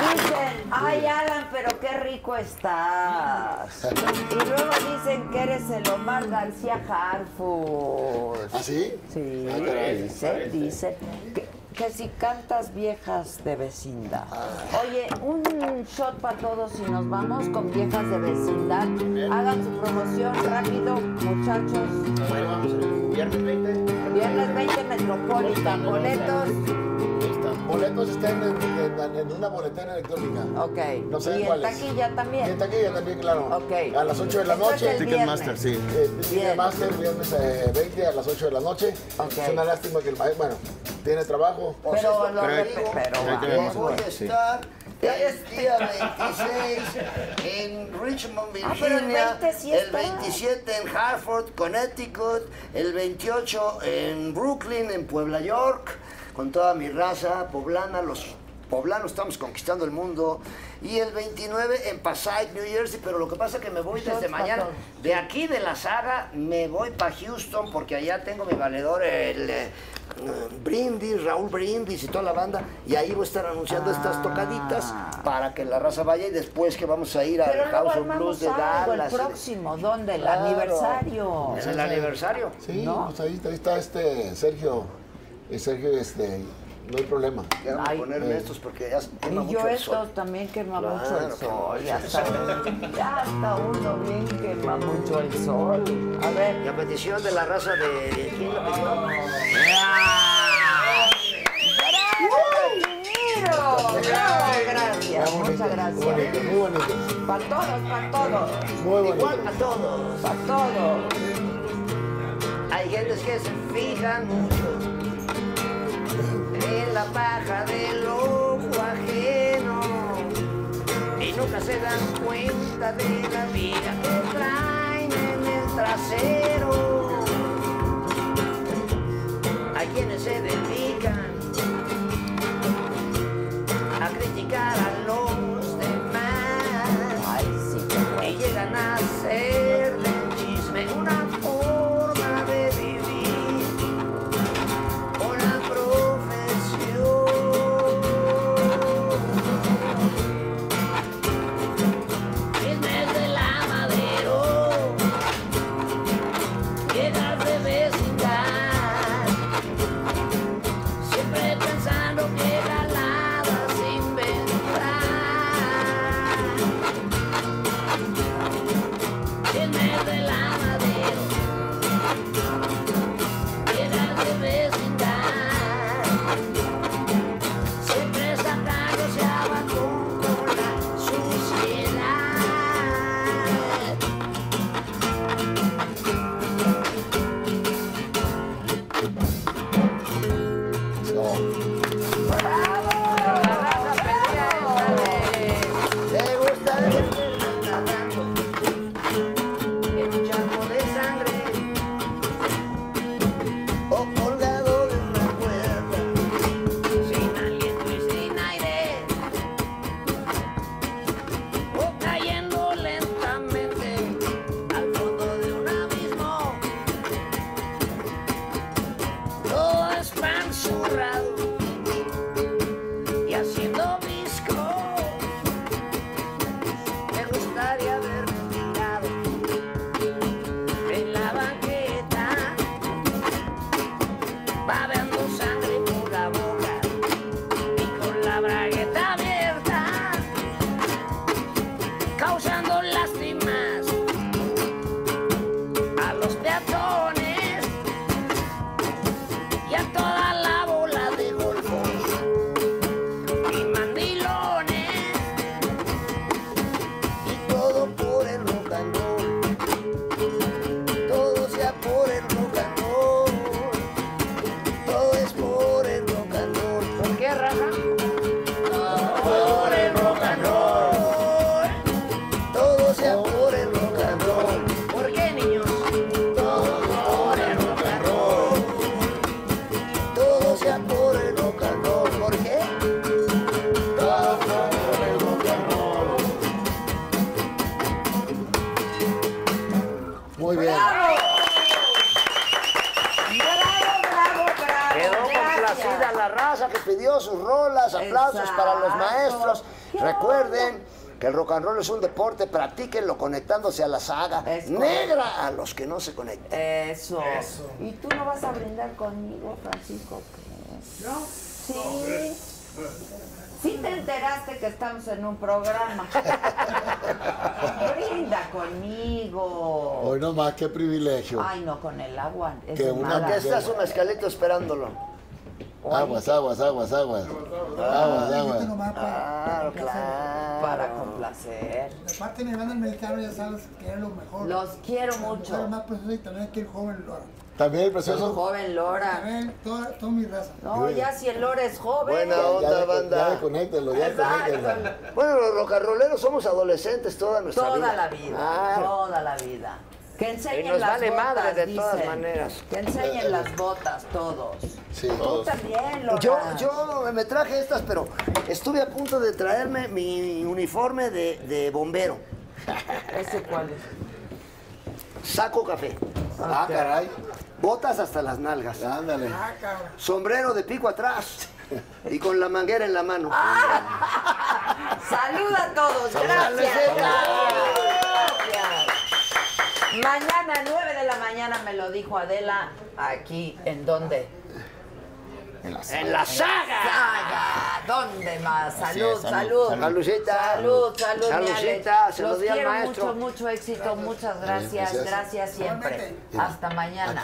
Speaker 2: Dicen, ay Alan, pero qué rico estás. Y luego dicen que eres el Omar García Harford.
Speaker 8: ¿Ah, sí?
Speaker 2: Sí,
Speaker 8: Ah, caray.
Speaker 2: dicen, dicen que, que si cantas viejas de vecindad. Oye, un shot para todos y nos vamos con viejas de vecindad. Hagan su promoción rápido, muchachos.
Speaker 12: Bueno, vamos el viernes 20.
Speaker 2: Viernes 20 Metropolitan, boletos.
Speaker 8: Boletos están en, en- en una boletera electrónica.
Speaker 2: Ok.
Speaker 8: No sé
Speaker 2: y en
Speaker 8: cuáles.
Speaker 2: taquilla también.
Speaker 8: Y en taquilla también, claro.
Speaker 2: Ok.
Speaker 8: A las 8 de la
Speaker 2: Esto es
Speaker 8: noche.
Speaker 2: el Ticketmaster,
Speaker 8: sí.
Speaker 10: Eh,
Speaker 8: Ticketmaster, viernes eh, 20 a las 8 de la noche. Es una lástima que el maestro, bueno, tiene trabajo.
Speaker 2: Pero
Speaker 8: Pero
Speaker 2: lo rep- pero va.
Speaker 7: Yo voy a estar el día 26 en Richmond, Virginia.
Speaker 2: Ah, pero el 20 sí
Speaker 7: el
Speaker 2: está.
Speaker 7: 27 en Hartford, Connecticut. El 28 en Brooklyn, en Puebla, York. Con toda mi raza poblana, los Poblano, estamos conquistando el mundo. Y el 29 en Passaic, New Jersey, pero lo que pasa es que me voy desde mañana. De aquí de la saga me voy para Houston porque allá tengo mi valedor, el eh, Brindis, Raúl Brindis y toda la banda. Y ahí voy a estar anunciando estas tocaditas
Speaker 2: Ah.
Speaker 7: para que la raza vaya y después que vamos a ir al
Speaker 2: Pero luego
Speaker 7: House of Blues
Speaker 2: armamos
Speaker 7: de
Speaker 2: algo el
Speaker 7: Dallas.
Speaker 2: próximo. ¿Dónde? El
Speaker 7: Claro.
Speaker 2: aniversario.
Speaker 7: Es el aniversario.
Speaker 8: Sí, pues ahí, ahí está este Sergio. Eh, Sergio, este, no hay problema.
Speaker 7: Ya voy a ponerme
Speaker 8: Eh,
Speaker 7: estos porque ya se quema
Speaker 2: Y yo
Speaker 7: mucho el sol.
Speaker 2: estos también quema
Speaker 7: Claro,
Speaker 2: mucho el
Speaker 7: quema
Speaker 2: sol.
Speaker 7: mucho
Speaker 2: Ya
Speaker 7: el
Speaker 2: está, ya está uno bien quema mucho el sol. A ver.
Speaker 7: La petición de la raza de. ¿Quién la petición?
Speaker 2: ¡Bravo, Gracias, muchas gracias.
Speaker 8: Muy bonito.
Speaker 2: Para todos, para todos.
Speaker 8: Muy bonito.
Speaker 7: Igual para todos.
Speaker 2: Para todos.
Speaker 7: Hay gentes que se fijan mucho en la paja del ojo ajeno y nunca se dan cuenta de la vida que traen en el trasero. Hay quienes se dedican a criticar a los demás y llegan a hacer del chisme una forma de vivir una profesión. Chismes de lamadero, llegas de vecindad, siempre pensando que galadas inventar. Chismes de lamadero. Llegas de vecindad, siempre sacándose abajo con la suciedad. Te gusta el charco de sangre o colgado de una puerta sin aliento y sin aire o cayendo lentamente al fondo de un abismo todo espanzurrado y haciendo disco me gustaría haberme tirado en la banqueta babeando sangre por la boca y con la bragueta abierta, causando lástimas a los peatones y a toda la bola de golfos y mandilones y todo por el rock and roll, todo sea por el rock and roll. Todo es por el rock and roll. ¿Por qué, Rafa? Todo por el rock and roll. Todo sea por el rock and roll. ¿Por qué, niños? Todo por el rock and roll. Todo sea por el rock and roll. ¿Por qué? Todo por el rock and roll.
Speaker 8: Muy bien.
Speaker 7: Quedó complacida la raza que pidió sus rolas, aplausos para los maestros. Recuerden que el rock and roll es un deporte, practíquenlo conectándose a la saga negra a los que no se conectan.
Speaker 2: Eso. ¿Y tú no vas a brindar conmigo, Francisco? ¿No? Sí. Sí te enteraste que estamos en un programa. Brinda conmigo.
Speaker 8: Hoy nomás, qué privilegio.
Speaker 2: Ay, no, con el agua. Es
Speaker 8: Que una-
Speaker 2: mala.
Speaker 7: Aquí está su mezcalito esperándolo.
Speaker 8: Aguas, aguas, aguas, aguas.
Speaker 7: Ah.
Speaker 2: Ah,
Speaker 8: Aguas, aguas.
Speaker 7: Claro, claro.
Speaker 2: Para complacer.
Speaker 13: Aparte, mi hermano el mexicano ya sabes que es lo mejor.
Speaker 2: Los quiero mucho.
Speaker 13: Lo más precioso y también aquí el joven Lora.
Speaker 8: También el
Speaker 2: Un
Speaker 8: precioso.
Speaker 2: joven Lora.
Speaker 13: También toda, toda mi raza.
Speaker 2: No, ya si el Lora es joven.
Speaker 7: Buena
Speaker 8: Ya
Speaker 7: onda,
Speaker 8: de- Ya
Speaker 7: banda.
Speaker 8: desconéctenlo, ya desconéctenlo.
Speaker 7: Bueno, los rocarroleros somos adolescentes toda nuestra vida.
Speaker 2: Toda la vida.
Speaker 7: Claro.
Speaker 2: Toda la vida. Que enseñen
Speaker 7: Ah. Y nos
Speaker 2: las
Speaker 7: vale
Speaker 2: botas,
Speaker 7: madre de todas
Speaker 2: dicen.
Speaker 7: maneras.
Speaker 2: Que enseñen las botas todos.
Speaker 8: Sí,
Speaker 2: Tú también, Lola.
Speaker 7: Yo, yo me traje estas, pero estuve a punto de traerme mi uniforme de, de bombero.
Speaker 2: ¿Ese cuál es?
Speaker 7: Saco café.
Speaker 8: Ah, caray.
Speaker 7: Botas hasta las nalgas.
Speaker 8: Ándale.
Speaker 7: Sombrero de pico atrás. Y con la manguera en la mano.
Speaker 2: Ah, Saluda a todos, gracias. Gracias. Mañana, 9 de la mañana, me lo dijo Adela, aquí, ¿en dónde?
Speaker 7: En la saga. En la saga.
Speaker 2: Saga. ¿Dónde más?
Speaker 7: Así
Speaker 2: Salud,
Speaker 7: es,
Speaker 2: salud.
Speaker 7: salud, salud. Salucita.
Speaker 2: Salud, salud. mi Alex.
Speaker 7: Salucita, se lo
Speaker 2: Los
Speaker 7: di al
Speaker 2: quiero
Speaker 7: maestro.
Speaker 2: mucho, mucho éxito. Muchas gracias,
Speaker 7: Gracias.
Speaker 2: gracias siempre. Hasta mañana.